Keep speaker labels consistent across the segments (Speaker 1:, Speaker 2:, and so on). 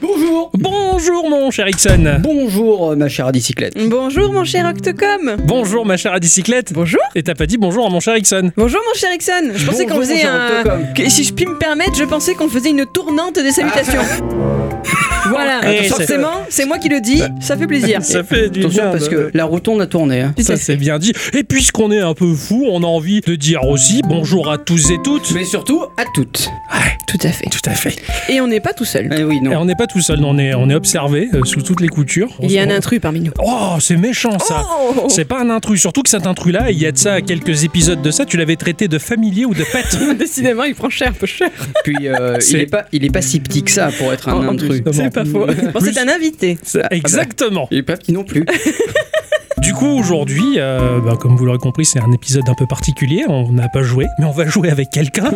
Speaker 1: Bonjour
Speaker 2: Bonjour mon cher Ixon
Speaker 1: Bonjour euh, ma chère bicyclette.
Speaker 3: Bonjour mon cher Octocom
Speaker 2: Bonjour ma chère à bicyclette
Speaker 3: Bonjour
Speaker 2: Et t'as pas dit bonjour à mon cher Ixon
Speaker 3: Bonjour mon cher Ixon Je pensais
Speaker 1: Bonjour,
Speaker 3: qu'on faisait
Speaker 1: mon cher
Speaker 3: un...
Speaker 1: Octocom.
Speaker 3: que- Si je puis me permettre, je pensais qu'on faisait une tournante des salutations. voilà,
Speaker 2: Eh, ça-
Speaker 3: forcément, c'est moi qui le dis, ça fait plaisir.
Speaker 2: Ça fait du
Speaker 1: Attention
Speaker 2: bien
Speaker 1: parce
Speaker 2: de-
Speaker 1: que la rotonde a tourné. hein.
Speaker 2: Ça c'est bien dit. Et puisqu'on est un peu fou, on a envie de dire aussi bonjour à tous et toutes.
Speaker 1: Mais surtout à toutes.
Speaker 3: Tout à fait.
Speaker 2: Tout à fait.
Speaker 3: Et on n'est pas tout seul.
Speaker 1: Eh oui,
Speaker 2: Et
Speaker 1: non.
Speaker 2: on n'est pas tout seul, on est, on est observé euh, sous toutes les coutures.
Speaker 3: Il y a un
Speaker 2: On-
Speaker 3: intrus parmi nous.
Speaker 2: Oh, c'est méchant ça.
Speaker 3: Oh
Speaker 2: C'est pas un intrus, surtout que cet intrus-là, il y a de ça quelques épisodes de ça, tu l'avais traité de familier ou de pète.
Speaker 3: Décidément, il prend cher, peu cher.
Speaker 1: Puis euh, il,
Speaker 2: C'est-
Speaker 1: est pas, il est pas si petit que ça pour être
Speaker 3: En-
Speaker 1: un
Speaker 3: en
Speaker 1: intrus.
Speaker 2: plus.
Speaker 3: C'est pas faux. Bon, c'est un invité.
Speaker 2: Exactement.
Speaker 1: Il est pas petit non plus.
Speaker 2: Du coup, aujourd'hui, euh, bah, comme vous l'aurez compris, c'est un épisode un peu particulier. On n'a pas joué, mais on va jouer avec quelqu'un.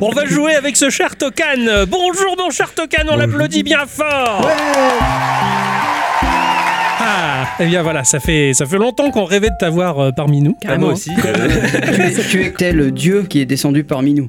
Speaker 2: on va jouer avec ce cher Tokan. Bonjour, mon cher Tokan, on l'applaudit bien fort. Ah, eh bien voilà, ça fait, ça fait longtemps qu'on rêvait de t'avoir euh, parmi nous.
Speaker 4: Ah,
Speaker 3: Carrément.
Speaker 4: Euh,
Speaker 1: tu, es, tu es tel dieu qui est descendu parmi nous.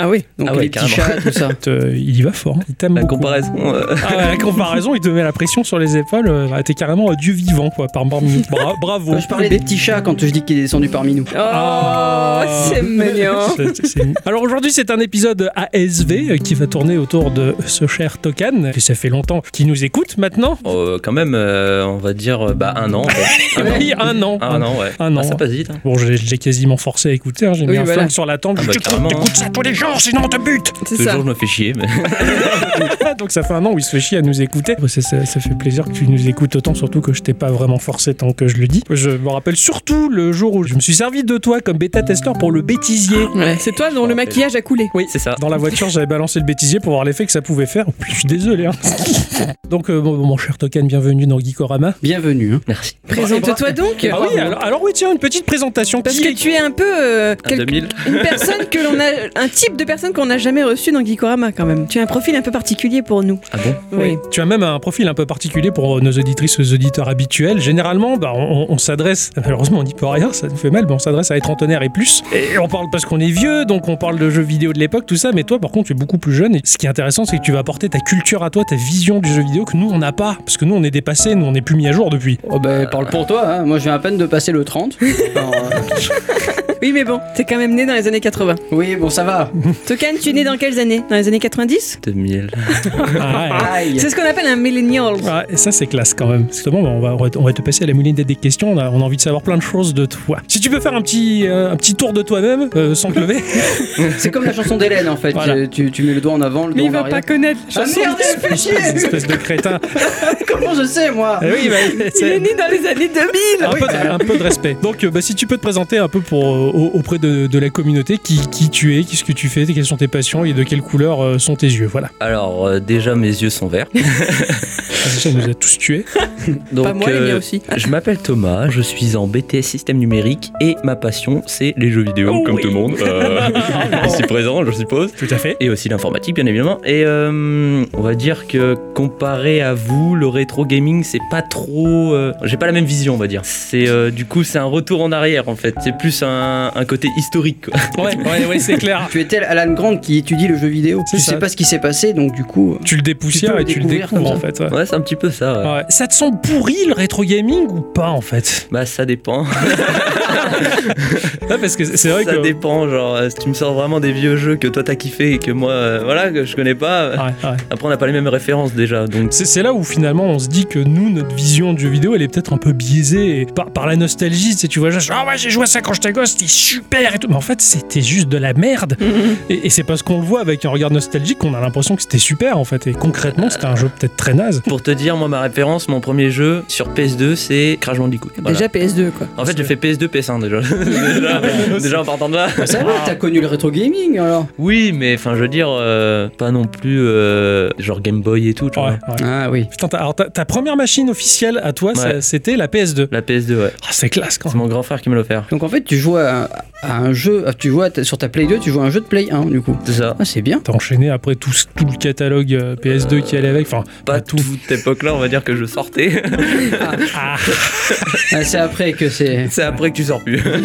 Speaker 3: Ah oui.
Speaker 1: Donc
Speaker 4: Ah ouais,
Speaker 1: les petits
Speaker 4: carrément.
Speaker 1: chats, tout ça.
Speaker 2: Euh, il y va fort, hein. il t'aime
Speaker 4: La
Speaker 2: beaucoup.
Speaker 4: comparaison. euh,
Speaker 2: Ah ouais, la comparaison, il te met la pression sur les épaules. euh, bah, T'es carrément un dieu vivant, quoi, par parmi nous. Bra- bravo.
Speaker 1: Quand je parlais des petits chats quand je dis qu'il est descendu parmi nous.
Speaker 3: Oh,
Speaker 4: Oh,
Speaker 2: Ah.
Speaker 3: c'est mignon.
Speaker 2: Oh. C'est- c'est- c'est mignon. Alors aujourd'hui, c'est un épisode ASV euh, qui va tourner autour de ce cher Tokan, que ça fait longtemps qu'il nous écoute maintenant.
Speaker 4: euh, quand même, euh, on va dire euh, bah, un an. en fait. Un an.
Speaker 2: Oui, un an.
Speaker 4: Un an, ouais.
Speaker 2: Un an.
Speaker 4: Ah, ça passe vite. hein.
Speaker 2: Bon, je l'ai- je l'ai quasiment forcé à écouter, hein, j'ai mis
Speaker 3: Oui,
Speaker 2: un
Speaker 3: voilà.
Speaker 2: flingue sur la tempe.
Speaker 4: Ah bah,
Speaker 2: Tu- tu-
Speaker 4: carrément,
Speaker 2: T'écoutes ça tous les jours, sinon on te bute
Speaker 3: C'est ça.
Speaker 4: Toujours, je me fais chier. Mais...
Speaker 2: Donc ça fait un an où il se fait chier à nous écouter. Ça, ça- ça fait plaisir que tu nous écoutes autant, surtout que je t'ai pas vraiment forcé tant que je le dis. Je me rappelle surtout le jour où je me suis servi de toi comme bêta-testeur pour le bêtisier.
Speaker 3: Ouais, c'est toi dont le maquillage a coulé.
Speaker 4: Oui, c'est ça.
Speaker 2: Dans la voiture, j'avais balancé le bêtisier pour voir l'effet que ça pouvait faire. En plus, je suis désolé. hein. Donc, euh, bon, mon cher Token, bienvenue dans Geekorama.
Speaker 1: Bienvenue. hein.
Speaker 4: Merci.
Speaker 3: Présente-toi donc.
Speaker 2: Ah oui, alors, alors oui, tiens, une petite présentation.
Speaker 3: Parce
Speaker 2: Qui
Speaker 3: que
Speaker 2: est-
Speaker 3: tu es un peu euh,
Speaker 4: Un
Speaker 3: quel-
Speaker 4: 2000.
Speaker 3: une personne que l'on a, un type de personne qu'on n'a jamais reçu dans Geekorama quand même. Tu as un profil un peu particulier pour nous.
Speaker 4: Ah bon
Speaker 2: Oui. Tu as même un profil un peu particulier pour nos auditrices, aux auditeurs habituels. Généralement, bah, on, on s'adresse, malheureusement on n'y peut rien, ça nous fait mal, mais on s'adresse à être trentenaires et plus. Et on parle parce qu'on est vieux, donc on parle de jeux vidéo de l'époque, tout ça, mais toi par contre tu es beaucoup plus jeune. Et ce qui est intéressant, c'est que tu vas apporter ta culture à toi, ta vision du jeu vidéo que nous on n'a pas. Parce que nous on est dépassés, nous on n'est plus mis à jour depuis.
Speaker 1: Oh bah parle pour toi, hein. moi je viens à peine de passer le 30. Alors, euh,
Speaker 3: Oui, mais bon, t'es quand même né dans les années 80.
Speaker 1: oui bon ça va.
Speaker 3: Tokan, tu es né dans quelles années Dans les années 90
Speaker 4: 2000.
Speaker 2: Ah, ouais.
Speaker 1: Aïe.
Speaker 3: C'est ce qu'on appelle un millennial.
Speaker 2: Ah, et ça c'est classe quand même. Justement, bah, on, va, on va- on va te passer à la moulinette des questions. On a, on a envie de savoir plein de choses de toi. Si tu peux faire un petit, euh, un petit tour de toi-même euh, sans te lever.
Speaker 1: C'est comme la chanson d'Hélène en fait.
Speaker 2: Voilà.
Speaker 1: Euh, Tu, tu mets le doigt en avant, le doigt en arrière.
Speaker 3: connaître.
Speaker 1: Ah merde, elle fait chier
Speaker 2: espèce de crétin.
Speaker 1: Comment je sais moi
Speaker 2: Eh oui, bah,
Speaker 3: Il
Speaker 2: c'est-
Speaker 3: est né dans les années 2000
Speaker 2: un, peu de, un peu de respect. Donc, euh, bah, si tu peux te présenter un peu pour, euh, au- auprès de, de la communauté, qui, qui tu es, qu'est-ce que tu fais, quelles sont tes passions et de quelle couleur euh, sont tes yeux. Voilà.
Speaker 4: Alors, euh, déjà, mes yeux sont verts.
Speaker 2: Ah, Ça nous a tous tués.
Speaker 4: Donc,
Speaker 3: Pas moi, les
Speaker 4: euh,
Speaker 3: miens aussi.
Speaker 4: Je m'appelle Thomas, je suis en BTS système numérique et ma passion, c'est les jeux vidéo,
Speaker 2: Oh
Speaker 4: comme
Speaker 2: oui.
Speaker 4: tout le monde. Euh, ici présent, je suppose.
Speaker 2: Tout à fait.
Speaker 4: et aussi l'informatique bien évidemment. Et euh, on va dire que comparé à vous, le rétro gaming c'est pas trop, euh, j'ai pas la même vision on va dire. C'est euh, du coup c'est un retour en arrière en fait. C'est plus un, un côté historique. Quoi.
Speaker 2: Ouais, ouais, ouais, c'est clair.
Speaker 1: Tu es tel Alan Grant qui étudie le jeu vidéo.
Speaker 2: C'est
Speaker 1: Tu
Speaker 2: ça.
Speaker 1: sais pas ce qui s'est passé donc du coup.
Speaker 2: Tu le dépoussières
Speaker 1: Tu peux
Speaker 2: et tu
Speaker 1: le
Speaker 2: le
Speaker 1: découvrir
Speaker 2: découvres
Speaker 1: comme
Speaker 2: en fait. ouais.
Speaker 4: Ouais c'est un petit peu ça. ouais.
Speaker 2: Ouais. Ça te semble pourri le rétro gaming ou pas en fait
Speaker 4: Bah ça dépend.
Speaker 2: Ah, Parce que c'est vrai
Speaker 4: ça
Speaker 2: que.
Speaker 4: dépend genre euh, si tu me sors vraiment des vieux jeux que toi t'as kiffé et que moi euh, voilà que je connais pas. euh,
Speaker 2: Ouais, ouais.
Speaker 4: Après on n'a pas les mêmes références déjà donc.
Speaker 2: C'est c'est là où finalement on se dit que nous, notre vision du jeu vidéo, elle est peut-être un peu biaisée et par, par la nostalgie. Tu, sais, tu vois, genre, ah ouais, j'ai joué à ça quand j'étais gosse, c'était super et tout. Mais en fait, c'était juste de la merde. Et, et c'est parce qu'on le voit avec un regard nostalgique qu'on a l'impression que c'était super en fait. Et concrètement, c'était un jeu peut-être très naze.
Speaker 4: Pour te dire, moi, ma référence, mon premier jeu sur PS2, c'est Crash Bandicoot. Voilà.
Speaker 3: Déjà PS2, quoi.
Speaker 4: En fait, j'ai fait PS2, PS1 déjà.
Speaker 2: Ah, bah,
Speaker 4: déjà. Déjà en partant de là.
Speaker 1: Bah, ça va, t'as connu le rétro gaming alors.
Speaker 4: Oui, mais enfin, je veux dire, euh, pas non plus euh, genre Game Boy et tout. tu
Speaker 2: Ouais,
Speaker 4: vois.
Speaker 2: ouais.
Speaker 1: Ah oui.
Speaker 2: Putain, ta, alors, ta- ta première machine officielle à toi, ça-
Speaker 4: Ouais.
Speaker 2: c'était la PS2.
Speaker 4: La PS2, ouais.
Speaker 2: Ah, c'est classe quand
Speaker 4: C'est
Speaker 2: même.
Speaker 4: mon grand frère qui me l'a offert.
Speaker 1: Donc en fait tu joues à, à un jeu, ah, tu joues à ta- sur ta Play 2, tu joues à un jeu de Play 1 du coup.
Speaker 4: C'est ça.
Speaker 1: Ah c'est bien.
Speaker 2: T'as enchaîné après tout, ce- tout le catalogue euh, PS2 qui allait avec. Enfin,
Speaker 4: Pas
Speaker 2: tout.
Speaker 4: toute époque-là, on va dire que je sortais.
Speaker 2: Ah,
Speaker 1: Ah, c'est après que c'est.
Speaker 4: c'est après que tu sors plus.
Speaker 2: ouais, ouais.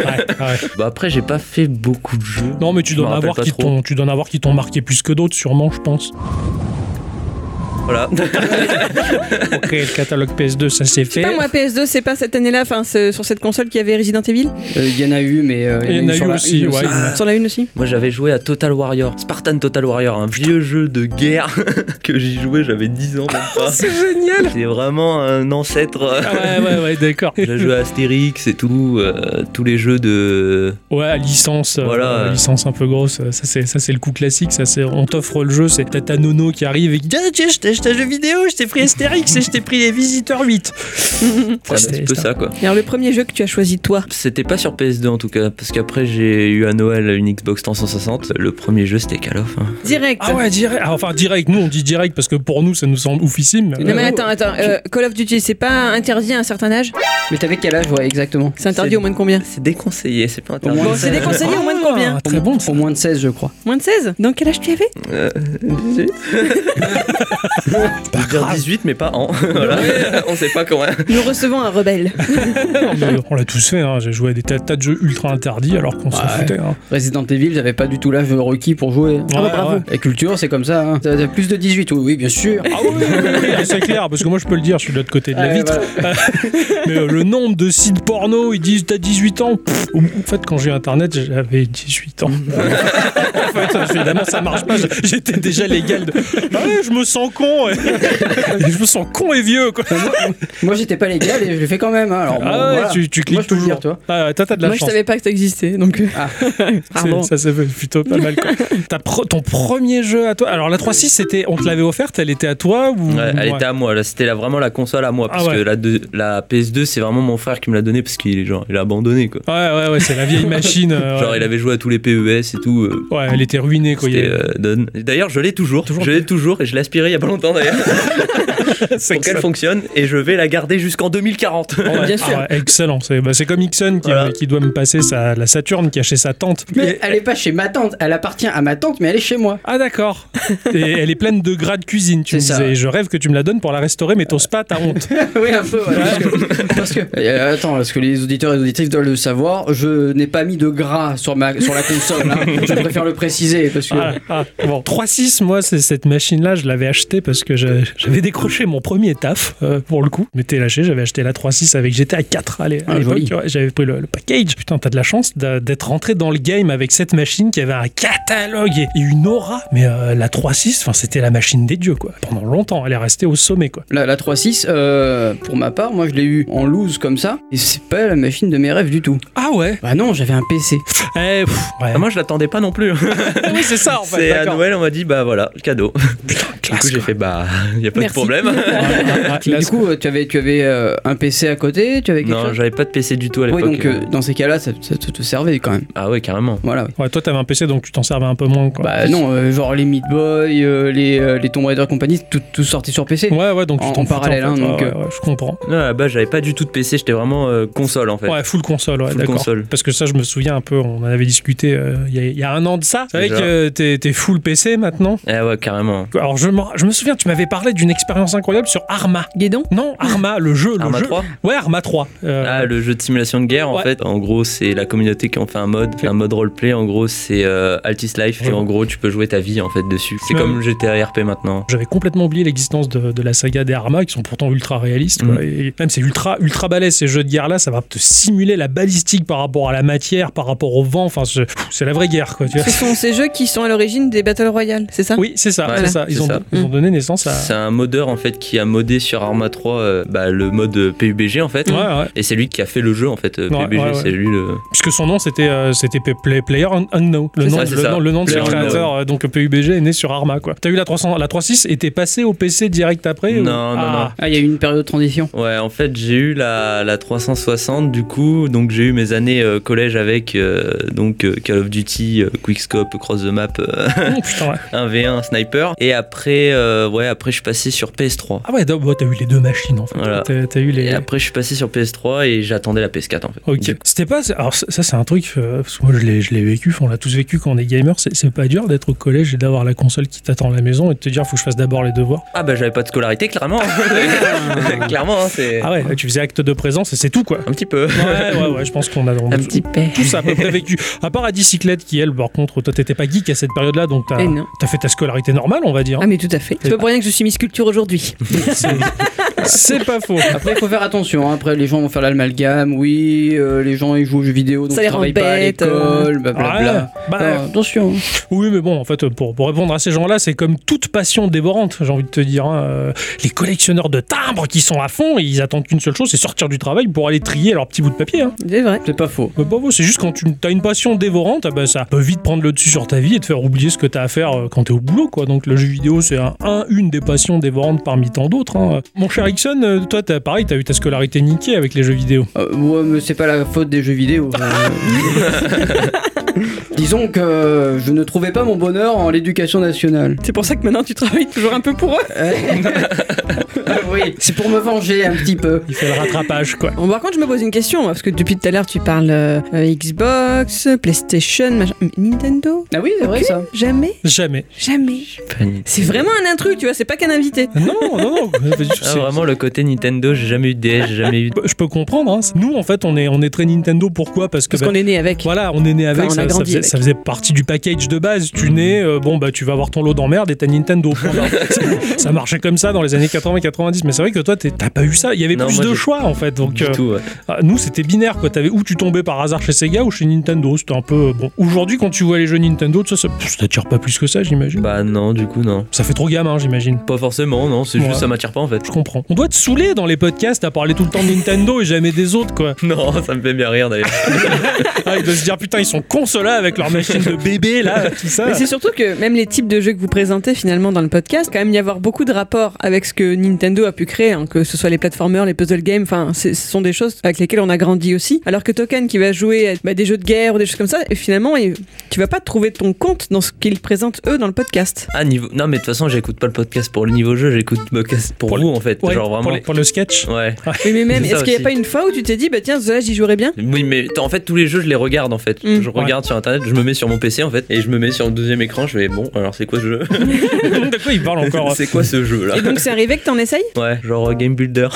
Speaker 4: bah, après, j'ai pas fait beaucoup de jeux.
Speaker 2: Non, mais tu
Speaker 4: Je me
Speaker 2: dois en
Speaker 4: rappelle
Speaker 2: avoir
Speaker 4: pas
Speaker 2: qui
Speaker 4: trop.
Speaker 2: t'ont, tu dois en avoir qui t'ont marqué plus que d'autres, sûrement, je pense.
Speaker 4: Voilà.
Speaker 2: Pour créer le catalogue PS2, ça s'est
Speaker 3: Je
Speaker 2: fait.
Speaker 3: sais pas, moi, PS2, c'est pas cette année-là, enfin, c'est sur cette console qu'il y avait Resident Evil.
Speaker 1: Euh, Il y en a eu, mais euh,
Speaker 2: Il y en a
Speaker 1: sur
Speaker 2: eu
Speaker 1: la-
Speaker 2: aussi,
Speaker 1: une
Speaker 2: ouais.
Speaker 3: T'en Sur la une aussi.
Speaker 4: Moi j'avais joué à Total Warrior, Spartan Total Warrior, un vieux jeu de guerre que j'y jouais, j'avais 10 ans même pas.
Speaker 2: C'est génial
Speaker 4: C'est vraiment un ancêtre.
Speaker 2: Ah ouais, ouais, ouais, d'accord.
Speaker 4: J'ai joué à Astérix et tout, euh, tous les jeux de.
Speaker 2: Ouais, licence, euh,
Speaker 4: Voilà.
Speaker 2: euh, licence un peu grosse, euh, ça c'est ça c'est le coup classique, ça c'est on t'offre le jeu, c'est Tata Nono qui arrive et qui dit ah, tiens, je t'ai acheté un jeu vidéo, je t'ai pris Astérix et je t'ai pris les visiteurs 8.
Speaker 4: C'est un petit peu ça quoi.
Speaker 3: Alors, le premier jeu que tu as choisi, toi.
Speaker 4: C'était pas sur PS2 en tout cas, parce qu'après j'ai eu à Noël une Xbox 360. Le premier jeu c'était Call of. hein.
Speaker 3: Direct.
Speaker 2: Ah ouais, direct. Ah, enfin direct, nous on dit direct parce que pour nous ça nous semble oufissime.
Speaker 1: Non,
Speaker 3: Non, mais
Speaker 1: Euh,
Speaker 3: attends, attends. euh, Call of Duty, c'est pas interdit à un certain âge
Speaker 1: Mais t'avais quel âge, ouais, exactement
Speaker 3: C'est interdit
Speaker 4: C'est-
Speaker 3: au moins de combien
Speaker 4: C'est déconseillé, c'est pas interdit.
Speaker 1: Au moins,
Speaker 3: C'est déconseillé au moins de combien
Speaker 2: Ah, Très bon.
Speaker 1: Au moins de 16, je crois.
Speaker 3: Moins de 16 Dans quel âge tu avais
Speaker 4: Euh, 18. Je veux dire 18 mais pas en. voilà. On sait pas comment.
Speaker 3: Nous recevons un rebelle.
Speaker 2: Non, mais on l'a tous fait, hein. j'ai joué à des tas, tas de jeux ultra interdits alors qu'on s'en
Speaker 1: Ouais.
Speaker 2: foutait. hein.
Speaker 1: Resident Evil, j'avais pas du tout l'âge requis pour jouer.
Speaker 2: Ah bah, bravo.
Speaker 1: La culture, c'est comme ça. Hein. T'as- t'as plus de 18, oui, oui, bien sûr. Euh,
Speaker 2: Ah oui, oui, oui, oui, ah, c'est clair, parce que moi je peux le dire, je suis de l'autre côté de la
Speaker 1: Ouais,
Speaker 2: vitre. Mais euh, le nombre de sites porno, ils disent t'as 18 ans. Pff, en fait, quand j'ai eu internet, j'avais 18 ans. en fait, euh, évidemment, ça marche pas. J'étais déjà légal. De... Ah ouais, je me sens con. ouais. je me sens con et vieux. Quoi.
Speaker 4: Ah,
Speaker 1: Moi, j'étais pas légal et je l'ai fait quand même. hein. Alors, bon,
Speaker 2: ah ouais,
Speaker 1: voilà.
Speaker 2: tu, tu cliques
Speaker 1: Moi, je peux le
Speaker 2: toujours.
Speaker 1: dire, toi.
Speaker 2: Ah ouais, toi, t'as de la
Speaker 3: Moi, je
Speaker 2: chance.
Speaker 3: savais pas que ça existait, donc. euh,
Speaker 1: Ah.
Speaker 3: Pardon.
Speaker 2: C'est- Ça c'est plutôt pas mal. quoi. Ta pro- ton premier jeu à toi. Alors la 3.6, c'était, on te l'avait offerte, elle était à toi ou
Speaker 4: Ouais, elle
Speaker 2: Ouais.
Speaker 4: était à moi, là, c'était la- vraiment la console à moi.
Speaker 2: Ah
Speaker 4: Parce
Speaker 2: ouais.
Speaker 4: que la, deux- la PS2, c'est vraiment mon frère qui me l'a donné parce qu'il est genre, il a abandonné quoi.
Speaker 2: Ouais, ouais, ouais, c'est la vieille machine. euh,
Speaker 4: Genre,
Speaker 2: ouais.
Speaker 4: il avait joué à tous les PES et tout. euh,
Speaker 2: Ouais, elle était ruinée quoi. Il y
Speaker 4: c'était,
Speaker 2: avait-
Speaker 4: euh, Don. Et D'ailleurs, je l'ai toujours.
Speaker 2: Toujours.
Speaker 4: Je l'ai toujours et je l'ai aspiré il y a pas longtemps d'ailleurs
Speaker 2: C'est
Speaker 4: pour qu'elle fonctionne et je vais la garder jusqu'en 2040.
Speaker 2: Ouais,
Speaker 3: Bien
Speaker 2: ah
Speaker 3: sûr.
Speaker 2: ouais, excellent. C'est bah, c'est comme Ixon qui,
Speaker 4: Voilà.
Speaker 2: qui doit me passer sa, la Saturne qui a chez sa tante.
Speaker 1: Mais elle est pas chez ma tante, elle appartient à ma tante, mais elle est chez moi.
Speaker 2: Ah d'accord. Et elle est pleine de gras de cuisine, tu me
Speaker 1: C'est ça.
Speaker 2: disais. Et Je rêve que tu me la donnes pour la restaurer, mais t'oses pas, t'as honte.
Speaker 1: oui, un peu, ouais, parce que. parce que- Euh, attends, parce que les auditeurs et les auditrices doivent le savoir, je n'ai pas mis de gras sur, ma, sur la console. hein. Je préfère le préciser parce que.
Speaker 2: Ah, ah, bon. 3.6, moi, c'est cette machine-là, je l'avais achetée parce que je- j'avais décroché mon premier taf, euh, pour le coup. Je m'étais lâché, j'avais acheté la 3.6 avec GTA 4 à l'é- à
Speaker 1: Ah,
Speaker 2: l'époque.
Speaker 1: joli.
Speaker 2: ouais, j'avais pris le, le package. Putain, t'as de la chance d'a- d'être rentré dans le game avec cette machine qui avait un catalogue et, et une aura. Mais euh, la 3.6, enfin, c'était la machine des dieux, quoi. Pendant longtemps, elle est restée au sommet, quoi.
Speaker 1: La, la 3.6, euh, pour ma part, moi je l'ai eu en loose comme ça, et c'est pas la machine de mes rêves du tout.
Speaker 2: Ah ouais
Speaker 1: Bah non, j'avais un PC.
Speaker 2: Eh, pff, ouais.
Speaker 4: Ah, moi, je l'attendais pas non plus.
Speaker 2: Oui, c'est ça, en fait.
Speaker 4: c'est à
Speaker 2: d'accord.
Speaker 4: Noël, on m'a dit, bah voilà, le cadeau.
Speaker 2: Putain,
Speaker 4: Du coup,
Speaker 2: classe.
Speaker 4: j'ai fait, bah, y a pas
Speaker 3: Merci.
Speaker 4: de problème.
Speaker 2: quoi. Ouais, ouais, ouais,
Speaker 1: Mais
Speaker 2: classe,
Speaker 1: du coup, euh, tu avais, tu avais euh, un PC à côté, tu avais quelque
Speaker 4: Non,
Speaker 1: chose.
Speaker 4: j'avais pas de PC du tout à
Speaker 1: Oui,
Speaker 4: l'époque.
Speaker 1: donc euh, dans ces cas-là, ça, ça te, te servait quand même.
Speaker 4: Ah ouais, carrément.
Speaker 1: Voilà, oui.
Speaker 2: quoi. Ouais, toi, t'avais un PC, donc tu t'en servais un peu moins, quoi.
Speaker 1: Bah non, euh, genre les Meat Boy, euh, les, euh, les Tomb Raider compagnie, tout, tout sorti sur PC.
Speaker 2: Ouais, ouais, donc tu
Speaker 1: En-
Speaker 2: t'en
Speaker 1: en
Speaker 2: foutais,
Speaker 1: parallèle, hein,
Speaker 2: fait. Ouais,
Speaker 1: donc,
Speaker 2: ouais,
Speaker 1: euh,
Speaker 2: ouais, je comprends.
Speaker 4: Non, là-bas, j'avais pas du tout de PC, j'étais vraiment euh, console en fait.
Speaker 2: Ouais, full console, ouais,
Speaker 4: Full
Speaker 2: d'accord.
Speaker 4: console.
Speaker 2: Parce que ça, je me souviens un peu, on en avait discuté euh, il y, a- il y a un an de ça. C'est vrai
Speaker 4: Déjà.
Speaker 2: que euh, t'es t'es full PC maintenant.
Speaker 4: Eh ouais, carrément.
Speaker 2: Alors, je, m'en- je me souviens, tu m'avais parlé d'une expérience incroyable sur Arma.
Speaker 3: Guédon
Speaker 2: Non, Arma, le jeu. Le
Speaker 4: Arma
Speaker 2: jeu.
Speaker 4: 3
Speaker 2: Ouais, Arma 3. euh,
Speaker 4: Ah, le jeu de simulation de guerre, en
Speaker 2: Ouais.
Speaker 4: fait. En gros, c'est la communauté qui en fait un mode, un mode roleplay. En gros, c'est euh, Altis Life.
Speaker 2: Ouais.
Speaker 4: Et en gros, tu peux jouer ta vie, en fait, dessus. C'est
Speaker 2: Ouais.
Speaker 4: comme GTA RP maintenant.
Speaker 2: J'avais complètement oublié l'existence de, de la saga des Arma, qui sont pourtant ultra réalistes. quoi.
Speaker 4: Mm.
Speaker 2: Et même c'est ultra, ultra balèze ces jeux de guerre là, ça va te simuler la balistique par rapport à la matière, par rapport au vent. Enfin, c'est pff, c'est la vraie guerre, quoi. tu vois.
Speaker 3: Ce sont ces jeux qui sont à l'origine des Battle Royale, c'est ça
Speaker 2: Oui, c'est ça,
Speaker 4: Ouais,
Speaker 2: c'est ça. Ils,
Speaker 4: c'est
Speaker 2: ont,
Speaker 4: ça. Mm.
Speaker 2: ils ont donné naissance à.
Speaker 4: C'est un modeur, en fait, qui a modé sur Arma 3 euh, bah, le mode euh, PUBG, en fait.
Speaker 2: Ouais, ouais.
Speaker 4: Et c'est lui qui a fait le jeu, en fait. euh,
Speaker 2: Ouais,
Speaker 4: PUBG,
Speaker 2: ouais, ouais.
Speaker 4: c'est lui le.
Speaker 2: Puisque son nom c'était euh, c'était P- Play- Player Un- Unknown, le
Speaker 4: C'est
Speaker 2: nom,
Speaker 4: ça, c'est
Speaker 2: le
Speaker 4: ça.
Speaker 2: nom, le nom de ce
Speaker 4: Player Unknown,
Speaker 2: créateur, euh, donc PUBG est né sur Arma quoi. T'as eu la 300, la 36 et t'es passé au PC direct après ou-
Speaker 4: Non, non,
Speaker 2: Ah.
Speaker 1: Ah, il y a eu une période de transition.
Speaker 4: Ouais, en fait, j'ai eu la, la 360 du coup, donc j'ai eu mes années euh, collège avec euh, donc euh, Call of Duty, euh, Quickscope, Cross the Map, euh,
Speaker 2: Oh, putain, ouais.
Speaker 4: 1v1, Sniper, et après, euh, ouais, après je suis passé sur PS3.
Speaker 2: Ah ouais, donc, ouais, t'as eu les deux machines en fait.
Speaker 4: Voilà.
Speaker 2: T'as t'as eu
Speaker 4: Et
Speaker 2: les.
Speaker 4: après je suis passé sur PS3 et j'attendais la PS4 en fait.
Speaker 2: Ok. C'était pas. Alors ça ça, c'est un truc. euh, parce que moi je l'ai je l'ai vécu. enfin, On l'a tous vécu quand on est gamer. C'est c'est pas dur d'être au collège et d'avoir la console qui t'attend à la maison et de te dire faut que je fasse d'abord les devoirs.
Speaker 4: Ah bah j'avais pas de scolarité clairement. clairement, hein, c'est
Speaker 2: Ah ouais. Tu faisais acte de présence et c'est tout quoi.
Speaker 4: un petit peu.
Speaker 2: Ouais ouais ouais. Je pense qu'on a. on a tous-
Speaker 3: paix.
Speaker 2: tous à peu près vécu. À part à Dicyclette qui, elle, par contre, toi, t'étais pas geek à cette période-là, donc t'as
Speaker 3: Eh non.
Speaker 2: t'as fait ta scolarité normale, on va dire.
Speaker 3: Ah, mais tout à fait. C'est pas pour rien que je suis Miss Culture aujourd'hui.
Speaker 2: C'est- C'est pas faux.
Speaker 1: Après, il faut faire attention. hein. Après, les gens vont faire l'amalgame. Oui, euh, les gens ils jouent aux jeux vidéo, donc
Speaker 3: Ça les euh.
Speaker 1: ils
Speaker 3: rend
Speaker 1: travaillent pas à
Speaker 3: bêtes,
Speaker 1: l'école, blablabla.
Speaker 2: Ouais, bah,
Speaker 1: Non, Ah, attention. hein.
Speaker 2: Oui, mais bon, en fait, pour, pour répondre à ces gens-là, c'est comme toute passion dévorante, j'ai envie de te dire. hein. Euh, Les collectionneurs de timbres qui sont à fond, ils attendent qu'une seule chose, c'est sortir du travail pour aller trier leurs petits bouts de papier. hein.
Speaker 3: C'est vrai.
Speaker 1: C'est pas faux.
Speaker 2: Mais pas faux, c'est juste quand tu as une passion dévorante, ah bah, ça peut vite prendre le dessus sur ta vie et te faire oublier ce que tu as à faire euh, quand tu es au boulot. quoi. Donc le jeu vidéo, c'est un, un- une des passions dévorantes parmi tant d'autres. hein. Mon cher Ixon, euh, toi, t'as, pareil, tu as eu ta scolarité niquée avec les jeux vidéo.
Speaker 1: Euh, ouais, mais c'est pas la faute des jeux vidéo. Euh, Disons que euh, je ne trouvais pas mon bonheur en l'éducation nationale.
Speaker 3: C'est pour ça que maintenant tu travailles toujours un peu pour eux.
Speaker 1: Euh, Ah oui, c'est pour me venger un petit peu.
Speaker 2: Il fait le rattrapage, quoi.
Speaker 3: Bon, par contre, je me pose une question, moi, parce que depuis tout à l'heure, tu parles euh, euh, Xbox, PlayStation, machin. Mais Nintendo
Speaker 1: Ah oui, c'est vrai
Speaker 3: Ok.
Speaker 1: ça.
Speaker 3: Jamais,
Speaker 2: Jamais.
Speaker 3: jamais. C'est vraiment un intrus, tu vois, c'est pas qu'un invité.
Speaker 2: Non, non, non. bah,
Speaker 4: Ah,
Speaker 2: c'est-
Speaker 4: vraiment le côté Nintendo, j'ai jamais eu de DS, j'ai jamais eu de...
Speaker 2: Bah, Je peux comprendre. hein. Nous, en fait, on est, on est très Nintendo. Pourquoi Parce que
Speaker 3: Parce
Speaker 2: bah,
Speaker 3: qu'on est né avec.
Speaker 2: voilà, on est né avec,
Speaker 3: on a
Speaker 2: ça, ça
Speaker 3: grandi
Speaker 2: faisait,
Speaker 3: avec.
Speaker 2: ça faisait partie du package de base. Tu
Speaker 4: Mhm.
Speaker 2: nais, euh, bon, bah, tu vas avoir ton lot d'emmerde et ta Nintendo. Voilà. ça marchait comme ça dans les années 80-90. Mais c'est vrai que toi, t'es- t'as pas eu ça. Il y avait
Speaker 4: Non,
Speaker 2: plus
Speaker 4: moi,
Speaker 2: de
Speaker 4: j'ai-
Speaker 2: choix, en fait. Donc,
Speaker 4: du
Speaker 2: euh,
Speaker 4: tout, ouais.
Speaker 2: ah, nous, c'était binaire. Quoi. T'avais ou tu tombais par hasard chez Sega ou chez Nintendo. C'était un peu. euh, Bon, aujourd'hui, quand tu vois les jeux Nintendo, ça, ça, ça t'attire pas plus que ça, j'imagine.
Speaker 4: Bah non, du coup, non.
Speaker 2: Ça fait trop gamin, j'imagine.
Speaker 4: Pas forcément, non, c'est
Speaker 2: Ouais.
Speaker 4: juste ça m'attire pas en fait.
Speaker 2: Je comprends. On doit te saouler dans les podcasts à parler tout le temps de Nintendo et jamais des autres, quoi.
Speaker 4: Non, ça me fait bien rire d'ailleurs.
Speaker 2: Ah, ils doivent se dire putain, ils sont cons ceux-là avec leur machine de bébé là, tout ça.
Speaker 4: Ah.
Speaker 3: Mais c'est surtout que même les types de jeux que vous présentez finalement dans le podcast, quand même y avoir beaucoup de rapports avec ce que Nintendo a pu créer, hein, que ce soit les platformers, les puzzle games, enfin c'est- ce sont des choses avec lesquelles on a grandi aussi. Alors que Token qui va jouer à bah, des jeux de guerre ou des choses comme ça, et finalement il- tu vas pas trouver ton compte dans ce qu'ils présentent eux dans le podcast.
Speaker 4: Ah, niveau. Non, mais de toute façon, j'écoute pas le podcast pour le niveau jeu, j'écoute le podcast pour,
Speaker 2: Pour
Speaker 4: vous en fait.
Speaker 2: Ouais,
Speaker 4: Genre
Speaker 2: pour,
Speaker 4: vraiment.
Speaker 2: les- pour le sketch.
Speaker 4: Ouais.
Speaker 3: Oui, mais même,
Speaker 4: C'est ça
Speaker 3: est-ce qu'il n'y a
Speaker 4: aussi.
Speaker 3: pas une fois où tu t'es dit, bah tiens, là j'y jouerais bien
Speaker 4: Oui, mais t- en fait, tous les jeux, je les regarde en fait.
Speaker 3: Mm.
Speaker 4: je regarde sur internet, je me mets sur mon PC en fait, et je me mets sur le deuxième écran, je vais bon, alors c'est quoi ce jeu
Speaker 2: De quoi ils parlent encore
Speaker 4: C'est quoi ce jeu là
Speaker 3: Et donc c'est arrivé que t'en essayes
Speaker 4: Ouais, genre euh, Game Builder.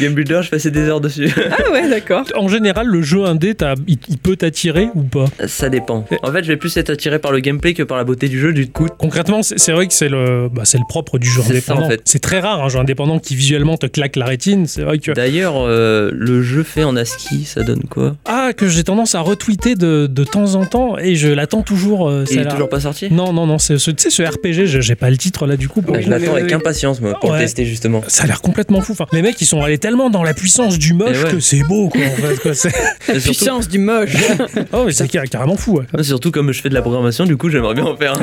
Speaker 4: Game Builder, je passais des heures dessus.
Speaker 3: Ah ouais, d'accord.
Speaker 2: En général, le jeu indé, t'as- il, il peut t'attirer ou pas
Speaker 4: Ça dépend. En fait, je vais plus être attiré par le gameplay que par la beauté du jeu, du coup.
Speaker 2: Concrètement, c'est c'est vrai que c'est le, bah, c'est le propre du jeu
Speaker 4: C'est ça,
Speaker 2: indépendant.
Speaker 4: en fait.
Speaker 2: C'est très rare un jeu indépendant qui visuellement te claque la rétine. C'est vrai que
Speaker 4: D'ailleurs, euh, le jeu fait en ASCII, ça donne quoi
Speaker 2: ah que j'ai tendance à retweeter de, de temps en temps et je l'attends toujours. euh,
Speaker 4: Il est
Speaker 2: celle-là.
Speaker 4: toujours pas sorti
Speaker 2: Non non non, c'est ce, tu sais ce RPG, je- j'ai pas le titre là du coup. pour
Speaker 4: Bah,
Speaker 2: le
Speaker 4: Je
Speaker 2: coup, mais-
Speaker 4: l'attends avec impatience, moi, pour
Speaker 2: Ouais.
Speaker 4: le tester justement.
Speaker 2: Ça a l'air complètement fou. Enfin, les mecs, ils sont allés tellement dans la puissance du moche
Speaker 4: Eh ouais.
Speaker 2: que c'est beau, quoi. En fait, quoi. C'est-
Speaker 3: La
Speaker 4: Et surtout-
Speaker 3: puissance du moche.
Speaker 2: Oh, mais c'est car- carrément fou. ouais.
Speaker 4: Non, Surtout comme je fais de la programmation, du coup, j'aimerais bien en faire. un.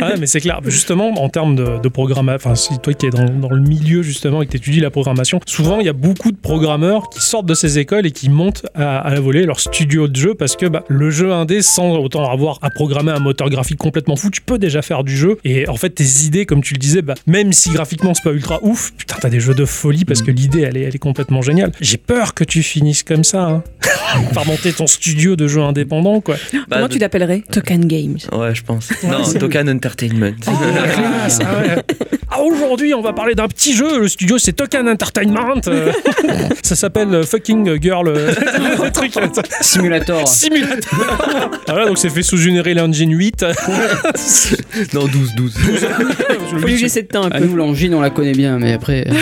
Speaker 2: Ah ouais, mais c'est clair. Justement, en termes de, de programme, enfin, si toi qui es dans, dans le milieu justement et que tu étudies la programmation, souvent il y a beaucoup de programmeurs qui sortent de ces écoles et qui montent à, à la volée leur studio de jeu parce que bah, le jeu indé, sans autant avoir à programmer un moteur graphique complètement fou, tu peux déjà faire du jeu. Et en fait, tes idées, comme tu le disais, bah, même si graphiquement c'est pas ultra ouf, putain, t'as des jeux de folie parce que l'idée, elle est, elle est complètement géniale. J'ai peur que tu finisses comme ça, hein. par monter ton studio de jeu indépendant, quoi.
Speaker 4: Bah,
Speaker 3: Comment tu l'appellerais Token Games.
Speaker 4: Ouais, je pense. Non,
Speaker 2: c'est-
Speaker 4: Tokan Entertainment.
Speaker 2: la classe, ah ouais. Ah, Aujourd'hui, on va parler d'un petit jeu. Le studio, c'est Token Entertainment. Euh, Ça s'appelle euh, Fucking Girl. euh, le truc. euh,
Speaker 1: Simulator.
Speaker 2: Simulator. Voilà, donc c'est fait sous une Unreal Engine 8.
Speaker 4: non, 12, 12.
Speaker 3: Faut lui laisser de temps un
Speaker 1: À
Speaker 3: peu.
Speaker 1: Ah, nous, l'angine, on la connaît bien, mais après.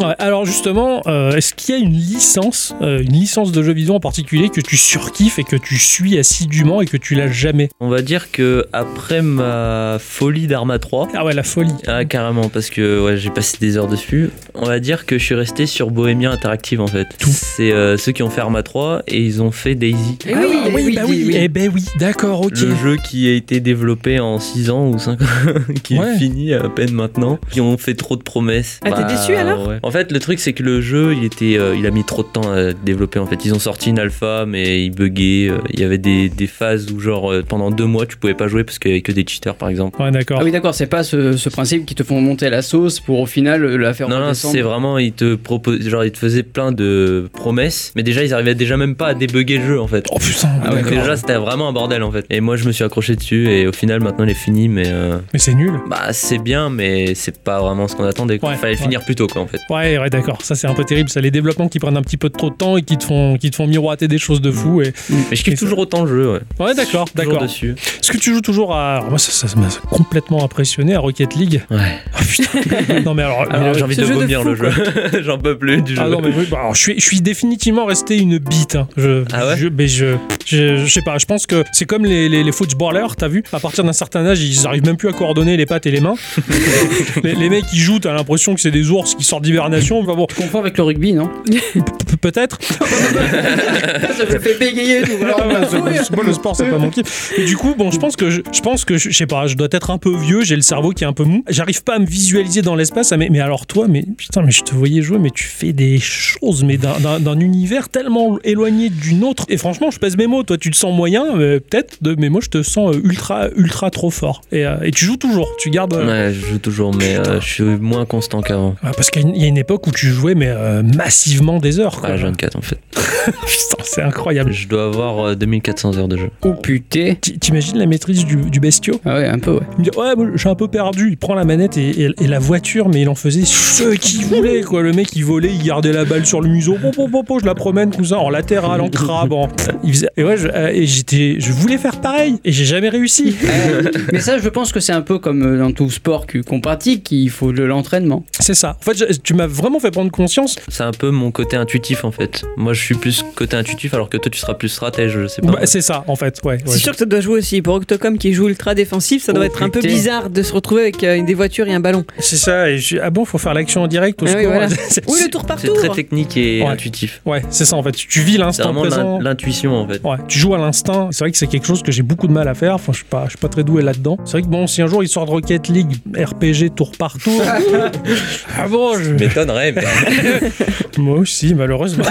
Speaker 2: Ouais, alors justement, euh, est-ce qu'il y a une licence, euh, une licence de jeu vidéo en particulier que tu surkiffes et que tu suis assidûment et que tu l'as jamais
Speaker 4: On va dire que après ma folie d'Arma 3,
Speaker 2: Ah ouais, la folie.
Speaker 4: ah, carrément, parce que ouais, j'ai passé des heures dessus. On va dire que je suis resté sur Bohemia Interactive en fait.
Speaker 2: Tout.
Speaker 4: C'est euh, ceux qui ont fait Arma 3 et ils ont fait Daisy.
Speaker 1: Eh oui, eh oui,
Speaker 2: bah
Speaker 1: dis- oui.
Speaker 2: Eh ben oui, d'accord, ok.
Speaker 4: Le jeu qui a été développé en 6 ans ou 5 ans, qui
Speaker 2: Ouais.
Speaker 4: est fini à peine maintenant, qui ont fait trop de promesses. Bah,
Speaker 3: Ah, t'es déçu, alors
Speaker 4: ouais. En fait, le truc, c'est que le jeu, il, était, euh, il a mis trop de temps à être développé. En fait, ils ont sorti une alpha, mais il buguait. euh, il y avait des, des phases où, genre, euh, pendant 2 mois, tu pouvais pas jouer parce qu'il y avait que des cheaters, par exemple.
Speaker 2: Ouais, d'accord.
Speaker 1: Ah oui, d'accord, c'est pas ce, ce principe qui te font monter la sauce pour au final euh, la faire
Speaker 4: Non, non,
Speaker 1: redescendre.
Speaker 4: c'est vraiment, ils te proposent, genre, ils te faisaient plein de promesses, mais déjà, ils arrivaient déjà même pas à débugger le jeu, en fait.
Speaker 2: Oh putain,
Speaker 1: Ah ouais,
Speaker 4: Donc,
Speaker 2: d'accord.
Speaker 4: déjà, c'était vraiment un bordel, en fait. Et moi, je me suis accroché dessus, et au final, maintenant, il est fini, mais euh,
Speaker 2: Mais c'est nul.
Speaker 4: bah, c'est bien, mais c'est pas vraiment ce qu'on attendait. quoi.
Speaker 2: Ouais,
Speaker 4: Il fallait
Speaker 2: ouais.
Speaker 4: finir plus tôt, quoi, en fait.
Speaker 2: Ouais, Ouais, ouais, d'accord. Ça, c'est un peu terrible. Ça, les développements qui prennent un petit peu de trop de temps et qui te font, qui te font miroiter des choses de fou. Et...
Speaker 4: Mais je kiffe
Speaker 2: Et ça-
Speaker 4: toujours autant le jeu. Ouais,
Speaker 2: Ouais, d'accord,
Speaker 4: Toujours
Speaker 2: d'accord.
Speaker 4: dessus.
Speaker 2: Est-ce que tu joues toujours à. Alors, moi, ça- ça ça m'a complètement impressionné à Rocket League.
Speaker 4: Ouais. Ah,
Speaker 2: Ah putain. non, mais alors. euh,
Speaker 4: Alors, j'ai envie
Speaker 3: ce
Speaker 4: de
Speaker 3: jeu de
Speaker 4: vomir
Speaker 3: fou,
Speaker 4: le jeu. J'en peux plus du jeu.
Speaker 2: Ah non, mais oui, bah, alors, je, suis, je suis définitivement resté une bite. hein. Je,
Speaker 4: Ah ouais
Speaker 2: je, mais je, je, je sais pas, je pense que c'est comme les, les, les footballers, t'as vu À partir d'un certain âge, ils arrivent même plus à coordonner les pattes et les mains. les, les mecs, ils jouent, t'as l'impression que c'est des ours qui sortent d'hibernation. Enfin bon,
Speaker 1: Tu confonds avec le rugby, non
Speaker 2: pe- peut-être.
Speaker 1: Ça me fait bégayer tout.
Speaker 2: Ah ouais, c'est- moi, le sport, c'est pas mon kiff. Et du coup, bon, je pense que je, je pense que je, je sais pas, je dois être un peu vieux, j'ai le cerveau qui est un peu mou. J'arrive pas à me visualiser dans l'espace. Ah, Mais, mais alors toi, mais putain, mais je te voyais jouer, mais tu fais des choses, mais d'un- d'un d'un univers tellement éloigné d'une autre. Et franchement, je pèse mes mots. Toi, tu te sens moyen, euh, peut-être, de- mais moi, je te sens euh, ultra, ultra trop fort. Et, euh, et tu joues toujours. Tu gardes. euh,
Speaker 4: Ouais, je joue toujours, mais euh, je suis moins constant qu'avant.
Speaker 2: ah, Parce qu'il y a une- il y a une époque où tu jouais mais euh, massivement des heures. Quoi.
Speaker 4: Ah, j'ai 24 en fait.
Speaker 2: Putain, c'est incroyable.
Speaker 4: Je dois avoir euh, 2400 heures de jeu.
Speaker 1: Oh putain.
Speaker 2: T'i- T'imagines la maîtrise du, du bestiau
Speaker 1: Ah ouais, un peu, ouais.
Speaker 2: Il me dit ouais moi, je suis un peu perdu. Il prend la manette et, et- et la voiture, mais il en faisait ce qu'il voulait quoi. Le mec il volait, il gardait la balle sur le museau, Bon, bon, bon, bon, je la promène tout ça en latéral, en crabe. en- Il faisait- Et ouais je, euh, et j'étais, je voulais faire pareil et j'ai jamais réussi.
Speaker 1: Euh, mais ça, je pense que c'est un peu comme euh, dans tout sport que- qu'on pratique, il faut de l'entraînement.
Speaker 2: C'est ça. En fait je- tu m'as vraiment fait prendre conscience.
Speaker 4: C'est un peu mon côté intuitif en fait. Moi je suis plus côté intuitif alors que toi tu seras plus stratège, je sais pas.
Speaker 2: Bah, c'est ça en fait. Ouais. ouais.
Speaker 3: C'est sûr que ça doit jouer aussi. Pour Octocom qui joue ultra défensif, ça doit
Speaker 1: Oh,
Speaker 3: être un peu
Speaker 1: putain.
Speaker 3: bizarre de se retrouver avec euh, des voitures et un ballon.
Speaker 2: C'est ça. Et je- ah bon faut faire l'action en direct au
Speaker 3: Ah oui,
Speaker 2: secours.
Speaker 3: voilà.
Speaker 2: C'est-
Speaker 3: Oui, le tour par
Speaker 4: c'est
Speaker 3: tour.
Speaker 4: très technique et
Speaker 2: hein. Ouais.
Speaker 4: intuitif.
Speaker 2: Ouais c'est ça en fait. Tu vis
Speaker 4: C'est
Speaker 2: l'instant
Speaker 4: vraiment l'in-
Speaker 2: présent.
Speaker 4: l'intuition en fait.
Speaker 2: Ouais, tu joues à l'instinct. C'est vrai que c'est quelque chose que j'ai beaucoup de mal à faire. Enfin, je suis pas, je suis pas très doué là-dedans. C'est vrai que bon, si un jour il sort de Rocket League, RPG tour par tour. ah bon, je-
Speaker 4: M'étonnerait, mais.
Speaker 2: moi aussi, malheureusement.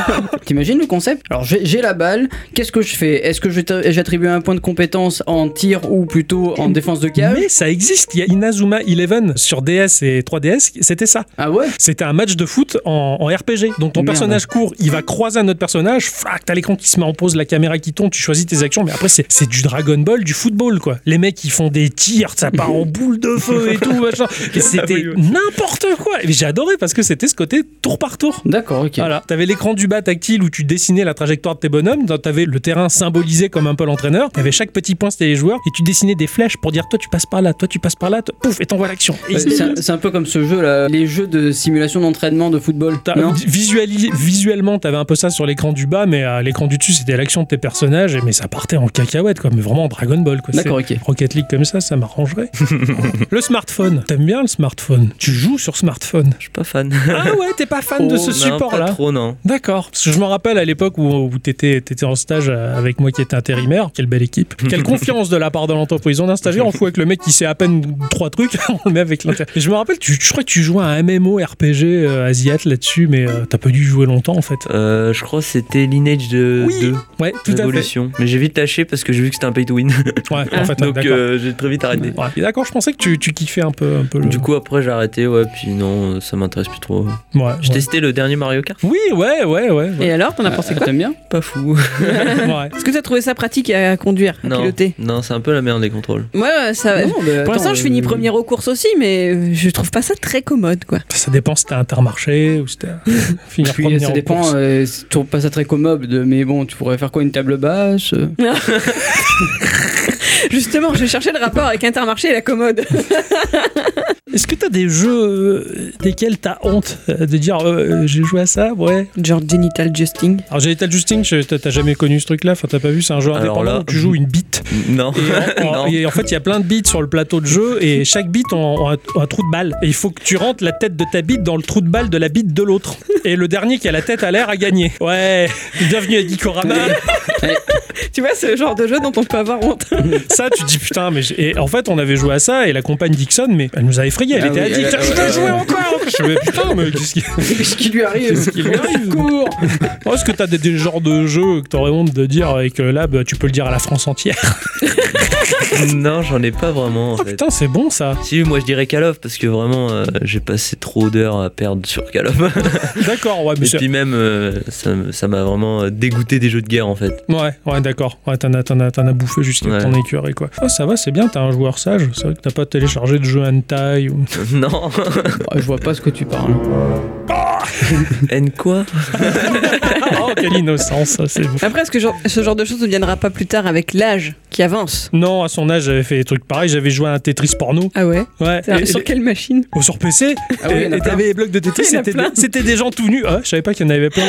Speaker 1: T'imagines le concept Alors j'ai j'ai la balle, qu'est-ce que je fais Est-ce que je t- j'attribue un point de compétence en tir ou plutôt en défense de cage
Speaker 2: Mais ça existe. Il y a Inazuma Eleven sur DS et 3DS. C'était ça.
Speaker 1: Ah ouais
Speaker 2: C'était un match de foot en, en RPG. Donc ton
Speaker 1: Merde.
Speaker 2: personnage court, il va croiser un autre personnage. Flac, t'as l'écran qui se met en pause, la caméra qui tourne, tu choisis tes actions. Mais après, c'est c'est du Dragon Ball, du football, quoi. Les mecs, ils font des tirs, ça part en boule de feu et tout, machin. Et c'était
Speaker 4: oui, ouais.
Speaker 2: n'importe quoi. Et j'ai adoré parce que c'était ce côté tour par tour.
Speaker 1: D'accord, ok.
Speaker 2: Voilà, t'avais l'écran du bas tactile où tu dessinais la trajectoire de tes bonhommes, Dans- t'avais le terrain symbolisé comme un peu l'entraîneur, t'avais chaque petit point c'était les joueurs, et tu dessinais des flèches pour dire toi tu passes par là, toi tu passes par là, toi- pouf, et t'envoies l'action. Et
Speaker 1: Euh,
Speaker 2: c'était-
Speaker 1: C'est un, c'est un peu comme ce jeu là, les jeux de simulation d'entraînement de football.
Speaker 2: T'as-
Speaker 1: Non
Speaker 2: visualis- visuellement, t'avais un peu ça sur l'écran du bas, mais à l'écran du dessus, c'était l'action de tes personnages, et- mais ça partait en cacahuète, quoi, mais vraiment en Dragon Ball. Quoi.
Speaker 1: D'accord, ok.
Speaker 2: C'est- Rocket League comme ça, ça m'arrangerait. le smartphone, t'aimes bien le smartphone Tu joues sur smartphone
Speaker 4: Je suis pas fan.
Speaker 2: Ah ouais, t'es pas fan de
Speaker 4: Oh,
Speaker 2: ce
Speaker 4: non, Pas
Speaker 2: support-là
Speaker 4: trop, non.
Speaker 2: D'accord. Parce que je me rappelle à l'époque où, où t'étais, t'étais en stage euh, avec moi qui était intérimaire. Quelle belle équipe. Quelle confiance de la part de l'entreprise. On a un stagiaire, on fout avec le mec qui sait à peine trois trucs. On le met avec l'intérimaire. Et je me rappelle, tu, je crois que tu jouais à un MMO RPG euh, Asiat là-dessus, mais euh, t'as pas dû y jouer longtemps en fait.
Speaker 4: Euh, je crois que c'était Lineage de
Speaker 2: Oui,
Speaker 4: 2.
Speaker 2: Ouais, tout à fait.
Speaker 4: Evolution. Mais j'ai vite lâché parce que j'ai vu que c'était un pay to win.
Speaker 2: Ouais, en fait, ouais,
Speaker 4: Donc
Speaker 2: Ah, d'accord.
Speaker 4: euh, j'ai très vite arrêté.
Speaker 2: Ouais. Et D'accord, je pensais que tu, tu kiffais un peu, un peu le.
Speaker 4: Du coup après j'ai arrêté, ouais, puis non, ça m'intéresse plus trop.
Speaker 2: Ouais, ouais.
Speaker 4: J'ai testé le dernier Mario Kart.
Speaker 2: Oui, ouais, ouais, ouais. ouais.
Speaker 3: Et alors,
Speaker 4: Euh,
Speaker 3: t'en as pensé quoi
Speaker 1: Ah, T'aimes bien
Speaker 4: Pas fou.
Speaker 2: Ouais.
Speaker 3: Est-ce que t'as trouvé ça pratique à conduire, à
Speaker 4: Non,
Speaker 3: piloter
Speaker 4: non c'est un peu la merde des contrôles.
Speaker 3: Moi, euh, ça.
Speaker 1: Non, mais
Speaker 3: Ah
Speaker 1: attends,
Speaker 3: Pour l'instant, je
Speaker 1: euh,
Speaker 3: finis première aux courses aussi, mais euh, je trouve pas ça très commode, quoi.
Speaker 2: Ça dépend si t'as intermarché ou si t'as. finir
Speaker 1: Puis,
Speaker 2: première
Speaker 1: ça
Speaker 2: en
Speaker 1: dépend,
Speaker 2: course.
Speaker 1: euh, si tu trouves pas ça très commode, euh, mais bon, tu pourrais faire quoi Une table basse euh
Speaker 3: Justement, je cherchais le rapport avec Intermarché et la commode.
Speaker 2: Est-ce que t'as des jeux euh, desquels t'as honte euh, de dire euh, j'ai joué à ça Ouais.
Speaker 3: Genre genital justing.
Speaker 2: Alors Genital Justing, je- t'as t'as jamais connu ce truc-là Enfin, t'as pas vu C'est un jeu
Speaker 4: Alors
Speaker 2: indépendant
Speaker 4: là-
Speaker 2: où tu joues une bite.
Speaker 4: Non.
Speaker 2: Et en, en-
Speaker 4: Non.
Speaker 2: et en fait, il y a plein de bites sur le plateau de jeu et chaque bite a un, trou de balle. Et il faut que tu rentres la tête de ta bite dans le trou de balle de la bite de l'autre. Et le dernier qui a la tête à l'air a gagné. Ouais. Bienvenue à Geekorama.
Speaker 3: Tu vois, c'est le genre de jeu dont on peut avoir honte.
Speaker 2: ça, tu te dis putain. Mais j'ai- et en fait, on avait joué à ça et la compagne Dixon, mais elle nous a effrayés. Elle
Speaker 1: Ah
Speaker 2: était
Speaker 1: oui,
Speaker 2: addict.
Speaker 1: elle-
Speaker 2: je veux
Speaker 1: ouais,
Speaker 2: jouer
Speaker 1: ouais.
Speaker 2: encore. Je fais, putain, mais qu'est-ce qui
Speaker 1: Qu'est-ce qui lui arrive
Speaker 2: Qu'est-ce qui lui arrive
Speaker 1: Cours
Speaker 2: Oh, Est-ce que t'as des, des genres de jeux que t'aurais honte de dire et que là, bah, tu peux le dire à la France entière
Speaker 4: Non, j'en ai pas vraiment en
Speaker 2: Oh
Speaker 4: fait.
Speaker 2: putain, c'est bon ça
Speaker 4: Si, moi je dirais Call of parce que vraiment euh, j'ai passé trop d'heures à perdre sur Call of.
Speaker 2: D'accord, ouais, mais
Speaker 4: Et
Speaker 2: c'est-
Speaker 4: puis même, euh, ça m- ça m'a vraiment euh, dégoûté des jeux de guerre en fait.
Speaker 2: Ouais, ouais, d'accord. Ouais, t'en as, t'en as, t'en as bouffé jusqu'à
Speaker 4: Ouais.
Speaker 2: ton écœur et quoi. Oh, ça va, c'est bien, t'es un joueur sage. C'est vrai que t'as pas téléchargé de jeu hentai ou.
Speaker 4: non.
Speaker 1: Je vois pas ce que tu parles.
Speaker 2: Oh,
Speaker 4: N quoi
Speaker 2: Oh, quelle innocence, ça, c'est beau.
Speaker 3: Après, est-ce que genre- ce genre de choses ne viendra pas plus tard avec l'âge qui avance
Speaker 2: Non, à son âge, j'avais fait des trucs pareils. J'avais joué à un Tetris porno.
Speaker 3: Ah ouais
Speaker 2: Ouais.
Speaker 3: C'est-à-dire,
Speaker 2: et-
Speaker 3: Sur quelle machine
Speaker 2: et- oh, sur PC.
Speaker 1: Ah oui, il y en
Speaker 2: et
Speaker 1: a
Speaker 2: et
Speaker 1: plein.
Speaker 2: t'avais les blocs de Tetris.
Speaker 3: Il y en a
Speaker 2: C'était des,
Speaker 3: plein.
Speaker 2: c'était des gens tout nus. Ah, je savais pas qu'il y en avait plein.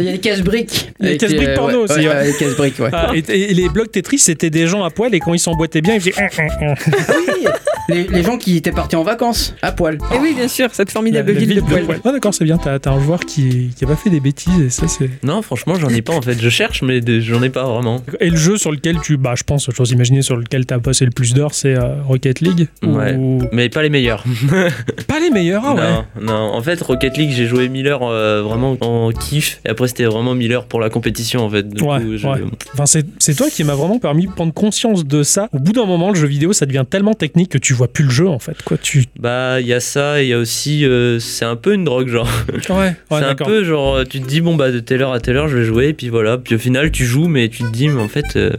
Speaker 1: Il y a les casse-briques.
Speaker 2: Il y a les
Speaker 1: Avec
Speaker 2: casse-briques
Speaker 1: euh,
Speaker 2: porno
Speaker 1: ouais,
Speaker 2: aussi,
Speaker 1: ouais,
Speaker 2: ouais.
Speaker 1: ouais, les casse-briques, ouais.
Speaker 2: Ah, et, et les blocs Tetris, c'était des gens à poil. Et quand ils s'emboîtaient bien, ils faisaient. Hum, hum, hum.
Speaker 1: Oui, les, les gens qui étaient partis en vacances, à poil.
Speaker 3: Eh oui, bien sûr, cette
Speaker 2: La-
Speaker 3: formidable
Speaker 2: la
Speaker 3: ville,
Speaker 2: ville
Speaker 3: de poil.
Speaker 2: Ah, d'accord, c'est bien. T'as t'as un joueur qui, qui a pas fait des bêtises. Et ça, c'est.
Speaker 4: Non, franchement, j'en ai pas en fait. Je cherche, mais des- j'en ai pas vraiment.
Speaker 2: Et le jeu sur lequel tu. Bah, je pense, j'ose imaginer, sur lequel t'as passé le plus d'heures, c'est euh, Rocket League.
Speaker 4: Ouais.
Speaker 2: Ou...
Speaker 4: Mais pas les meilleurs.
Speaker 2: Pas les meilleurs, ah ouais.
Speaker 4: Non, non. En fait, Rocket League, j'ai joué 1000 heures euh, vraiment en kiff. Et après, c'était vraiment 1000 heures pour la compétition en fait. Du
Speaker 2: Ouais,
Speaker 4: coup, je-
Speaker 2: ouais. Enfin, c'est c'est toi qui m'as vraiment permis de prendre conscience de ça. Au bout d'un moment, le jeu vidéo, ça devient tellement technique que tu vois plus le jeu en fait. Quoi, tu.
Speaker 4: Bah, il y a ça, et il y a aussi. euh, c'est un peu une drogue, genre.
Speaker 2: Ouais, ouais,
Speaker 4: c'est un
Speaker 2: d'accord.
Speaker 4: peu genre, euh, tu te dis, bon, bah, de telle heure à telle heure, je vais jouer, et puis voilà. Puis au final, tu joues, mais tu te dis, mais en fait. euh,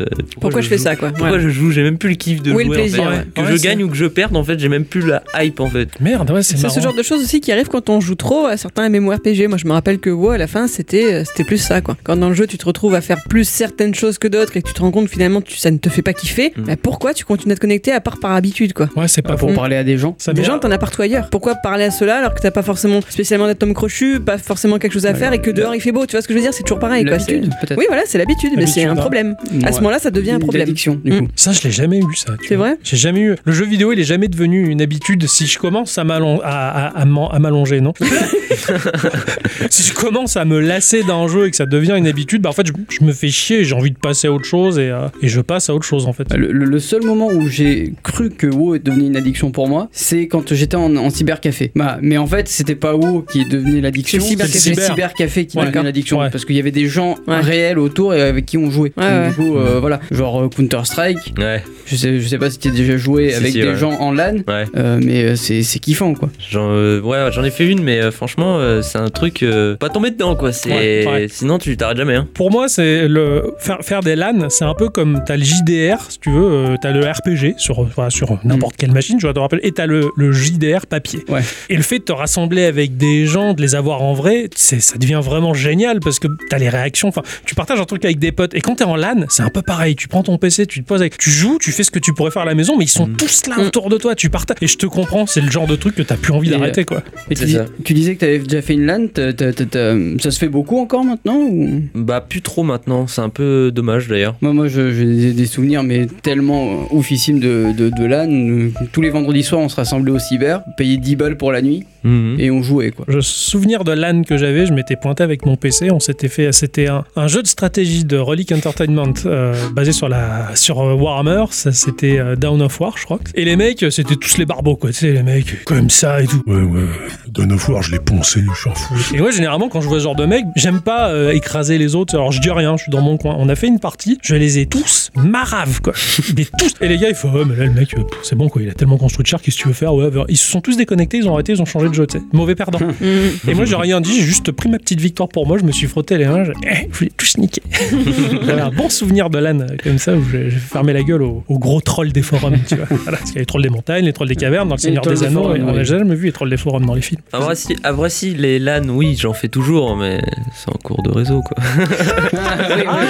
Speaker 3: Pourquoi je fais
Speaker 4: joue
Speaker 3: ça, quoi
Speaker 4: Pourquoi
Speaker 3: Ouais.
Speaker 4: je joue J'ai même plus le kiff de
Speaker 3: Où est le
Speaker 4: jouer. en
Speaker 3: plaisir,
Speaker 4: fait.
Speaker 2: ouais.
Speaker 4: Que
Speaker 2: Ouais,
Speaker 4: je
Speaker 2: c'est-
Speaker 4: gagne ou que je perde, en fait, j'ai même plus la hype, en fait.
Speaker 2: Merde, ouais, c'est
Speaker 3: C'est
Speaker 2: marrant.
Speaker 3: ce genre de choses aussi qui arrive quand on joue trop à certains MMORPG. Moi, je me rappelle que WoW, à la fin, c'était euh, c'était plus ça, quoi. Quand dans le jeu, tu te retrouves à faire plus certaines choses que d'autres et que tu te rends compte finalement tu, ça ne te fait pas kiffer,
Speaker 4: Mm.
Speaker 3: bah, pourquoi tu continues à te connecter à part par habitude, quoi
Speaker 2: Ouais, c'est
Speaker 4: Ah
Speaker 2: pas
Speaker 1: Pour
Speaker 2: faux.
Speaker 1: parler à des gens.
Speaker 2: Ça
Speaker 3: Déjà,
Speaker 2: vient-
Speaker 3: t'en as partout ailleurs. Pourquoi parler à cela alors que t'as pas forcément spécialement d'atomes crochus, pas forcément quelque chose à faire et que dehors il fait beau Tu vois ce que je veux dire C'est toujours pareil. Ah, quoi.
Speaker 1: L'habitude,
Speaker 3: C'est-
Speaker 1: peut-être.
Speaker 3: Oui, voilà, c'est l'habitude, mais c'est
Speaker 2: L'habitude,
Speaker 3: un
Speaker 2: hein.
Speaker 3: problème.
Speaker 1: Ouais.
Speaker 3: À ce moment-là, ça devient un problème. Mm.
Speaker 1: L'addiction, du coup.
Speaker 2: Mm. Ça, je l'ai jamais eu, ça. tu
Speaker 3: C'est
Speaker 2: vois.
Speaker 3: vrai
Speaker 2: J'ai jamais eu. Le jeu vidéo, il est jamais devenu une habitude. Si je commence à m'allon- à, à- à m'en- à m'allonger, non Si je commence à me lasser d'un jeu et que ça devient une habitude, bah en fait, je, je me fais chier. J'ai envie de passer à autre chose et, euh, et je passe à autre chose en fait.
Speaker 1: Le, le- le seul moment où j'ai cru que WoW est devenu une addiction pour moi, c'est quand j'étais en, en cybercafé. Bah, mais en fait, c'était pas WoW qui est devenu l'addiction,
Speaker 2: C'est le cybercafé.
Speaker 1: c'est le cybercafé qui est
Speaker 2: Ouais.
Speaker 1: devenu l'addiction.
Speaker 2: Ouais.
Speaker 1: Parce qu'il y avait des gens
Speaker 3: Ouais.
Speaker 1: réels autour et avec qui on jouait.
Speaker 3: Ouais,
Speaker 1: Donc,
Speaker 3: ouais.
Speaker 1: Du coup, euh, voilà. Genre euh, Counter-Strike,
Speaker 4: Ouais,
Speaker 1: je sais, je sais pas si t'as déjà joué
Speaker 4: Si,
Speaker 1: avec
Speaker 4: si,
Speaker 1: des
Speaker 4: ouais.
Speaker 1: gens en LAN,
Speaker 4: ouais.
Speaker 1: euh, mais euh, c'est c'est kiffant quoi.
Speaker 4: J'en, euh, ouais, j'en ai fait une, mais euh, franchement, euh, c'est un truc. euh, pas tomber dedans, quoi. C'est...
Speaker 2: Ouais, ouais.
Speaker 4: Sinon, tu t'arrêtes jamais, hein.
Speaker 2: Pour moi, c'est le faire, faire des LAN, c'est un peu comme t'as le JDR, si tu veux, euh, t'as le RPG sur, voilà,
Speaker 1: Mm.
Speaker 2: sur n'importe quelle machine, je dois te rappeler, et t'as le, le JDR papier.
Speaker 1: Ouais.
Speaker 2: Et le fait de te rassembler avec des gens, de les avoir en vrai, c'est, ça devient vraiment génial parce que t'as les réactions. Enfin, tu partages un truc avec des potes. Et quand t'es en LAN, c'est un peu pareil. Tu prends ton PC, tu te poses avec, tu joues, tu fais ce que tu pourrais faire à la maison, mais ils sont
Speaker 4: Mm.
Speaker 2: tous là
Speaker 3: Mm.
Speaker 2: autour de toi. Tu partages. Et je te comprends, c'est le genre de truc que t'as plus envie
Speaker 1: Et,
Speaker 2: d'arrêter, quoi.
Speaker 1: Et tu,
Speaker 4: C'est
Speaker 1: dis-
Speaker 4: ça.
Speaker 1: tu disais que t'avais déjà fait une LAN, t'as- t'as- t'as- t'as- ça se fait beaucoup encore maintenant ou...
Speaker 4: Bah, plus trop maintenant. C'est un peu dommage, d'ailleurs.
Speaker 1: Moi, moi je- j'ai des- des souvenirs, mais tellement euh, oufissimes de, de, de LAN. Tous les vendredis soirs, on se rassemblait au cyber, payait 10 balles pour la nuit,
Speaker 4: Mhm.
Speaker 1: et on jouait, quoi.
Speaker 2: Je souvenir de LAN que j'avais, je m'étais pointé avec mon PC, on s'était fait, c'était un, un jeu de stratégie de Relic Entertainment euh, basé sur la sur euh, Warhammer, ça c'était euh, Down of War, je crois. Et les mecs, euh, c'était tous les barbeaux quoi, tu sais les mecs comme ça et tout.
Speaker 5: Ouais, ouais. D'un of War, je l'ai poncé, je suis un fou.
Speaker 2: Et moi, généralement, quand je vois ce genre de mec, j'aime pas euh, écraser les autres. Alors, je dis rien, je suis dans mon coin. On a fait une partie, je les ai tous marave, quoi. Mais tous. Et les gars, ils font, ouais, mais là, le mec, euh, pff, c'est bon, quoi. Il a tellement construit de char, qu'est-ce que tu veux faire Ouais, Ils se sont tous déconnectés, ils ont arrêté, ils ont changé de jeu, tu sais. Mauvais perdant.
Speaker 3: Mm.
Speaker 2: Et moi, j'ai rien dit, j'ai juste pris ma petite victoire pour moi. Je me suis frotté les mains, j'ai- eh, je voulais tous niquer. J'avais un bon souvenir de LAN, euh, comme ça, où j'ai j'ai fermé la gueule aux, aux gros trolls des forums, tu vois. Voilà, parce qu'il y a les trolls des montagnes, les trolls des cavernes, dans le
Speaker 1: Et les
Speaker 2: Seigneur
Speaker 1: trolls
Speaker 2: des
Speaker 1: des
Speaker 2: Anneaux,
Speaker 1: forums,
Speaker 2: et on
Speaker 1: oui.
Speaker 2: a jamais vu les trolls des forums dans les films.
Speaker 4: À vrai, si, à vrai, si, les LAN, oui, j'en fais toujours, mais c'est en cours de réseau, quoi.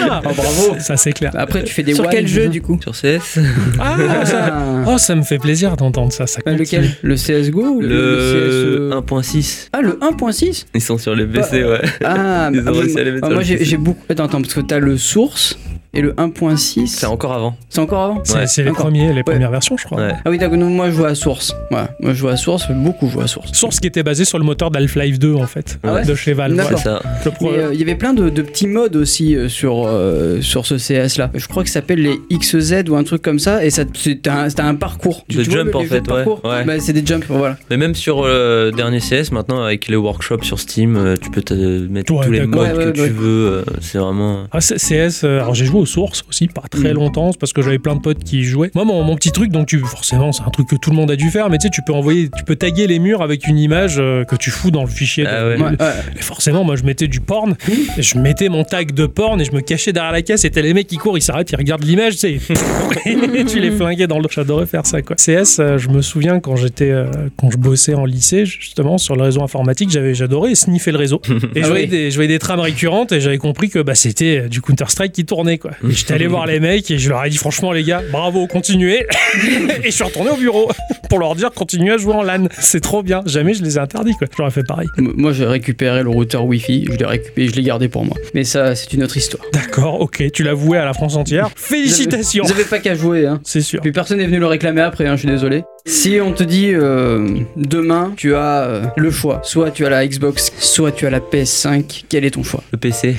Speaker 2: Ah, bravo Ça, c'est clair.
Speaker 1: Après, tu fais des
Speaker 3: Sur quel
Speaker 1: wild.
Speaker 3: jeu, du coup
Speaker 4: Sur CS.
Speaker 2: Ah, ça...
Speaker 1: Ah.
Speaker 2: Oh, ça me fait plaisir d'entendre ça. ça
Speaker 1: Ah,
Speaker 2: compte.
Speaker 1: lequel Le CSGO ou le,
Speaker 4: Le
Speaker 1: CS...
Speaker 4: 1.6.
Speaker 1: Ah, le 1.6
Speaker 4: Ils sont sur les PC, ouais.
Speaker 1: Ah,
Speaker 4: Ils ont
Speaker 1: ah, moi,
Speaker 4: réussi à les mettre
Speaker 1: ah,
Speaker 4: sur
Speaker 1: moi
Speaker 4: le
Speaker 1: j'ai
Speaker 4: PC.
Speaker 1: j'ai beaucoup. Attends, attends, parce que t'as le source et le 1.6.
Speaker 4: C'est encore avant.
Speaker 1: C'est encore avant
Speaker 2: C'est
Speaker 4: Ouais.
Speaker 2: c'est les,
Speaker 1: Encore.
Speaker 2: premiers, les premières versions, je crois.
Speaker 4: Ouais.
Speaker 1: Ah oui, d'accord, non, moi je joue à source. Voilà, moi je joue à source, beaucoup joue à source.
Speaker 2: Source qui était basée sur le moteur d'Half-Life 2, en fait,
Speaker 1: Ah ouais
Speaker 2: de chez Valve.
Speaker 1: D'accord.
Speaker 4: C'est ça.
Speaker 2: Ouais. Le pro-
Speaker 1: Mais, euh, Il y avait plein de, de petits modes aussi euh, sur, euh, sur ce CS là. Je crois que ça s'appelle les XZ ou un truc comme ça. Et ça, c'est un, c'est un parcours.
Speaker 4: Des
Speaker 1: vois,
Speaker 4: jumps,
Speaker 1: les
Speaker 4: en
Speaker 1: jeux
Speaker 4: fait,
Speaker 1: de
Speaker 4: ouais,
Speaker 1: parcours
Speaker 4: ouais.
Speaker 1: Bah, c'est des jumps, voilà.
Speaker 4: Mais même sur le dernier CS, maintenant, avec les workshops sur Steam, euh, tu peux te mettre
Speaker 2: Ouais,
Speaker 4: tous les modes
Speaker 2: d'accord.
Speaker 1: Ouais, ouais,
Speaker 4: que tu
Speaker 1: ouais.
Speaker 4: veux. euh, C'est vraiment.
Speaker 2: Ah, c'est- CS, euh, alors j'ai joué au aux sources aussi, pas très longtemps, c'est parce que j'avais plein de potes qui y jouaient. Moi, mon, mon petit truc, donc tu, forcément, c'est un truc que tout le monde a dû faire, mais tu sais, tu peux envoyer, tu peux taguer les murs avec une image euh, que tu fous dans le fichier. de-
Speaker 4: Ah ouais.
Speaker 1: Ouais, ouais.
Speaker 2: Et forcément, moi, je mettais du porn, et je mettais mon tag de porn et je me cachais derrière la caisse. Et t'as les mecs qui courent, ils s'arrêtent, ils regardent l'image, tu sais, et pfff, tu les flinguais dans le. J'adorais faire ça, quoi. CS, euh, je me souviens quand j'étais, euh, quand je bossais en lycée, justement, sur le réseau informatique, j'avais, j'adorais sniffer le réseau. Et je,
Speaker 1: Ah
Speaker 2: voyais
Speaker 1: oui.
Speaker 2: des, je voyais des trames récurrentes et j'avais compris que bah, c'était euh, du Counter-Strike qui tournait, quoi. Et j'étais allé voir les mecs et je leur ai dit, franchement, les gars, bravo, continuez. et je suis retourné au bureau pour leur dire, continuez à jouer en LAN. C'est trop bien. Jamais je les ai interdits, quoi. J'aurais fait pareil.
Speaker 1: M- Moi, j'ai récupéré le routeur Wi-Fi, je l'ai récupéré, je l'ai gardé pour moi. Mais ça, c'est une autre histoire.
Speaker 2: D'accord, ok, tu l'as voué à la France entière. Félicitations
Speaker 1: Vous avez pas qu'à jouer, hein.
Speaker 2: C'est sûr.
Speaker 1: Puis personne n'est venu le réclamer après, hein, je suis désolé. Si on te dit euh, demain, tu as euh, le choix. Soit tu as la Xbox, soit tu as la PS5. Quel est ton choix
Speaker 4: Le PC.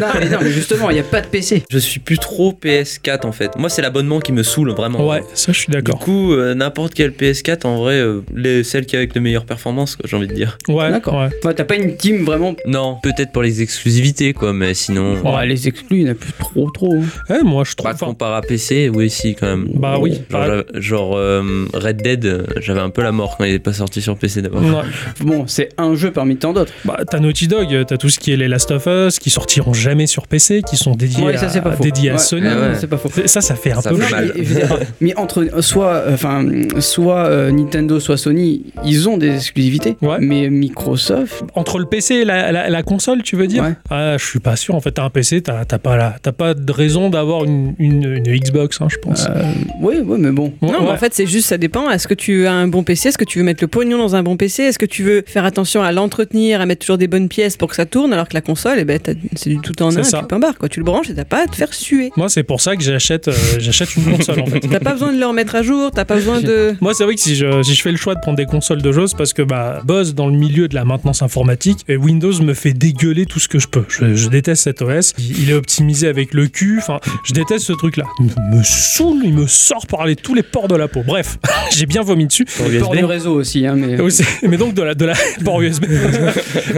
Speaker 1: non, mais non, mais justement, il n'y a pas de PC.
Speaker 4: Je suis plus trop PS4 en fait. Moi, c'est l'abonnement qui me saoule vraiment.
Speaker 2: Ouais, ça je suis
Speaker 4: Du
Speaker 2: d'accord.
Speaker 4: coup, euh, n'importe quelle PS4, en vrai, euh, les, celle qui a avec les meilleures performances, quoi, j'ai envie de dire.
Speaker 2: Ouais,
Speaker 1: D'accord.
Speaker 2: ouais.
Speaker 1: Moi, t'as pas une team vraiment.
Speaker 4: Non, peut-être pour les exclusivités, quoi, mais sinon.
Speaker 2: Ouais.
Speaker 1: Oh, les exclus, il n'y en a plus trop, trop. hein.
Speaker 2: Eh, moi je trouve.
Speaker 4: Pas comparé à PC, oui, si, quand même.
Speaker 2: Bah oui.
Speaker 4: Genre,
Speaker 2: Bah-
Speaker 4: j'avais- genre, euh, Red Dead, euh, j'avais un peu la mort quand il est pas sorti sur PC d'abord.
Speaker 2: Ouais.
Speaker 1: Bon, c'est un jeu parmi tant d'autres.
Speaker 2: Bah, t'as Naughty Dog, euh, t'as tout ce qui est les Last of Us, qui sortiront jamais sur PC, qui sont dédiés
Speaker 1: Ouais,
Speaker 2: à,
Speaker 1: ça, c'est pas faux.
Speaker 2: dédiés à
Speaker 1: Ouais,
Speaker 2: Sony.
Speaker 1: ouais, C'est pas faux.
Speaker 2: C'est- Ça, ça fait un
Speaker 4: Ça
Speaker 2: peu
Speaker 4: fait
Speaker 2: mal.
Speaker 4: mal.
Speaker 1: Mais, je veux dire, mais entre euh, soit, euh, enfin, soit euh, Nintendo, soit Sony, ils ont des exclusivités.
Speaker 2: Ouais.
Speaker 1: Mais Microsoft,
Speaker 2: Entre le PC et la, la- la console, tu veux dire
Speaker 1: Ouais.
Speaker 2: Ah, je suis pas sûr. En fait, t'as un PC, t'as t'as pas, la- t'as pas de raison d'avoir une, une- une Xbox, hein, je pense.
Speaker 1: euh, ouais, ouais, mais bon.
Speaker 2: Ouais,
Speaker 3: Non, mais
Speaker 2: ouais.
Speaker 3: en fait, c'est juste, ça dépend. Est-ce que tu as un bon PC Est-ce que tu veux mettre le pognon dans un bon PC Est-ce que tu veux faire attention à l'entretenir, à mettre toujours des bonnes pièces pour que ça tourne, alors que la console, eh ben, t'as- c'est du tout en
Speaker 2: C'est
Speaker 3: un,
Speaker 2: ça.
Speaker 3: tu peux un bar, quoi. Tu le branches et t'as pas à te faire suer.
Speaker 2: Moi, c'est pour ça que j'achète euh, j'achète une console, en fait.
Speaker 3: T'as pas besoin de le remettre à jour, t'as pas besoin de.
Speaker 2: Moi, c'est vrai que si je, si je fais le choix de prendre des consoles de jeux, c'est parce que bah, Buzz dans le milieu de la maintenance informatique, et Windows me fait dégueuler tout ce que je peux. Je, je déteste cet OS. Il, il est optimisé avec le cul. Enfin, je déteste ce truc-là. Il me, me saoule, il me sort par les, tous les ports de la peau. Bref, j'ai bien vomi dessus.
Speaker 4: Pour
Speaker 1: Hors
Speaker 4: USB.
Speaker 1: du réseau aussi, hein, mais.
Speaker 2: Et aussi- mais donc de la, de la port USB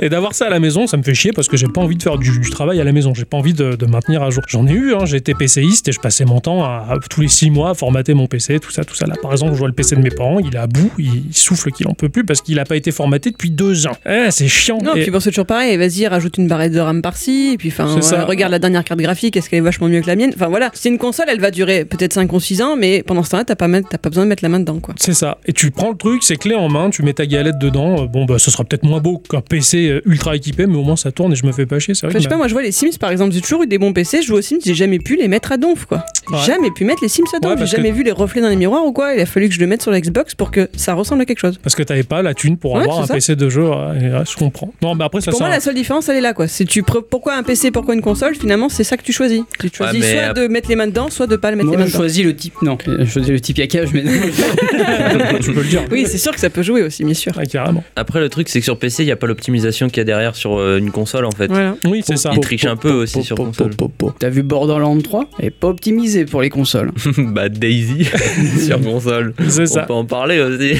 Speaker 2: et d'avoir ça à la maison ça me fait chier parce que j'ai pas envie de faire du, du travail à la maison j'ai pas envie de, de maintenir à jour j'en ai eu hein, j'étais PCiste et je passais mon temps à, à tous les six mois à formater mon PC tout ça tout ça là par exemple je vois le PC de mes parents il est à bout il souffle qu'il en peut plus parce qu'il a pas été formaté depuis deux ans Eh, c'est chiant
Speaker 3: Non,
Speaker 2: Et-
Speaker 3: puis bon, c'est toujours pareil. Vas-y, rajoute une barrette de RAM par-ci. Et puis, enfin,
Speaker 2: C'est ça.
Speaker 3: euh, regarde la dernière carte graphique. Est-ce qu'elle est vachement mieux que la mienne Enfin, voilà. C'est une console, elle va durer peut-être 5 ou 6 ans, mais pendant ce temps-là, t'as pas, mettre- t'as pas besoin de mettre la main dedans, quoi.
Speaker 2: C'est ça. Et tu prends le truc, c'est clé en main, tu mets ta galette dedans. euh, Bon, bah, ce sera peut-être moins beau qu'un PC euh, ultra équipé, mais au moins ça tourne et je me fais pas chier. C'est vrai que
Speaker 3: Enfin, je sais pas,
Speaker 2: ma-
Speaker 3: moi, je vois les Sims, par exemple. J'ai toujours eu des bons PC. Je joue aux Sims, j'ai jamais pu les mettre à donf, quoi. J'ai
Speaker 2: Ouais.
Speaker 3: Jamais pu mettre les Sims à
Speaker 2: Ouais,
Speaker 3: donf. j'ai
Speaker 2: parce
Speaker 3: jamais vu les reflets dans les miroirs ou quoi. Il a fallu que je le mette sur la Xbox pour que ça ressemble à quelque chose.
Speaker 2: Parce que t'avais pas la thune pour
Speaker 3: Ouais,
Speaker 2: avoir
Speaker 3: c'est
Speaker 2: un
Speaker 3: ça.
Speaker 2: PC de jeu. ouais, et, ouais, je comprends. Non, mais après, ça
Speaker 3: pour
Speaker 2: c'est
Speaker 3: moi,
Speaker 2: un-
Speaker 3: la seule différence, elle est là, quoi. C'est tu pre- pourquoi un PC, pourquoi une console Finalement, c'est ça que tu choisis. Tu choisis
Speaker 4: mais
Speaker 3: soit
Speaker 4: à-
Speaker 3: de mettre les mains dedans, soit de pas le mettre
Speaker 1: Moi,
Speaker 3: les mains
Speaker 1: je
Speaker 3: dedans.
Speaker 1: choisis le type. Non, je choisis le type yakage, mais.
Speaker 2: tu peux le dire.
Speaker 3: Oui, c'est sûr que ça peut jouer aussi, bien sûr.
Speaker 2: Ah, carrément.
Speaker 4: Après, le truc, c'est que sur PC, il n'y a pas l'optimisation qu'il y a derrière sur euh, une console, en fait.
Speaker 3: Voilà.
Speaker 2: Oui, c'est ça.
Speaker 4: Il triche un peu aussi sur
Speaker 1: Po, po,
Speaker 4: console.
Speaker 1: po, po. T'as vu Borderlands 3 Elle est pas optimisée pour les consoles.
Speaker 4: bah, Daisy sur console.
Speaker 2: C'est
Speaker 4: On
Speaker 2: ça.
Speaker 4: peut en parler aussi.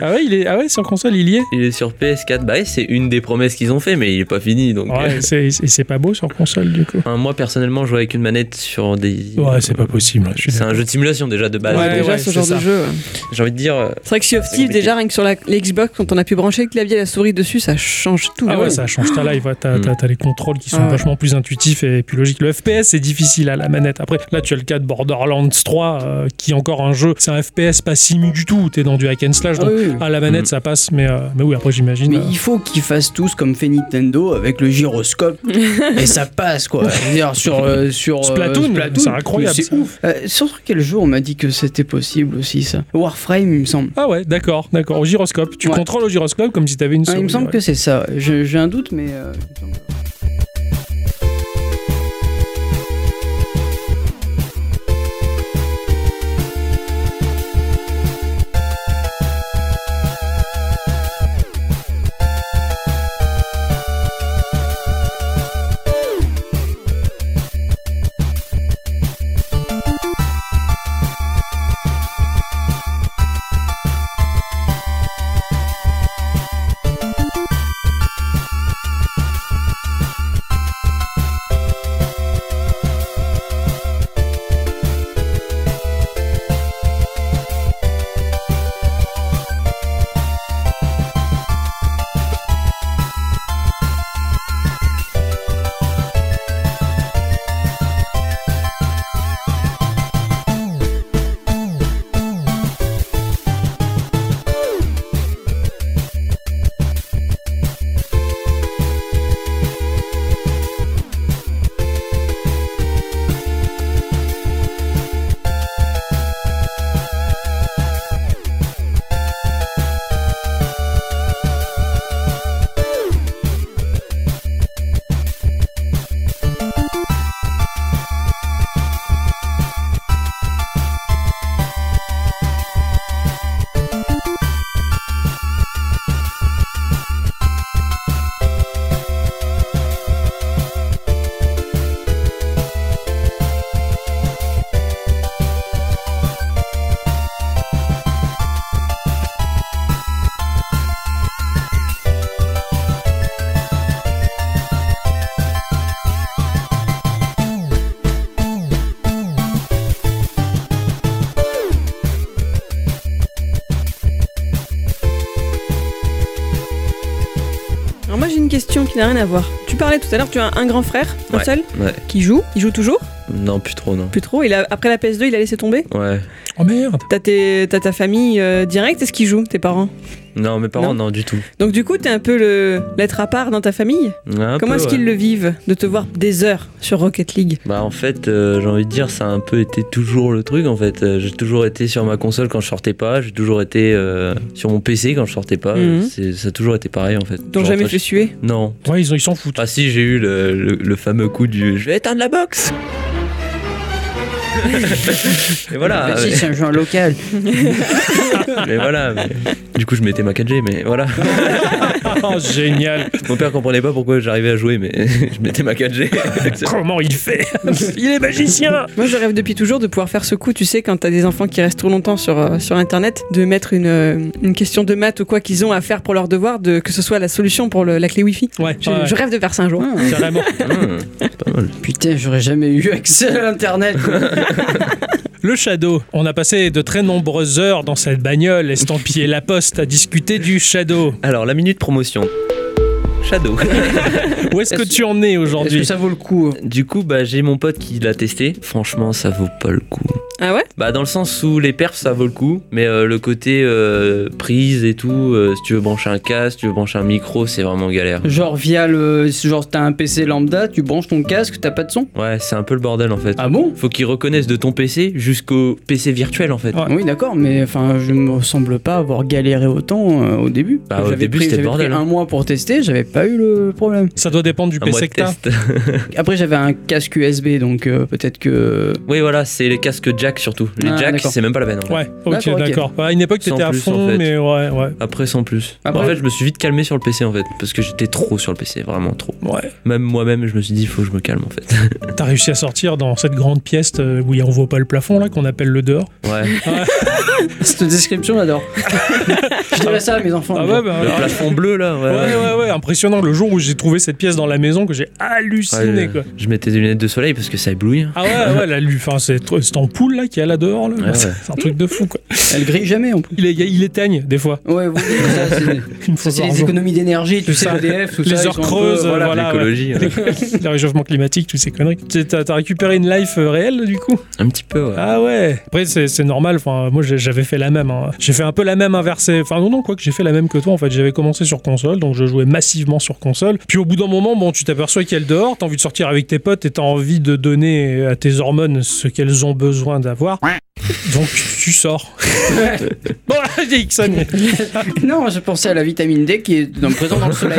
Speaker 2: Ah ouais, il est... ah ouais, sur console, il y est.
Speaker 4: Il est sur PS4. Bah, ouais, c'est une des promesses qu'ils ont fait, mais il est pas fini. Donc, euh.
Speaker 2: Ouais, c'est c'est- c'est pas beau sur console, du coup.
Speaker 4: Enfin, moi, personnellement, je joue avec une manette sur Daisy.
Speaker 2: Ouais, c'est pas possible. je suis
Speaker 4: C'est un jeu de simulation déjà de base.
Speaker 2: Ouais,
Speaker 4: donc,
Speaker 3: déjà,
Speaker 2: ouais,
Speaker 3: ce
Speaker 2: c'est
Speaker 3: genre
Speaker 2: ça.
Speaker 3: de jeu. ouais.
Speaker 4: J'ai envie de dire. euh,
Speaker 3: C'est vrai que Sea of
Speaker 4: C'est
Speaker 3: Thieves,
Speaker 4: compliqué.
Speaker 3: déjà, rien que sur la l'Xbox, quand on a pu brancher le clavier et la souris dessus, ça change tout.
Speaker 2: Ah ouais, ça change ta life. ouais. T'as,
Speaker 4: Mm.
Speaker 2: t'as- t'as les contrôles qui sont
Speaker 3: Ah ouais.
Speaker 2: vachement plus intuitifs et plus logiques. Le FPS, c'est difficile à la manette. Après, là, tu as le cas de Borderlands 3, euh, qui est encore un jeu. C'est un FPS pas simu du tout. T'es dans du hack and slash.
Speaker 1: Ah
Speaker 2: Donc,
Speaker 1: oui, oui.
Speaker 2: à la manette,
Speaker 4: Mm.
Speaker 2: ça passe. Mais, euh, mais oui, après, j'imagine.
Speaker 1: Mais
Speaker 2: euh,
Speaker 1: il faut qu'ils fassent tous comme fait Nintendo avec le gyroscope et ça passe quoi. Je veux dire sur euh, sur euh,
Speaker 2: Splatoon, c'est incroyable.
Speaker 1: c'est
Speaker 2: ça.
Speaker 1: ouf. Euh, sur quel jeu on m'a dit que c'était possible aussi ça Warframe il me semble.
Speaker 2: Ah ouais, d'accord, d'accord. Au gyroscope. Tu
Speaker 1: Ouais.
Speaker 2: contrôles au gyroscope comme si t'avais une
Speaker 1: Ah,
Speaker 2: souris.
Speaker 1: il me semble
Speaker 2: ouais.
Speaker 1: que c'est ça. Je- J'ai un doute mais. euh, il me semble.
Speaker 3: question qui n'a rien à voir. Tu parlais tout à l'heure, tu as un grand frère, un
Speaker 4: Ouais.
Speaker 3: seul,
Speaker 4: Ouais.
Speaker 3: qui joue. Il joue toujours
Speaker 4: Non, plus trop, non.
Speaker 3: Plus trop. Il a, après la PS2, il a laissé tomber
Speaker 4: Ouais.
Speaker 2: Oh merde
Speaker 3: T'as tes- t'as ta famille euh, directe, est-ce qu'ils jouent, tes parents
Speaker 4: Non, mes parents, non, du tout.
Speaker 3: Donc du coup, t'es un peu le l'être à part dans ta famille
Speaker 4: Un
Speaker 3: Comment
Speaker 4: peu,
Speaker 3: est-ce
Speaker 4: ouais.
Speaker 3: qu'ils le vivent de te voir des heures sur Rocket League
Speaker 4: Bah en fait, euh, j'ai envie de dire, ça a un peu été toujours le truc en fait. Euh, j'ai toujours été sur ma console quand je sortais pas, j'ai toujours été euh, sur mon PC quand je sortais pas.
Speaker 3: Mhm.
Speaker 4: C'est- Ça a toujours été pareil en fait.
Speaker 3: T'ont
Speaker 4: Je
Speaker 3: jamais fait
Speaker 4: rentrais chez-
Speaker 3: suer
Speaker 4: Non.
Speaker 2: Ouais, ils ils s'en foutent.
Speaker 4: Ah si, j'ai eu le, le- le fameux coup du je vais éteindre la box. Et voilà.
Speaker 1: Bah si,
Speaker 4: mais-
Speaker 1: c'est un jeu local.
Speaker 4: mais voilà. mais- Du coup, je mettais ma 4G, mais voilà.
Speaker 2: Oh, génial
Speaker 4: Mon père comprenait pas pourquoi j'arrivais à jouer, mais je mettais ma 4G.
Speaker 2: Comment il fait Il est magicien
Speaker 3: Moi, je rêve depuis toujours de pouvoir faire ce coup, tu sais, quand t'as des enfants qui restent trop longtemps sur, euh, sur Internet, de mettre une, euh, une question de maths ou quoi qu'ils ont à faire pour leur devoir, de, que ce soit la solution pour le- la clé Wi-Fi.
Speaker 2: Ouais,
Speaker 3: Je,
Speaker 2: ouais,
Speaker 3: je rêve de faire ça un
Speaker 4: Hein
Speaker 3: jour.
Speaker 1: Ah,
Speaker 2: carrément.
Speaker 4: Hmm, pas mal.
Speaker 1: Putain, j'aurais jamais eu accès à l'internet.
Speaker 2: Le Shadow. On a passé de très nombreuses heures dans cette bagnole estampillée La Poste à discuter du Shadow.
Speaker 4: Alors la minute promotion. Shadow.
Speaker 2: Où est-ce que
Speaker 1: Est-ce-
Speaker 2: tu en es
Speaker 1: Est-ce que
Speaker 2: aujourd'hui
Speaker 1: ça vaut le coup
Speaker 4: Du coup, bah, j'ai mon pote qui l'a testé. Franchement, ça vaut pas le coup.
Speaker 3: Ah ouais
Speaker 4: Bah, dans le sens où les perfs, ça vaut le coup, mais euh, le côté euh, prise et tout, euh, si tu veux brancher un casque, si tu veux brancher un micro, c'est vraiment galère.
Speaker 1: Genre via le genre t'as un PC lambda, tu branches ton casque, t'as pas de son
Speaker 4: Ouais, c'est un peu le bordel en fait.
Speaker 1: Ah bon
Speaker 4: Faut qu'ils reconnaissent de ton PC jusqu'au PC virtuel en fait.
Speaker 2: Ouais.
Speaker 1: Oui d'accord, mais enfin je me semble pas avoir galéré autant euh, au début.
Speaker 4: Bah, au
Speaker 1: J'avais
Speaker 4: début,
Speaker 1: pris-
Speaker 4: c'était le
Speaker 1: j'avais pris
Speaker 4: bordel, hein.
Speaker 1: un mois pour tester, j'avais pas eu le problème.
Speaker 2: Ça doit dépendre du
Speaker 4: Un mois de
Speaker 2: PC que t'as.
Speaker 4: test.
Speaker 1: Après j'avais un casque USB donc euh, peut-être que
Speaker 4: oui, voilà, c'est les casques jack surtout. Les
Speaker 1: Ah,
Speaker 4: jacks,
Speaker 1: d'accord.
Speaker 4: c'est même pas la peine. en fait.
Speaker 2: Ouais, ok,
Speaker 1: D'accord, ok.
Speaker 2: d'accord. Ouais, À une époque, t'étais
Speaker 4: Sans
Speaker 2: à
Speaker 4: plus,
Speaker 2: fond,
Speaker 4: en fait.
Speaker 2: mais ouais, ouais.
Speaker 4: Après, sans plus.
Speaker 1: Après-
Speaker 4: En fait, je me suis vite calmé sur le PC en fait, parce que j'étais trop sur le PC, vraiment trop.
Speaker 2: Ouais,
Speaker 4: Même moi-même, je me suis dit, faut que je me calme en fait.
Speaker 2: t'as réussi à sortir dans cette grande pièce euh, où on voit pas le plafond là qu'on appelle le dehors.
Speaker 4: Ouais.
Speaker 1: cette description j'adore. je dirais ça à mes enfants.
Speaker 2: Ah
Speaker 1: mais bon.
Speaker 2: ouais, bah,
Speaker 4: Le
Speaker 2: alors-
Speaker 4: plafond bleu là, ouais.
Speaker 2: ouais, ouais, ouais, impressionnant. Le jour où j'ai trouvé cette pièce dans la maison, que j'ai halluciné
Speaker 4: Ouais,
Speaker 2: quoi.
Speaker 4: Je mettais des lunettes de soleil parce que ça éblouit. hein.
Speaker 2: Ah ouais, ouais, la lune, enfin, c'est cette ampoule là qui est là dehors, là.
Speaker 4: Ouais,
Speaker 2: c'est
Speaker 4: ouais.
Speaker 2: un truc de fou quoi.
Speaker 1: Elle grille jamais en plus.
Speaker 2: Il, est- il éteigne des fois.
Speaker 1: Ouais, oui, ça, c'est-
Speaker 2: Une
Speaker 1: ça,
Speaker 2: fois
Speaker 1: c'est
Speaker 2: par
Speaker 1: les
Speaker 2: jour.
Speaker 1: économies d'énergie, tout
Speaker 2: C'est
Speaker 1: ça,
Speaker 2: ça.
Speaker 1: EDF, tout ça.
Speaker 2: Les
Speaker 1: ils
Speaker 2: heures
Speaker 1: sont un peu-
Speaker 2: creuses,
Speaker 1: voilà.
Speaker 2: voilà. ouais.
Speaker 4: L'écologie. ouais.
Speaker 2: le réchauffement climatique, toutes ces conneries. T'es- T'as t'as récupéré une life euh, réelle du coup
Speaker 4: Un petit peu, ouais.
Speaker 2: Ah ouais Après c'est c'est normal, enfin moi j'ai- j'avais fait la même. hein. J'ai fait un peu la même inversée. Enfin non non quoi que j'ai fait la même que toi en fait. J'avais commencé sur console, donc je jouais massivement sur console. Puis au bout d'un moment, bon tu t'aperçois qu'elle dehors, t'as envie de sortir avec tes potes et t'as envie de donner à tes hormones ce qu'elles ont besoin d'avoir. Donc tu sors. bon j'ai Ixon.
Speaker 1: Non, je pensais à la vitamine D qui est dans- présente dans le soleil.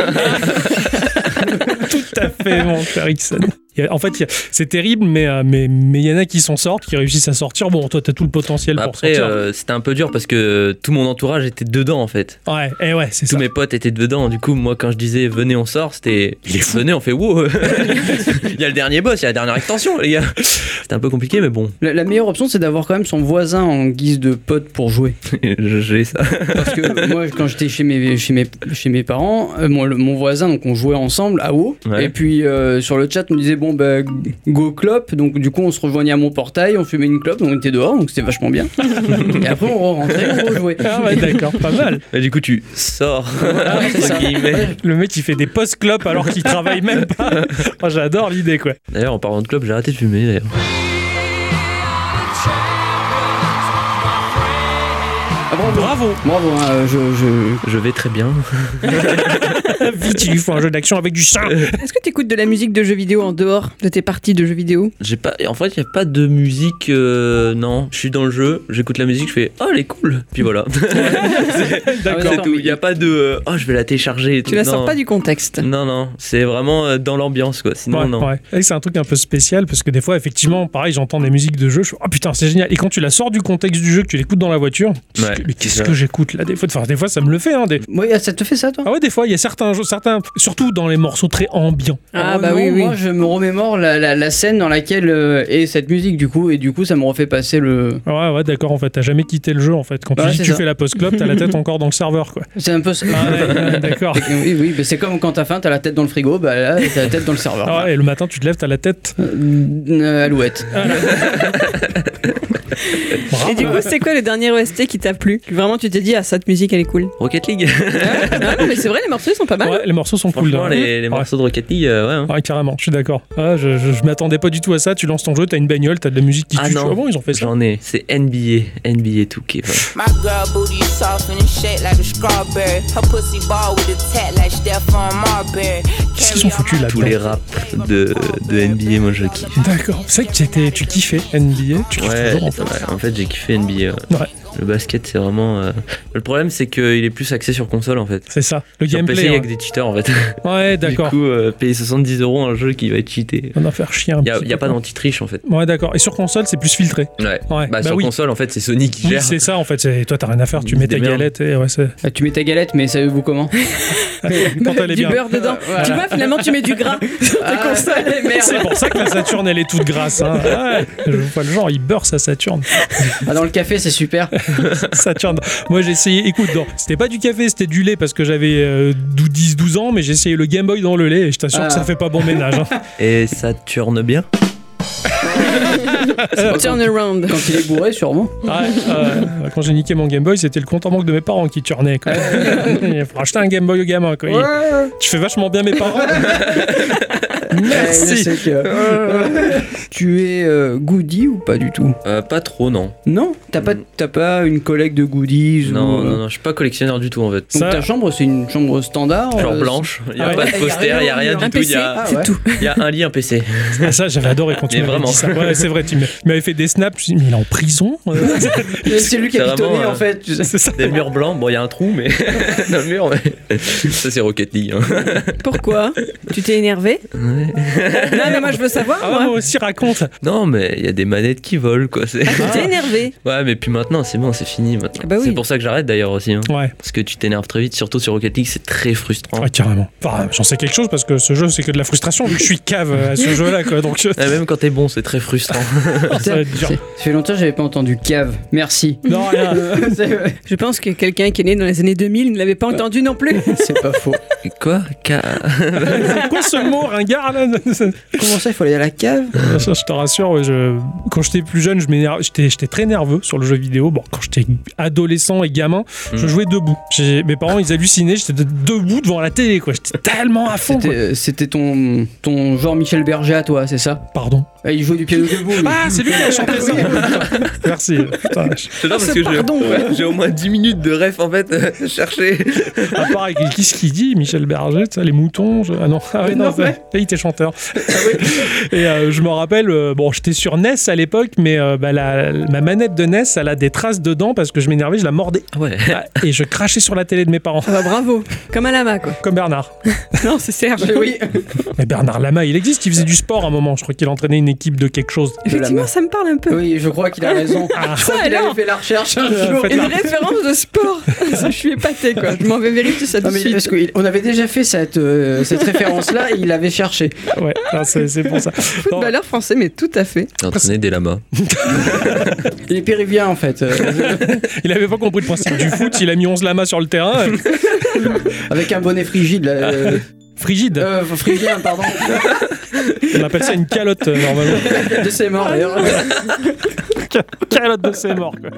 Speaker 2: Tout à fait, mon cher Ixon. Il y a- En fait, il y a- c'est terrible, mais euh, mais mais il y en a qui s'en sortent, qui réussissent à sortir. Bon, toi, t'as tout le potentiel pour
Speaker 4: Après,
Speaker 2: sortir.
Speaker 4: euh, c'était un peu dur parce que tout mon entourage était dedans en fait.
Speaker 2: Ouais, et ouais, c'est
Speaker 4: Tous
Speaker 2: ça.
Speaker 4: mes potes étaient dedans. Du coup, moi, quand je disais venez, on sort, c'était venez, on fait wow. Il y a le dernier boss, il y a la dernière extension, les gars. C'était un peu compliqué, mais bon,
Speaker 1: La, la meilleure option, c'est d'avoir quand même son voisin en guise de pote pour jouer.
Speaker 4: je- j'ai ça.
Speaker 1: Parce que moi, quand j'étais chez mes, chez, mes, chez mes parents, euh, moi, le- mon voisin, donc on jouait ensemble à WoW.
Speaker 4: Ouais.
Speaker 1: Et puis euh, sur le chat, on me disait, bon, bah, go clope. Donc du coup, on se rejoignait à mon portail, on fumait une clope, on était dehors, donc c'était vachement bien. et après, on rentrait, on rejouait.
Speaker 2: Ah ouais, d'accord, pas mal.
Speaker 4: Et du coup, tu sors.
Speaker 1: Voilà, c'est ça.
Speaker 4: entre guillemets.
Speaker 2: Le mec, il fait des post-clopes alors qu'il travaille même pas. Oh, J'adore l'idée, quoi.
Speaker 4: D'ailleurs, en parlant de club, j'ai arrêté de fumer. D'ailleurs.
Speaker 1: Ah, bravo.
Speaker 2: Bravo
Speaker 1: Bravo, hein, euh, je, je-
Speaker 4: Je vais très bien.
Speaker 2: Vite, il lui faut un jeu d'action avec du
Speaker 4: Euh,
Speaker 2: sang
Speaker 3: Est-ce que t'écoutes de la musique de jeux vidéo en dehors de tes parties de jeux vidéo
Speaker 4: J'ai pas. En fait, il y a pas de musique. euh, non, je suis dans le jeu, j'écoute la musique, je fais oh elle est cool. Puis voilà.
Speaker 1: D'accord. Ah,
Speaker 4: C'est tout. Il n'y a pas de euh, oh je vais la télécharger. et tout.
Speaker 3: Tu la
Speaker 4: non.
Speaker 3: sors pas du contexte.
Speaker 4: Non non, c'est vraiment euh, dans l'ambiance quoi. Sinon
Speaker 2: Ouais,
Speaker 4: non.
Speaker 2: ouais. Et C'est un truc un peu spécial parce que des fois, effectivement, pareil, j'entends des musiques de jeu. Je... fais, Oh putain, c'est génial. Et quand tu la sors du contexte du jeu, que tu l'écoutes dans la voiture, tu te dis, mais
Speaker 4: Ouais, c'est
Speaker 2: qu'est-ce
Speaker 4: ça.
Speaker 2: que j'écoute là des fois, enfin, des fois, ça me le fait. Hein, des-
Speaker 1: Ouais, ça te fait ça, toi
Speaker 2: Ah ouais, des fois, il y a certains jeux, certains, surtout dans les morceaux très ambiants.
Speaker 3: Ah
Speaker 1: Oh
Speaker 3: bah
Speaker 1: non,
Speaker 3: oui, oui.
Speaker 1: Moi, je me remémore la, la- la scène dans laquelle euh, est cette musique, du coup, et du coup, ça me refait passer le.
Speaker 2: Ouais, ouais, d'accord, en fait, t'as jamais quitté le jeu, en fait. Quand
Speaker 1: Bah,
Speaker 2: tu dis que
Speaker 1: c'est
Speaker 2: tu
Speaker 1: ça.
Speaker 2: fais la post-clop, t'as la tête encore dans le serveur, quoi.
Speaker 1: C'est un peu. ça.
Speaker 2: Ah ouais, ouais, d'accord.
Speaker 1: oui, oui, mais c'est comme quand t'as faim, t'as la tête dans le frigo, bah là, t'as la tête dans le serveur.
Speaker 2: Ah ouais, et le matin, tu te lèves, t'as la tête
Speaker 1: Euh, euh, alouette.
Speaker 3: Et du coup, c'est quoi le dernier OST qui t'a plu Vraiment, tu t'es dit, ah, cette musique, elle est cool.
Speaker 4: Rocket League.
Speaker 3: Ah non, mais c'est vrai, les morceaux ils sont pas mal.
Speaker 2: Ouais, les morceaux sont cool.
Speaker 4: Franchement,
Speaker 2: hein.
Speaker 4: les, les
Speaker 2: Ouais.
Speaker 4: morceaux de Rocket League, euh, ouais. hein.
Speaker 2: Ouais, carrément, je suis d'accord. Ah, je je, je m'attendais pas du tout à ça. Tu lances ton jeu, t'as une bagnole, t'as de la musique qui
Speaker 4: Ah
Speaker 2: tue.
Speaker 4: non.
Speaker 2: Ah bon, ils ont fait ça.
Speaker 4: J'en ai. C'est NBA. NBA 2K. voilà.
Speaker 6: My girl booty is soft and it's shaped like a strawberry. Her pussy ball with a tat like Stephon Marbury.
Speaker 2: Qu'est-ce qu'ils sont foutus là
Speaker 4: Tous les raps de, de NBA, moi je kiffe.
Speaker 2: D'accord. C'est vrai que t'étais- tu kiffais NBA, tu kiffes
Speaker 4: Ouais,
Speaker 2: toujours en
Speaker 4: ouais,
Speaker 2: fait.
Speaker 4: en fait j'ai kiffé NBA. ouais.
Speaker 2: Ouais.
Speaker 4: Le basket c'est vraiment. euh, Le problème c'est qu'il est plus axé sur console en fait.
Speaker 2: C'est ça, le
Speaker 4: Sur
Speaker 2: gameplay.
Speaker 4: PC il y a
Speaker 2: ouais.
Speaker 4: que des cheaters en fait.
Speaker 2: Ouais,
Speaker 4: Du
Speaker 2: d'accord.
Speaker 4: coup, euh, payer 70 euros un jeu qui va être cheaté.
Speaker 2: On va faire chier un
Speaker 4: Il n'y a,
Speaker 2: petit
Speaker 4: y a
Speaker 2: peu,
Speaker 4: pas
Speaker 2: quoi.
Speaker 4: d'anti-triche en fait.
Speaker 2: Ouais, d'accord. Et sur console, c'est plus filtré.
Speaker 4: Ouais.
Speaker 2: Ouais,
Speaker 4: Bah,
Speaker 2: bah
Speaker 4: sur
Speaker 2: oui.
Speaker 4: console en fait c'est Sony qui
Speaker 2: Oui,
Speaker 4: gère.
Speaker 2: c'est ça en fait. C'est- Toi, t'as rien à faire. Tu
Speaker 4: Ils
Speaker 2: mets
Speaker 4: se
Speaker 2: ta
Speaker 4: démerdent.
Speaker 2: galette et ouais, c'est-
Speaker 1: Ah, tu mets ta galette, mais ça vous comment
Speaker 2: quand elle est
Speaker 3: du
Speaker 2: bien.
Speaker 3: beurre dedans.
Speaker 1: Voilà.
Speaker 3: Tu vois, finalement, tu mets du gras sur tes
Speaker 1: Ah.
Speaker 3: consoles.
Speaker 2: C'est pour ça que la Saturne elle est toute grasse. hein. Ouais, je vois le genre, il beurre sa Saturne.
Speaker 1: Ah, Dans le café, c'est super.
Speaker 2: Saturne. Moi j'ai essayé, écoute, non, c'était pas du café, c'était du lait parce que j'avais euh, 10-12 ans, mais j'ai essayé le Game Boy dans le lait et je t'assure
Speaker 1: Ah.
Speaker 2: que ça fait pas bon ménage. hein.
Speaker 4: Et ça tourne bien.
Speaker 3: Turn around.
Speaker 1: Quand il est bourré, sûrement.
Speaker 2: Ouais, euh, quand j'ai niqué mon Game Boy, c'était le compte en banque de mes parents qui tournait. Quoi. Il faut acheter un Game Boy au gamin. Quoi. Il- Je fais vachement bien mes parents.
Speaker 1: Ouais, je
Speaker 2: Merci.
Speaker 1: sais que- tu es euh, goody ou pas du tout
Speaker 4: Euh, pas trop non.
Speaker 1: Non T'as pas, t'as pas une collègue de goodies
Speaker 4: Non,
Speaker 1: ou,
Speaker 4: non, non, je suis pas collectionneur du tout en fait.
Speaker 1: Donc
Speaker 2: Ça-
Speaker 1: ta chambre, c'est une chambre standard
Speaker 4: Genre
Speaker 1: euh,
Speaker 4: blanche, il n'y a
Speaker 2: Ah ouais.
Speaker 4: pas de poster, il n'y a Ah rien
Speaker 3: Un
Speaker 4: du tout, il y,
Speaker 3: PC,
Speaker 4: a-
Speaker 3: c'est
Speaker 1: Ah, ouais.
Speaker 3: tout.
Speaker 4: y a un lit, un PC.
Speaker 2: Ah, ça, j'avais adoré quand tu
Speaker 4: Mais
Speaker 2: m'avais
Speaker 4: vraiment.
Speaker 2: dit ça. Ouais, c'est vrai, tu m'as- tu m'avais fait des snaps. Je me suis dit, mais il est en prison euh,
Speaker 1: c'est- C'est lui qui a
Speaker 4: C'est
Speaker 1: pitonné
Speaker 4: vraiment, euh,
Speaker 1: en fait. tu sais.
Speaker 2: C'est ça.
Speaker 4: Des murs blancs, bon, il y a un trou, mais dans le mur, mais- ça c'est Rocket League. hein.
Speaker 3: Pourquoi Tu t'es énervé Non, mais moi, je veux savoir,
Speaker 2: Ah,
Speaker 3: moi.
Speaker 2: moi aussi, raconte.
Speaker 4: Non, mais il y a des manettes qui volent, quoi. c'est-
Speaker 3: Tu Ah, t'es énervé.
Speaker 4: Ouais, mais puis maintenant, c'est bon, c'est fini maintenant.
Speaker 3: Ah bah oui.
Speaker 4: C'est pour ça que j'arrête d'ailleurs aussi. hein.
Speaker 2: Ouais,
Speaker 4: Parce que tu t'énerves très vite, surtout sur Rocket League, c'est très frustrant.
Speaker 2: ouais, carrément. Enfin, J'en sais quelque chose parce que ce jeu, c'est que de la frustration vu que je suis cave euh, à ce jeu-là. quoi. Donc,
Speaker 4: Ouais, même quand t'es bon, c'est très frustrant.
Speaker 2: ça va être dur.
Speaker 1: C'est- Ça fait longtemps que j'avais pas entendu cave. Merci.
Speaker 2: Non, rien.
Speaker 1: c'est
Speaker 3: Je pense que quelqu'un qui est né dans les années 2000 ne l'avait pas entendu non plus.
Speaker 1: c'est pas faux.
Speaker 4: Quoi Ca-
Speaker 2: C'est quoi ce mot, ringard là
Speaker 1: Comment ça, il faut aller à la cave
Speaker 2: Ça, je te rassure, ouais, je- quand j'étais plus jeune, je m'énerve- j'étais j'étais très nerveux sur le jeu vidéo. Bon, quand j'étais adolescent et gamin, je
Speaker 4: Mm.
Speaker 2: jouais debout. J'ai- Mes parents, ils hallucinaient, j'étais de- debout devant la télé, quoi. J'étais tellement à fond. quoi.
Speaker 1: C'était- euh, C'était ton, ton genre Michel Berger à toi, c'est ça
Speaker 2: Pardon.
Speaker 1: Ah, Il jouait du piano debout. lui.
Speaker 2: Ah, c'est lui qui a chanté ça. Merci. Putain, je-
Speaker 4: C'est drôle parce que j'ai- ouais, j'ai au moins 10 minutes de ref en fait, euh, chercher.
Speaker 2: à part avec qu'est-ce qu'il dit, Michel Berger, tu sais, les moutons. je- Ah non, ah ouais, non, ça- là, il était chanteur. Et euh, je me rappelle, euh, bon, j'étais sur NES à l'époque, mais euh, bah, la- ma manette de NES, elle a des traces dedans parce que je m'énervais, je la mordais.
Speaker 4: Ah ouais.
Speaker 2: Ah, et je crachais sur la télé de mes parents.
Speaker 3: Ah bah bravo, comme un lama quoi.
Speaker 2: Comme Bernard.
Speaker 3: Non, c'est Serge.
Speaker 1: bah Oui.
Speaker 2: Mais Bernard Lama, il existe, il faisait du sport à un moment. Je crois qu'il entraînait une équipe de quelque chose.
Speaker 3: Effectivement, ça me parle un peu.
Speaker 1: Oui, je crois qu'il a raison.
Speaker 2: Ah.
Speaker 1: Je crois qu'il avait
Speaker 3: alors
Speaker 1: fait la recherche un
Speaker 2: Euh,
Speaker 1: jour.
Speaker 2: faites
Speaker 3: Une
Speaker 2: la-
Speaker 3: référence de sport. je suis épaté quoi. Je m'en vais vérifier ça tout
Speaker 1: Non,
Speaker 3: de
Speaker 1: Ah, mais parce
Speaker 3: suite.
Speaker 1: que il- on avait déjà fait cette, euh, cette référence-là et il avait cherché.
Speaker 2: Ouais, ah, c'est c'est pour ça. Non,
Speaker 3: Footballeur français, mais tout à fait.
Speaker 4: T'as entraîné des lamas.
Speaker 1: Il est péruvien en fait, euh,
Speaker 2: il avait pas compris le principe du foot, il a mis 11 lamas sur le terrain. euh,
Speaker 1: avec un bonnet frigide. là, euh,
Speaker 2: Frigide,
Speaker 1: euh, frigien, pardon.
Speaker 2: on appelle ça une calotte euh, normalement.
Speaker 1: De ses morts d'ailleurs.
Speaker 2: calotte de ses morts. Quoi.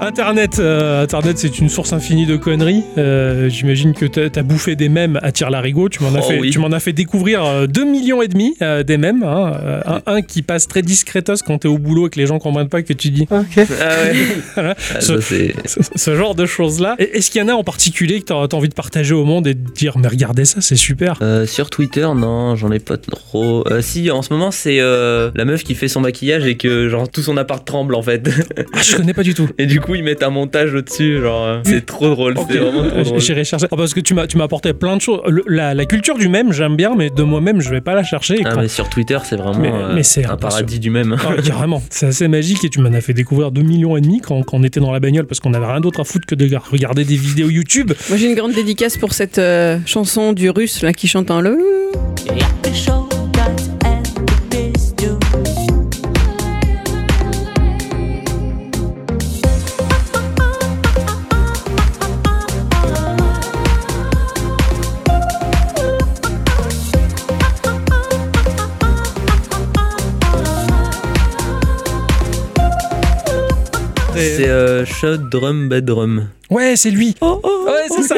Speaker 2: Internet, euh, Internet, c'est une source infinie de conneries. Euh, J'imagine que t'as t'as bouffé des mèmes à tire larigot. Tu m'en as
Speaker 4: Oh
Speaker 2: fait,
Speaker 4: oui.
Speaker 2: tu m'en as fait découvrir euh, 2 millions et demi euh, des mèmes. hein. Euh, un, un qui passe très discretos quand t'es au boulot et que les gens comprennent pas que tu dis.
Speaker 4: Ah ouais. Ah, ça, c'est-
Speaker 2: ce, ce genre de choses là. Et- Est-ce qu'il y en a en particulier que t'as as envie de partager au monde et de dire mais regardez ça, c'est super.
Speaker 4: Euh, sur Twitter, non, j'en ai pas trop. Euh, si, en ce moment, c'est euh, la meuf qui fait son maquillage et que genre tout son appart tremble en fait.
Speaker 2: Ah, je connais pas du tout.
Speaker 4: Et du coup, ils mettent un montage au-dessus, genre euh, c'est trop drôle, c'est vraiment
Speaker 2: Mm.
Speaker 4: trop
Speaker 2: J'ai
Speaker 4: drôle.
Speaker 2: j'ai recherché Ah, parce que tu m'as tu m'as apporté plein de choses. Le- la, la culture du même, j'aime bien, mais de moi-même, je vais pas la chercher. Et
Speaker 4: Ah,
Speaker 2: quand-
Speaker 4: mais sur Twitter, c'est vraiment
Speaker 2: Mais-
Speaker 4: euh,
Speaker 2: mais c'est
Speaker 4: un
Speaker 2: impressionnant.
Speaker 4: paradis du même.
Speaker 2: Ah, carrément, c'est assez magique et tu m'en as fait découvrir 2 millions et demi quand, quand on était dans la bagnole parce qu'on avait rien d'autre à foutre que de gar- regarder des vidéos YouTube.
Speaker 3: Moi j'ai une grande dédicace pour cette euh, chanson du russe là qui chante en le.
Speaker 2: Et-
Speaker 4: C'est euh, Shot Drum Bedrum.
Speaker 2: Ouais, c'est lui. ouais, c'est ça.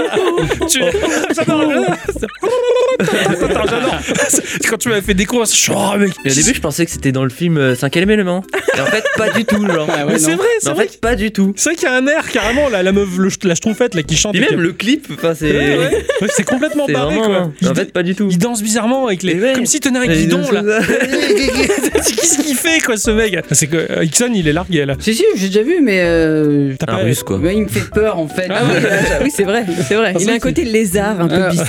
Speaker 2: Tu- J'adore. j'adore. Attends, j'adore. Quand tu m'as fait découvrir, je suis oh, mec.
Speaker 4: Et au début, je pensais que c'était dans le film euh, Cinquième élément. Et en fait, pas du tout, genre.
Speaker 1: Ah ouais,
Speaker 2: Mais c'est
Speaker 1: non.
Speaker 2: vrai,
Speaker 4: Mais
Speaker 2: c'est
Speaker 4: en
Speaker 2: vrai.
Speaker 4: fait, pas du tout.
Speaker 2: C'est vrai qu'il y a un air carrément, la, la meuf, le- la schtroumpfette là, qui chante.
Speaker 4: Et
Speaker 2: et qui-
Speaker 4: même le clip, enfin, c'est.
Speaker 2: Ouais, ouais. Ouais, c'est complètement
Speaker 4: C'est
Speaker 2: barré
Speaker 4: vraiment. hein.
Speaker 2: quoi.
Speaker 4: En fait, pas du tout.
Speaker 2: Il danse bizarrement avec les.
Speaker 4: Et ouais.
Speaker 2: Comme s'il tenait un
Speaker 4: Et
Speaker 2: guidon
Speaker 4: donc,
Speaker 2: là.
Speaker 4: c'est ça.
Speaker 2: Qu'est-ce qu'il fait quoi ce mec C'est que euh, Ixon il est largué là.
Speaker 1: Si, si, j'ai déjà vu, mais. euh,
Speaker 2: T'as
Speaker 4: Un
Speaker 2: pas-
Speaker 4: russe, quoi.
Speaker 1: mais il me fait peur en fait.
Speaker 2: Ah ouais.
Speaker 3: oui c'est vrai, c'est vrai. Il a un côté lézard un peu
Speaker 1: Ah.
Speaker 3: bizarre.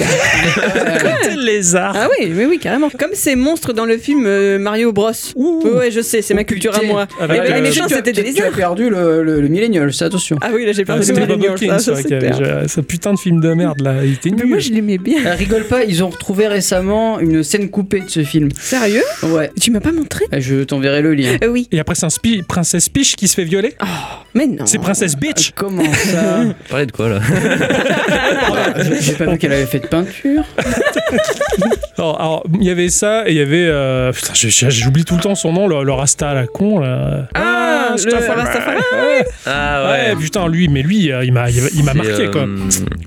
Speaker 2: Quel lézard.
Speaker 3: euh, Ah oui, oui, oui, carrément. Comme ces monstres dans le film euh, Mario Bros.
Speaker 2: Ouh.
Speaker 3: Ouais, je sais, c'est ma culture à
Speaker 1: putain.
Speaker 3: moi.
Speaker 2: Avec,
Speaker 3: Eh ben, les
Speaker 2: euh,
Speaker 3: méchants,
Speaker 1: tu as-
Speaker 3: c'était des
Speaker 1: tu- Tu as
Speaker 3: lézards.
Speaker 1: perdu le, le, le millennial, ça, attention.
Speaker 3: Ah oui, là j'ai perdu
Speaker 2: Ah, c'était
Speaker 3: le
Speaker 2: Bob
Speaker 3: millennial,
Speaker 2: Hopkins
Speaker 3: ça,
Speaker 2: ouais,
Speaker 3: c'est
Speaker 2: qui avait
Speaker 3: clair.
Speaker 2: déjà- ce putain de film de merde là. Il était
Speaker 3: Mais
Speaker 2: nul.
Speaker 3: moi je l'aimais bien.
Speaker 1: Euh, rigole pas, ils ont retrouvé récemment une scène coupée de ce film.
Speaker 3: Sérieux
Speaker 1: Ouais,
Speaker 3: Tu m'as pas montré
Speaker 1: Euh, je t'enverrai le lien.
Speaker 3: Euh, Oui.
Speaker 2: Et après c'est un spi- princesse Peach qui se fait violer.
Speaker 3: Ah. Mais non.
Speaker 2: C'est princesse
Speaker 1: Ah,
Speaker 2: Bitch.
Speaker 1: Comment ça
Speaker 4: Parlez de quoi là
Speaker 1: Ah, J'ai j'ai pas vu qu'elle avait fait de peinture.
Speaker 2: Alors, alors, il y avait ça et il y avait euh, putain j'ai- j'ai- j'oublie tout le temps son nom le, le rasta la con là.
Speaker 3: Ah, le
Speaker 2: Rastafari.
Speaker 3: Rastafari.
Speaker 4: Ah
Speaker 2: Ouais, putain lui mais lui euh, il m'a il m'a- il m'a
Speaker 4: C'est,
Speaker 2: marqué quoi.
Speaker 4: euh,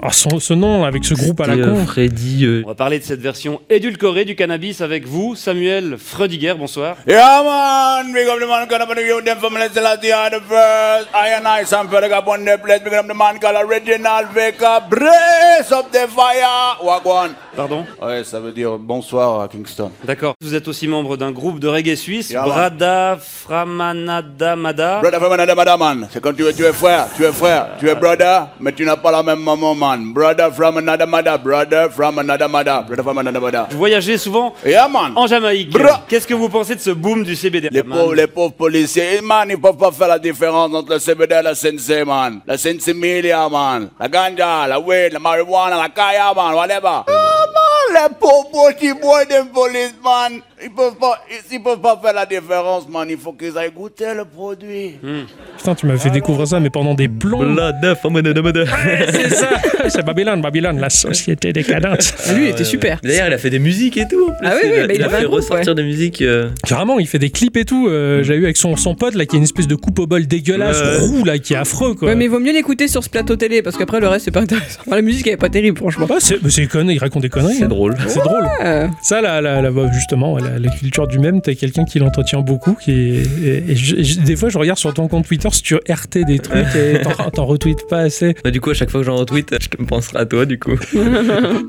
Speaker 2: Ah, son- ce nom là, avec ce groupe à la
Speaker 4: c'était, euh,
Speaker 2: con.
Speaker 4: Freddy. euh,
Speaker 7: On va parler de cette version édulcorée du cannabis avec vous, Samuel Freudiger, bonsoir.
Speaker 8: Yeah, man. Big up the man called up on the youth, them from Celestia, the first. I and I, some fella got on the place. Big up the man called Original Veka. Brace up the fire. Wagwan.
Speaker 7: Pardon
Speaker 8: Ouais, ça veut dire bonsoir à Kingston.
Speaker 7: D'accord. Vous êtes aussi membre d'un groupe de reggae suisse,
Speaker 8: Yalla.
Speaker 7: Brada Framanadamada.
Speaker 8: Brother, frère, madame, madame, man. C'est quand tu es, tu es frère, tu es frère, tu es brother, mais tu n'as pas la même maman, man. Brother from another mother, brother from another mother, brother from another mother.
Speaker 7: Vous voyagez souvent
Speaker 8: Yeah, man.
Speaker 7: en Jamaïque.
Speaker 8: Bra-
Speaker 7: Qu'est-ce que vous pensez de ce boom du CBD
Speaker 8: Les
Speaker 7: Man.
Speaker 8: pauvres, les pauvres policiers, eh, man, ils peuvent pas faire la différence entre le CBD et la CNC, man. La CNC Milia, man. La ganja, la weed, la marijuana, la kaya, man, whatever. Ah, man, les pauvres petits boys de police, man. Ils peuvent pas, ils, ils peuvent pas faire la différence, man. Il faut qu'ils aillent goûter le produit.
Speaker 2: Putain tu m'as
Speaker 3: Ah.
Speaker 2: fait découvrir ça mais pendant des plombs.
Speaker 4: Blada, Framanadamada.
Speaker 2: C'est ça. c'est Babylone Babylone la société décadente.
Speaker 3: Ah, lui il était super.
Speaker 4: D'ailleurs, il a fait des musiques et tout. En plus.
Speaker 3: Ah oui, oui,
Speaker 4: il a,
Speaker 3: mais il
Speaker 4: a
Speaker 3: avait un
Speaker 4: fait
Speaker 3: groupe,
Speaker 4: ressortir des musiques. euh,
Speaker 2: Carrément, il fait des clips et tout. euh, J'ai eu avec son, son pote là qui a une espèce de coupe au bol dégueulasse
Speaker 4: Mm. Ouais.
Speaker 2: roux là qui est affreux quoi.
Speaker 3: Ouais, mais vaut mieux l'écouter sur ce plateau télé parce qu'après le reste c'est pas intéressant. Enfin, la musique elle est pas terrible franchement.
Speaker 2: Ouais, Ah, c'est mais c'est connerie, il raconte des conneries.
Speaker 4: C'est
Speaker 2: hein.
Speaker 4: drôle.
Speaker 2: C'est drôle.
Speaker 3: Euh,
Speaker 2: Ça, là, là, là, bah, justement, ouais, la, la culture du même, t'as quelqu'un qui l'entretient beaucoup. Qui est- et, et je- je- des fois, je regarde sur ton compte Twitter si tu RT des trucs et t'en- t'en retweets pas assez.
Speaker 4: Bah, du coup, à chaque fois que j'en retweet, je me penserai à toi, du coup.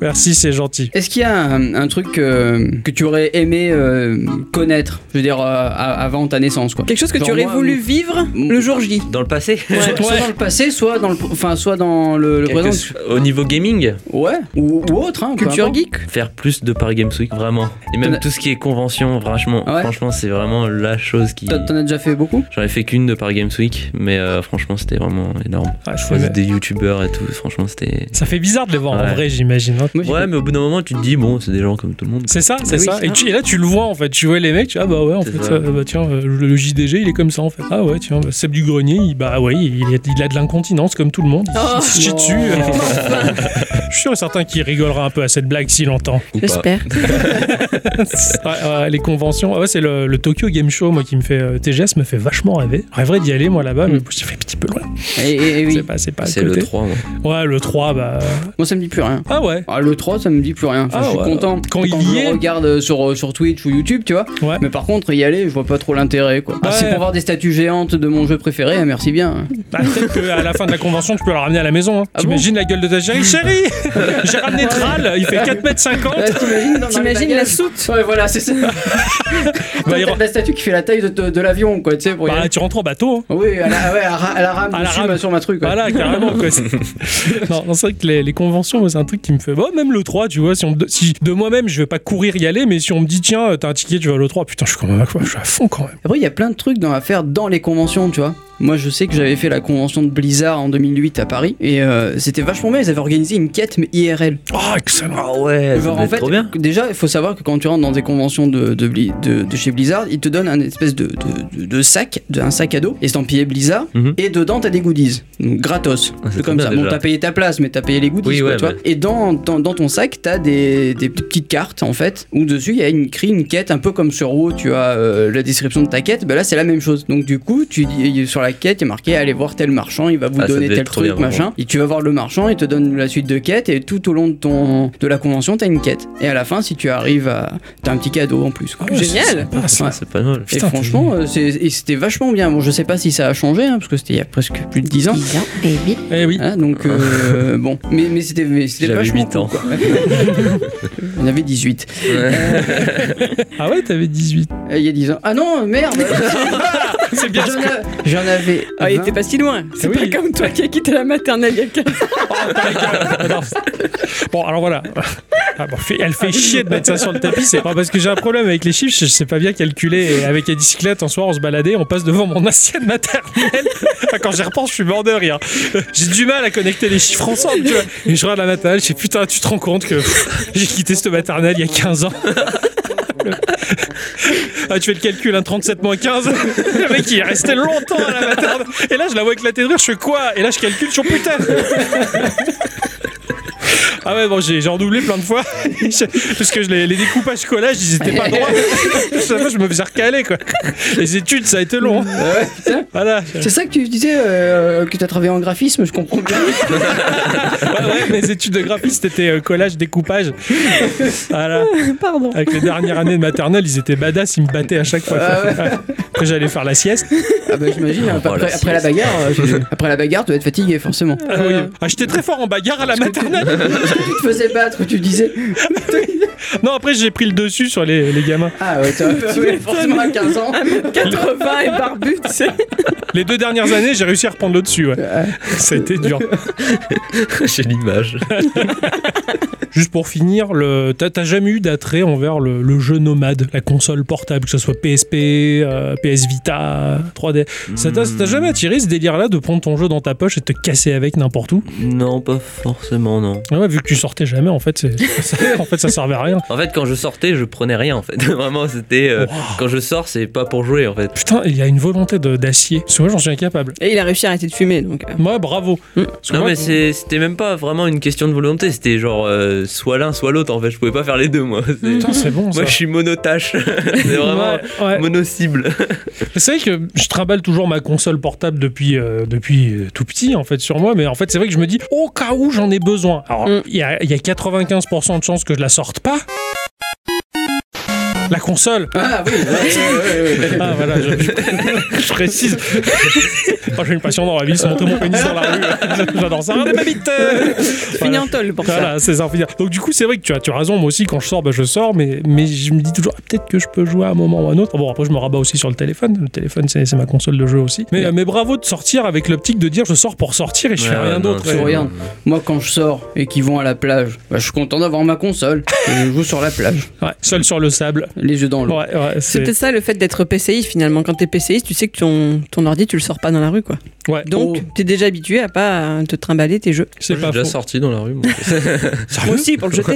Speaker 2: Merci, c'est gentil.
Speaker 1: Est-ce qu'il y a un, un truc euh, que tu aurais aimé euh, connaître Je veux dire, euh, a- avant ta naissance, quoi.
Speaker 3: quelque chose que
Speaker 1: Genre
Speaker 3: tu aurais
Speaker 1: moi,
Speaker 3: voulu
Speaker 2: Bah,
Speaker 3: vivre
Speaker 1: Mm.
Speaker 3: le jour J.
Speaker 4: Dans le passé
Speaker 1: Soit, soit dans le passé, soit dans le, enfin, soit dans le, le
Speaker 4: Quelque
Speaker 1: présent.
Speaker 4: so- Au niveau gaming,
Speaker 1: Ouais, ou, ou autre, hein, peu
Speaker 3: Culture
Speaker 1: importe.
Speaker 3: geek.
Speaker 2: Bah,
Speaker 4: faire plus de Paris Games Week, vraiment. Et
Speaker 1: T'en
Speaker 4: même
Speaker 1: as-
Speaker 4: tout ce qui est convention, franchement,
Speaker 1: Ouais.
Speaker 4: franchement c'est vraiment la chose qui.
Speaker 1: T'en t'en as déjà fait beaucoup
Speaker 4: J'en ai fait qu'une de Paris Games Week, mais euh, franchement, c'était vraiment énorme.
Speaker 2: Ah, je
Speaker 4: Je faisais
Speaker 2: fais-
Speaker 4: des youtubeurs et tout, franchement, c'était.
Speaker 2: Ça fait bizarre de les voir en
Speaker 4: Ouais.
Speaker 2: vrai, j'imagine. hein.
Speaker 1: Moi, j'ai
Speaker 4: Ouais,
Speaker 1: fait-
Speaker 4: mais au bout d'un moment, tu te dis, bon, c'est des gens comme tout le monde.
Speaker 2: C'est ça, c'est
Speaker 3: Oui,
Speaker 2: ça.
Speaker 3: c'est
Speaker 2: Et,
Speaker 3: ça.
Speaker 2: tu- et là, tu le vois en fait. Tu vois les mecs, tu ah bah ouais, en
Speaker 4: C'est
Speaker 2: fait,
Speaker 4: ça.
Speaker 2: euh, bah, tiens, euh, le, le JDG, il est comme ça en fait. Ah ouais, tiens, bah, Seb du Grenier, il, bah ouais, il, est- il a de l'incontinence comme tout le monde. Il,
Speaker 3: Oh.
Speaker 2: il se chie dessus. Je suis sûr et certain qu'il rigolera un peu à cette blague s'il entend.
Speaker 4: Ou pas.
Speaker 3: J'espère.
Speaker 2: Ouais, ouais, les conventions. Ah ouais, c'est le, le Tokyo Game Show, moi, qui me fait. euh, TGS me fait vachement rêver. Je rêverais d'y aller, moi, là-bas, mais je fait un petit peu loin.
Speaker 1: Et, et- et Eh, oui.
Speaker 2: C'est pas, c'est pas à
Speaker 4: Mm. C'est le
Speaker 2: côté.
Speaker 4: 3, moi.
Speaker 2: Ouais, le 3, bah.
Speaker 1: Moi, ça me dit plus rien.
Speaker 2: Ah ouais.
Speaker 1: Ah, le 3, ça me dit plus rien. Enfin,
Speaker 2: Ah
Speaker 1: je suis
Speaker 2: ouais.
Speaker 1: content
Speaker 2: Quand il
Speaker 1: je
Speaker 2: y
Speaker 1: le
Speaker 2: est.
Speaker 1: regarde euh, sur, euh, sur Twitch ou YouTube, tu vois.
Speaker 2: Ouais. Bah,
Speaker 1: Mais par contre, y aller, je vois pas trop l'intérêt, quoi. Ah,
Speaker 2: Ouais.
Speaker 1: c'est pour voir des statues géantes de mon jeu préféré, ah, merci bien.
Speaker 2: Bah, peut-être qu'à la fin de la convention, tu peux la ramener à la maison. Hein.
Speaker 1: Ah
Speaker 2: T'imagines la gueule de ta chérie Chérie J'ai ramené Tral, il fait 4m50.
Speaker 1: Là, T'imagines dans- dans les
Speaker 3: T'imagines la
Speaker 1: bagages
Speaker 3: soute
Speaker 1: Ouais, voilà, c'est ça.
Speaker 2: Bah,
Speaker 1: T'as
Speaker 2: il re-
Speaker 1: la statue qui fait la taille de, de- de l'avion, quoi, tu sais, pour y
Speaker 2: Bah,
Speaker 1: aller.
Speaker 2: tu rentres en bateau. hein.
Speaker 1: Oui, à la, ouais, à ra- à la rame
Speaker 2: À la
Speaker 1: dessus,
Speaker 2: rame.
Speaker 1: ma- sur ma truc, quoi.
Speaker 2: Voilà, carrément. Quoi. C'est- non, non, c'est vrai que les, les conventions, moi, c'est un truc qui me fait. Bah, même le 3, tu vois, si, on me de... si de moi-même, je vais pas courir y aller, mais si on me dit, tiens, euh, t'as un ticket, tu vas le 3, putain, je suis quand même à quoi Je suis à fond quand même.
Speaker 1: Après, il y a plein de trucs dans- à faire dans les conventions, tu vois. Moi, je sais que j'avais fait la convention de Blizzard en 2008 à Paris, et euh, c'était vachement bien. Ils avaient organisé une quête, mais IRL.
Speaker 2: Ah, excellent.
Speaker 4: Ah ouais,
Speaker 1: Genre,
Speaker 4: ça doit
Speaker 1: en
Speaker 4: être
Speaker 1: fait,
Speaker 4: trop bien.
Speaker 1: déjà, il faut savoir que quand tu rentres dans des conventions de, de, Bli- de- de chez Blizzard, ils te donnent un espèce de, de, de- de sac, de, un sac à dos, estampillé Blizzard,
Speaker 4: Mhm.
Speaker 1: et dedans, t'as des goodies, donc gratos.
Speaker 4: Ah, c'est
Speaker 1: C'est
Speaker 4: trop
Speaker 1: comme
Speaker 4: bien
Speaker 1: ça.
Speaker 4: déjà.
Speaker 1: Bon, t'as payé ta place, mais t'as payé les goodies,
Speaker 4: Oui,
Speaker 1: quoi,
Speaker 4: ouais,
Speaker 1: tu vois.
Speaker 4: ouais.
Speaker 1: Et dans, dans, dans ton sac, t'as des, des petites cartes, en fait, où dessus, il y a une, écrit une quête, un peu comme sur WoW, tu as euh, la description de ta quête, ben là, c'est la même chose. Donc, du coup, tu, dis- sur la quête, il y a marqué, allez voir tel marchand, il va vous
Speaker 4: Ah, ça
Speaker 1: donner
Speaker 4: devait
Speaker 1: tel
Speaker 4: être trop
Speaker 1: truc,
Speaker 4: bien,
Speaker 1: machin. Et tu vas voir le marchand, il te donne la suite de quêtes, et tout au long de, ton, de la convention, t'as une quête. Et à la fin, si tu arrives à. T'as un petit cadeau en plus. quoi.
Speaker 2: Ah ouais,
Speaker 3: Génial.
Speaker 2: c'est sympa, ça.
Speaker 1: Ouais.
Speaker 4: C'est pas mal.
Speaker 1: Et
Speaker 2: Putain,
Speaker 1: franchement, euh, c'est- et c'était vachement bien. Bon, je sais pas si ça a changé, hein, parce que c'était il y a presque plus de 10 ans.
Speaker 2: Eh oui.
Speaker 1: Hein, donc euh, bon, mais, mais c'était mais c'était
Speaker 4: J'avais
Speaker 1: vachement
Speaker 4: 8 ans.
Speaker 1: cool, quoi. On avait 18.
Speaker 2: Ah ouais, t'avais 18.
Speaker 1: Euh, Il y a 10 ans. Ah non, merde
Speaker 2: C'est bien.
Speaker 1: J'en a- J'en avais.
Speaker 3: Ah, il
Speaker 1: 20.
Speaker 3: était pas si loin. C'est
Speaker 2: Oui.
Speaker 3: pas comme toi qui as quitté la maternelle il y a 15 ans.
Speaker 2: Bon, alors voilà. Ah bon, fait- elle fait chier de mettre ça sur le tapis. C'est pas parce que j'ai un problème avec les chiffres, je sais pas bien calculer. Et avec la bicyclette, en soir, on se baladait, on passe devant mon assiette maternelle. Enfin, quand j'y repense, je suis mort de rire. J'ai du mal à connecter les chiffres ensemble. Tu vois. Et je regarde la maternelle, je dis putain, tu te rends compte que pff, j'ai quitté cette maternelle il y a 15 ans. Ah, tu fais le calcul, hein, 37 moins 15. Le mec, il est resté longtemps à la maternelle. Et là, je la vois éclater de rire, je fais quoi Et là, je calcule sur putain. Ah ouais, bon, j'ai j'ai redoublé plein de fois. Je- Parce que je les, les découpages collages, ils étaient pas droits. Ça, moi, je me faisais recaler, quoi. Les études, ça a été long. hein.
Speaker 1: Ouais, putain.
Speaker 2: Voilà.
Speaker 1: C'est ça que tu disais euh, que t'as travaillé en graphisme, je comprends bien.
Speaker 2: Ouais, ouais, mes études de graphiste, c'était euh, collage, découpage. Voilà.
Speaker 3: Pardon.
Speaker 2: Avec les dernières années de maternelle, ils étaient badass, ils me battaient à chaque fois.
Speaker 1: Ah ouais.
Speaker 2: Après, j'allais faire la sieste.
Speaker 1: Ah bah j'imagine, après,
Speaker 4: Oh, la
Speaker 1: après- après la
Speaker 4: sieste.
Speaker 1: bagarre, euh, après la bagarre, tu dois être fatigué forcément.
Speaker 2: Ah oui. Ah, j'étais très fort en bagarre à la maternelle.
Speaker 1: Tu te faisais battre, tu disais.
Speaker 2: Non, après, j'ai pris le dessus sur les, les gamins.
Speaker 1: Ah ouais, t'as- ouais, forcément à 15 ans.
Speaker 3: 80 et barbu, tu sais.
Speaker 2: Les deux dernières années, j'ai réussi à reprendre le dessus. Ouais.
Speaker 1: Ouais.
Speaker 2: Ça a été dur.
Speaker 4: J'ai l'image.
Speaker 2: Juste pour finir, le... t'as t'as jamais eu d'attrait envers le, le jeu nomade, la console portable, que ce soit PSP, euh, PS Vita, 3D. Ça t'a
Speaker 4: Hmm.
Speaker 2: ça t'a jamais attiré ce délire-là de prendre ton jeu dans ta poche et de te casser avec n'importe où
Speaker 4: Non, pas forcément, non.
Speaker 2: Ah ouais, Vu que tu sortais jamais, en fait, c'est- ça, en fait, ça servait à rien.
Speaker 4: En fait, quand je sortais, je prenais rien, en fait. Vraiment, c'était... euh,
Speaker 2: Wow.
Speaker 4: Quand je sors, c'est pas pour jouer, en fait.
Speaker 2: Putain, il y a une volonté de- d'acier. Parce que moi, j'en suis incapable.
Speaker 3: Et il a réussi à arrêter de fumer, donc. euh,
Speaker 2: Moi, bravo. Parce que
Speaker 4: Hmm. Non
Speaker 2: moi,
Speaker 4: mais c'est- c'était même pas vraiment une question de volonté, c'était genre euh, soit l'un soit l'autre en fait, je pouvais pas faire les deux moi. C'est-
Speaker 2: Putain, c'est bon ça.
Speaker 4: Moi je suis monotâche, c'est vraiment
Speaker 2: Ouais, ouais.
Speaker 4: mono-cible.
Speaker 2: C'est vrai que je trimballe toujours ma console portable depuis, euh, depuis euh, tout petit, en fait, sur moi. Mais en fait, c'est vrai que je me dis, au cas où j'en ai besoin. Alors,
Speaker 3: Mm.
Speaker 2: il y, a, il y a 95% de chances que je la sorte pas. La console
Speaker 1: Ah oui, ouais, ouais, ouais, ouais.
Speaker 2: Ah, voilà, je, je- je précise. Oh, J'ai une passion dans la vie, se montrer mon pénis dans la rue. J'adore ça. Regardez ma bite euh.
Speaker 3: Fini
Speaker 2: Voilà.
Speaker 3: en tôle pour ça.
Speaker 2: Voilà, c'est ça. faut dire. Donc du coup, c'est vrai que tu as, tu as raison. Moi aussi, quand je sors, bah, je sors, mais, mais je me dis toujours ah, peut-être que je peux jouer à un moment ou à un autre. Bon, après, je me rabats aussi sur le téléphone. Le téléphone, c'est c'est ma console de jeu aussi. Mais,
Speaker 1: Ouais.
Speaker 2: euh, mais bravo de sortir avec l'optique de dire je sors pour sortir et je fais
Speaker 4: Ouais,
Speaker 2: rien
Speaker 4: non,
Speaker 2: d'autre.
Speaker 4: c'est-
Speaker 1: Tu
Speaker 2: Ouais.
Speaker 1: regardes. Moi, quand je sors et qu'ils vont à la plage, bah, je suis content d'avoir ma console. Et je joue sur la plage,
Speaker 2: Ouais, seul sur le sable.
Speaker 1: les yeux dans l'eau.
Speaker 2: Ouais, ouais,
Speaker 3: C'est
Speaker 2: c'est.
Speaker 3: peut-être ça le fait d'être PCI finalement. Quand t'es PCI, tu sais que ton, ton ordi, tu le sors pas dans la rue quoi.
Speaker 2: Ouais, Oh,
Speaker 3: Donc t'es déjà habitué à pas euh, te trimballer tes jeux.
Speaker 2: c'est
Speaker 4: J'ai
Speaker 2: pas
Speaker 4: déjà
Speaker 2: faux.
Speaker 4: sorti dans la rue. moi.
Speaker 3: Moi aussi pour le jeter.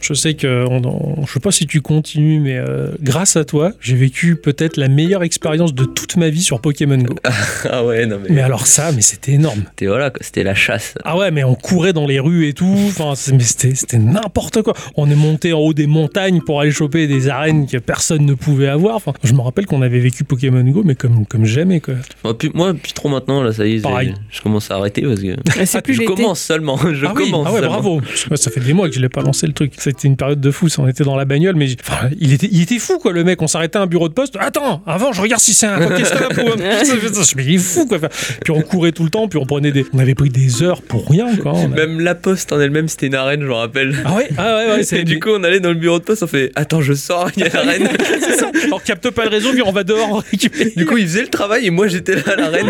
Speaker 2: Je sais que, on, on- je sais pas si tu continues, mais euh, grâce à toi, j'ai vécu peut-être la meilleure expérience de toute ma vie sur Pokémon Go.
Speaker 4: ah ouais, non
Speaker 2: Mais
Speaker 4: mais,
Speaker 2: alors ça, mais c'était énorme.
Speaker 4: c'était voilà, quoi, c'était la chasse.
Speaker 2: Ah ouais, mais on courait dans les rues et tout. Enfin, c'est- mais c'était c'était n'importe quoi. On est monté en haut des monts montagnes pour aller choper des arènes que personne ne pouvait avoir. Enfin, je me rappelle qu'on avait vécu Pokémon Go, mais comme, comme jamais, quoi.
Speaker 4: Moi, plus, moi, plus trop maintenant, là, ça y est,
Speaker 2: Pareil.
Speaker 4: j'ai- je commence à arrêter parce que.
Speaker 3: Ah, C'est plus
Speaker 4: je
Speaker 3: l'été.
Speaker 4: commence seulement. Je
Speaker 2: ah oui,
Speaker 4: commence. hein.
Speaker 2: ah ouais,
Speaker 4: seulement.
Speaker 2: bravo. Moi, Ça fait des mois que je l'ai pas lancé le truc. C'était une période de fou. ça, On était dans la bagnole, mais j'ai- enfin, il était, il était fou quoi. Le mec, on s'arrêtait à un bureau de poste. Attends, avant je regarde si c'est un Pokéstop ou un. Mais il est fou quoi. Enfin, Puis on courait tout le temps, puis on prenait des. On avait pris des heures pour rien quoi. On a-
Speaker 4: Même la poste en elle-même, c'était une arène, je me rappelle.
Speaker 2: Ah ouais, ah ouais, ouais, c'est
Speaker 4: Et du coup, on allait dans le bureau de poste, on fait Attends, je sors, il y a l'arène.
Speaker 2: c'est ça. On capte pas le réseau, puis on va dehors. on récupère.
Speaker 4: du coup, il faisait le travail et moi, j'étais là à l'arène.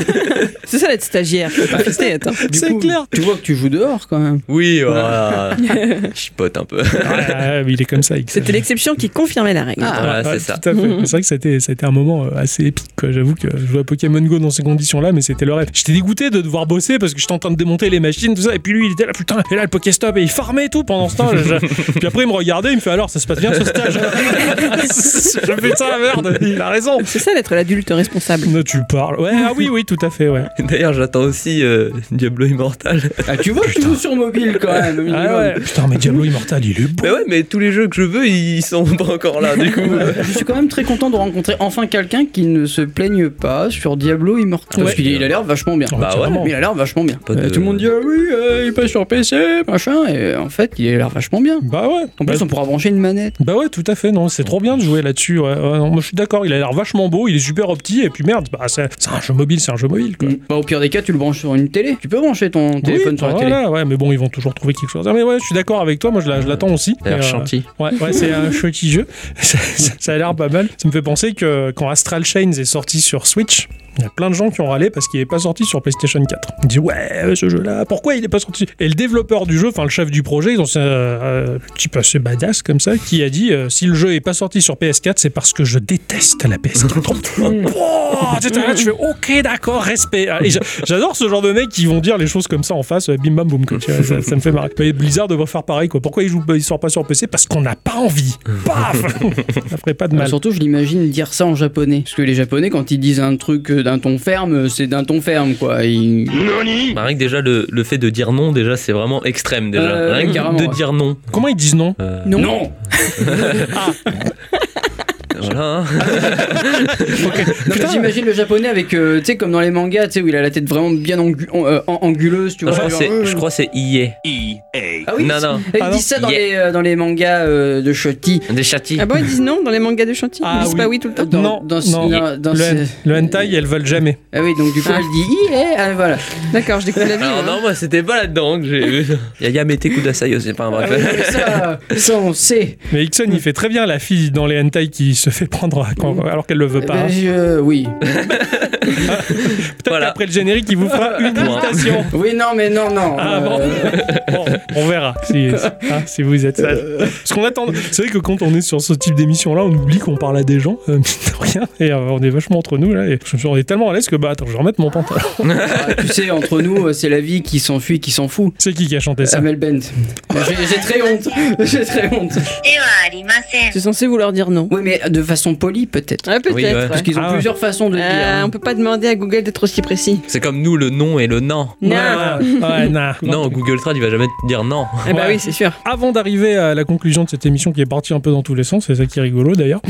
Speaker 3: C'est ça d'être stagiaire. faut pas rester, attends.
Speaker 1: Du
Speaker 2: C'est
Speaker 1: coup,
Speaker 2: clair.
Speaker 1: Tu vois que tu joues dehors quand même.
Speaker 4: Oui, voilà. je chipote un peu.
Speaker 2: Ah, mais il est comme ça. il-
Speaker 3: C'était l'exception qui confirmait la règle.
Speaker 1: Ah.
Speaker 4: Voilà,
Speaker 2: Ouais,
Speaker 4: c'est ça.
Speaker 2: tout à fait. C'est vrai que c'était, c'était un moment euh, assez épique. quoi. J'avoue que je jouais à Pokémon Go dans ces conditions-là, mais c'était le rêve. J'étais dégoûté de devoir bosser parce que j'étais en train de démonter les machines, tout ça. Et puis lui, il était là, putain, et là, le Pokéstop, et il farmait et tout pendant ce temps. Je- je- Puis après, il me regardait, il me fait alors, ça se passe bien ce stage. je fais ça, merde, il a raison.
Speaker 3: C'est ça d'être l'adulte responsable.
Speaker 2: Non, tu parles. Ouais, ah oui, oui, tout à fait, ouais.
Speaker 4: D'ailleurs, j'attends aussi euh, Diablo Immortal.
Speaker 1: Ah, tu vois que tu joues sur mobile quand même. au minimum.
Speaker 2: Ah ouais. Putain, mais Diablo Immortal, il est beau.
Speaker 4: Mais ouais, mais tous les jeux que je veux, ils sont pas encore là, du coup.
Speaker 1: Je suis quand même très content de rencontrer enfin quelqu'un qui ne se plaigne pas sur Diablo Immortal. Parce
Speaker 2: Ouais.
Speaker 1: qu'il a l'air vachement bien.
Speaker 2: Ah,
Speaker 4: Bah ouais.
Speaker 2: carrément.
Speaker 1: Mais il a l'air vachement bien.
Speaker 4: Pas de-
Speaker 1: Euh, Tout le monde dit ah oui, euh, il passe sur PC, machin, et en fait, il a l'air vachement bien.
Speaker 2: Bah ouais.
Speaker 1: En plus, on pourra brancher une manette.
Speaker 2: Bah ouais, tout à fait, non, c'est trop bien de jouer là-dessus. Ouais. Ouais, non, moi je suis d'accord, il a l'air vachement beau, il est super opti, et puis merde, bah, c'est c'est un jeu mobile, c'est un jeu mobile quoi.
Speaker 1: Bah, au pire des cas, tu le branches sur une télé. Tu peux brancher ton téléphone
Speaker 2: Mm. Oui, bah
Speaker 1: sur la
Speaker 2: voilà, ouais, mais bon, ils vont toujours trouver quelque chose. Ah, mais ouais, je suis d'accord avec toi, moi je la- je l'attends aussi.
Speaker 4: D'ailleurs,
Speaker 2: Et, euh,
Speaker 4: Chanty.
Speaker 2: Ouais, ouais, c'est un petit jeu. ça, ça- ça a l'air pas mal. Ça me fait penser que quand Astral Chains est sorti sur Switch, il y a plein de gens qui ont râlé parce qu'il n'est pas sorti sur PlayStation 4. Ils disent ouais, ce jeu-là, pourquoi il n'est pas sorti Et le développeur du jeu, enfin le chef du projet, ils ont un euh, type assez badass comme ça, qui a dit euh, si le jeu est pas sorti sur PS4, c'est parce que je déteste la Oh, PS4. Wow, t'es là, tu fais ok, d'accord, respect. Et j'a- J'adore ce genre de mecs qui vont dire les choses comme ça en face, euh, bim bam boum. quoi. Tu vois, Ça, ça me fait marrer. Mais Blizzard devrait faire pareil. Quoi. Pourquoi ils jouent, ils sortent pas sur PC Parce qu'on n'a pas envie. Paf Ça ferait pas de
Speaker 1: télé.
Speaker 2: mal.
Speaker 1: Bah, Surtout, je l'imagine dire ça en japonais. Parce que les japonais, quand ils disent un truc euh, d'un ton ferme, c'est d'un ton ferme, quoi. Ils-
Speaker 4: Bah, rien que déjà, le, le fait de dire non, déjà, c'est vraiment extrême, déjà.
Speaker 1: Euh,
Speaker 4: rien
Speaker 1: carrément,
Speaker 4: que de
Speaker 1: ouais.
Speaker 4: dire non.
Speaker 2: Comment ils disent non
Speaker 4: Euh,
Speaker 3: Non.
Speaker 4: Voilà. hein.
Speaker 1: Non, mais J'imagine le japonais avec, euh, tu sais, comme dans les mangas, tu sais, où il a la tête vraiment bien angu- en- euh, en- anguleuse, tu
Speaker 4: Je
Speaker 1: vois.
Speaker 4: crois que
Speaker 1: genre,
Speaker 4: c'est-
Speaker 1: euh,
Speaker 4: je crois que c'est IE.
Speaker 1: Ah oui,
Speaker 4: non, non.
Speaker 1: Ils
Speaker 2: Ah non.
Speaker 1: disent ça dans,
Speaker 4: Yeah.
Speaker 1: les, euh, dans les mangas euh, de Shoti.
Speaker 4: Des châtis.
Speaker 3: Ah bon, ils disent non dans les mangas de chantier
Speaker 2: Ah
Speaker 3: Ils disent
Speaker 2: oui.
Speaker 3: pas oui tout le temps
Speaker 2: Non,
Speaker 1: Dans- dans ce-
Speaker 2: non.
Speaker 1: dans- dans
Speaker 2: le,
Speaker 1: ce-
Speaker 2: le hentai, elles veulent jamais.
Speaker 1: Ah oui, donc du coup, elle dit Hi, eh, ah, voilà.
Speaker 3: D'accord, je découvre la vie.
Speaker 4: Alors,
Speaker 3: hein.
Speaker 4: non, moi, c'était pas là-dedans que j'ai eu. Y'a Yamete Kudasayo, c'est pas un
Speaker 1: Ah
Speaker 4: vrai.
Speaker 1: oui, mais ça, ça, on sait.
Speaker 2: Mais Ixon, il fait très bien la fille dans les hentai qui se fait prendre à- quand- alors qu'elle le veut pas. hein.
Speaker 1: Euh, je- oui.
Speaker 2: Peut-être
Speaker 4: voilà.
Speaker 2: qu'après le générique, il vous fera une
Speaker 4: Point.
Speaker 2: invitation.
Speaker 1: Oui, non, mais non, non.
Speaker 2: Ah bon,
Speaker 1: Euh,
Speaker 2: Bon, on verra si, hein, si vous êtes sage. Parce qu'on attend. C'est vrai que quand on est sur ce type d'émission-là, on oublie qu'on parle à des gens, euh, mine de rien, et euh, on est vachement entre nous là. Et je me suis- on est tellement à l'aise que bah attends, je vais remettre mon pantalon.
Speaker 1: ah, tu sais, entre nous, euh, c'est la vie qui s'enfuit, qui s'en fout.
Speaker 2: C'est qui qui a chanté
Speaker 4: Euh,
Speaker 2: ça
Speaker 1: Samuel Bent. J'ai j'ai très honte. J'ai très honte.
Speaker 3: C'est censé vouloir dire non.
Speaker 1: Oui, mais de façon polie, peut-être.
Speaker 3: Ah, peut-être.
Speaker 4: Oui, ouais.
Speaker 3: ouais.
Speaker 1: Parce qu'ils ont
Speaker 2: Ah ouais.
Speaker 1: plusieurs façons de le
Speaker 3: Euh,
Speaker 1: dire. hein.
Speaker 3: on peut pas demander à Google d'être aussi précis.
Speaker 4: C'est comme nous, le non et le non.
Speaker 3: Non.
Speaker 2: Ouais, ouais, nah.
Speaker 4: Non, Google Trad, il va jamais te dire non.
Speaker 3: Eh bah
Speaker 2: Ouais.
Speaker 3: oui, c'est sûr.
Speaker 2: Avant d'arriver à la conclusion de cette émission qui est partie un peu dans tous les sens, c'est ça qui est rigolo d'ailleurs.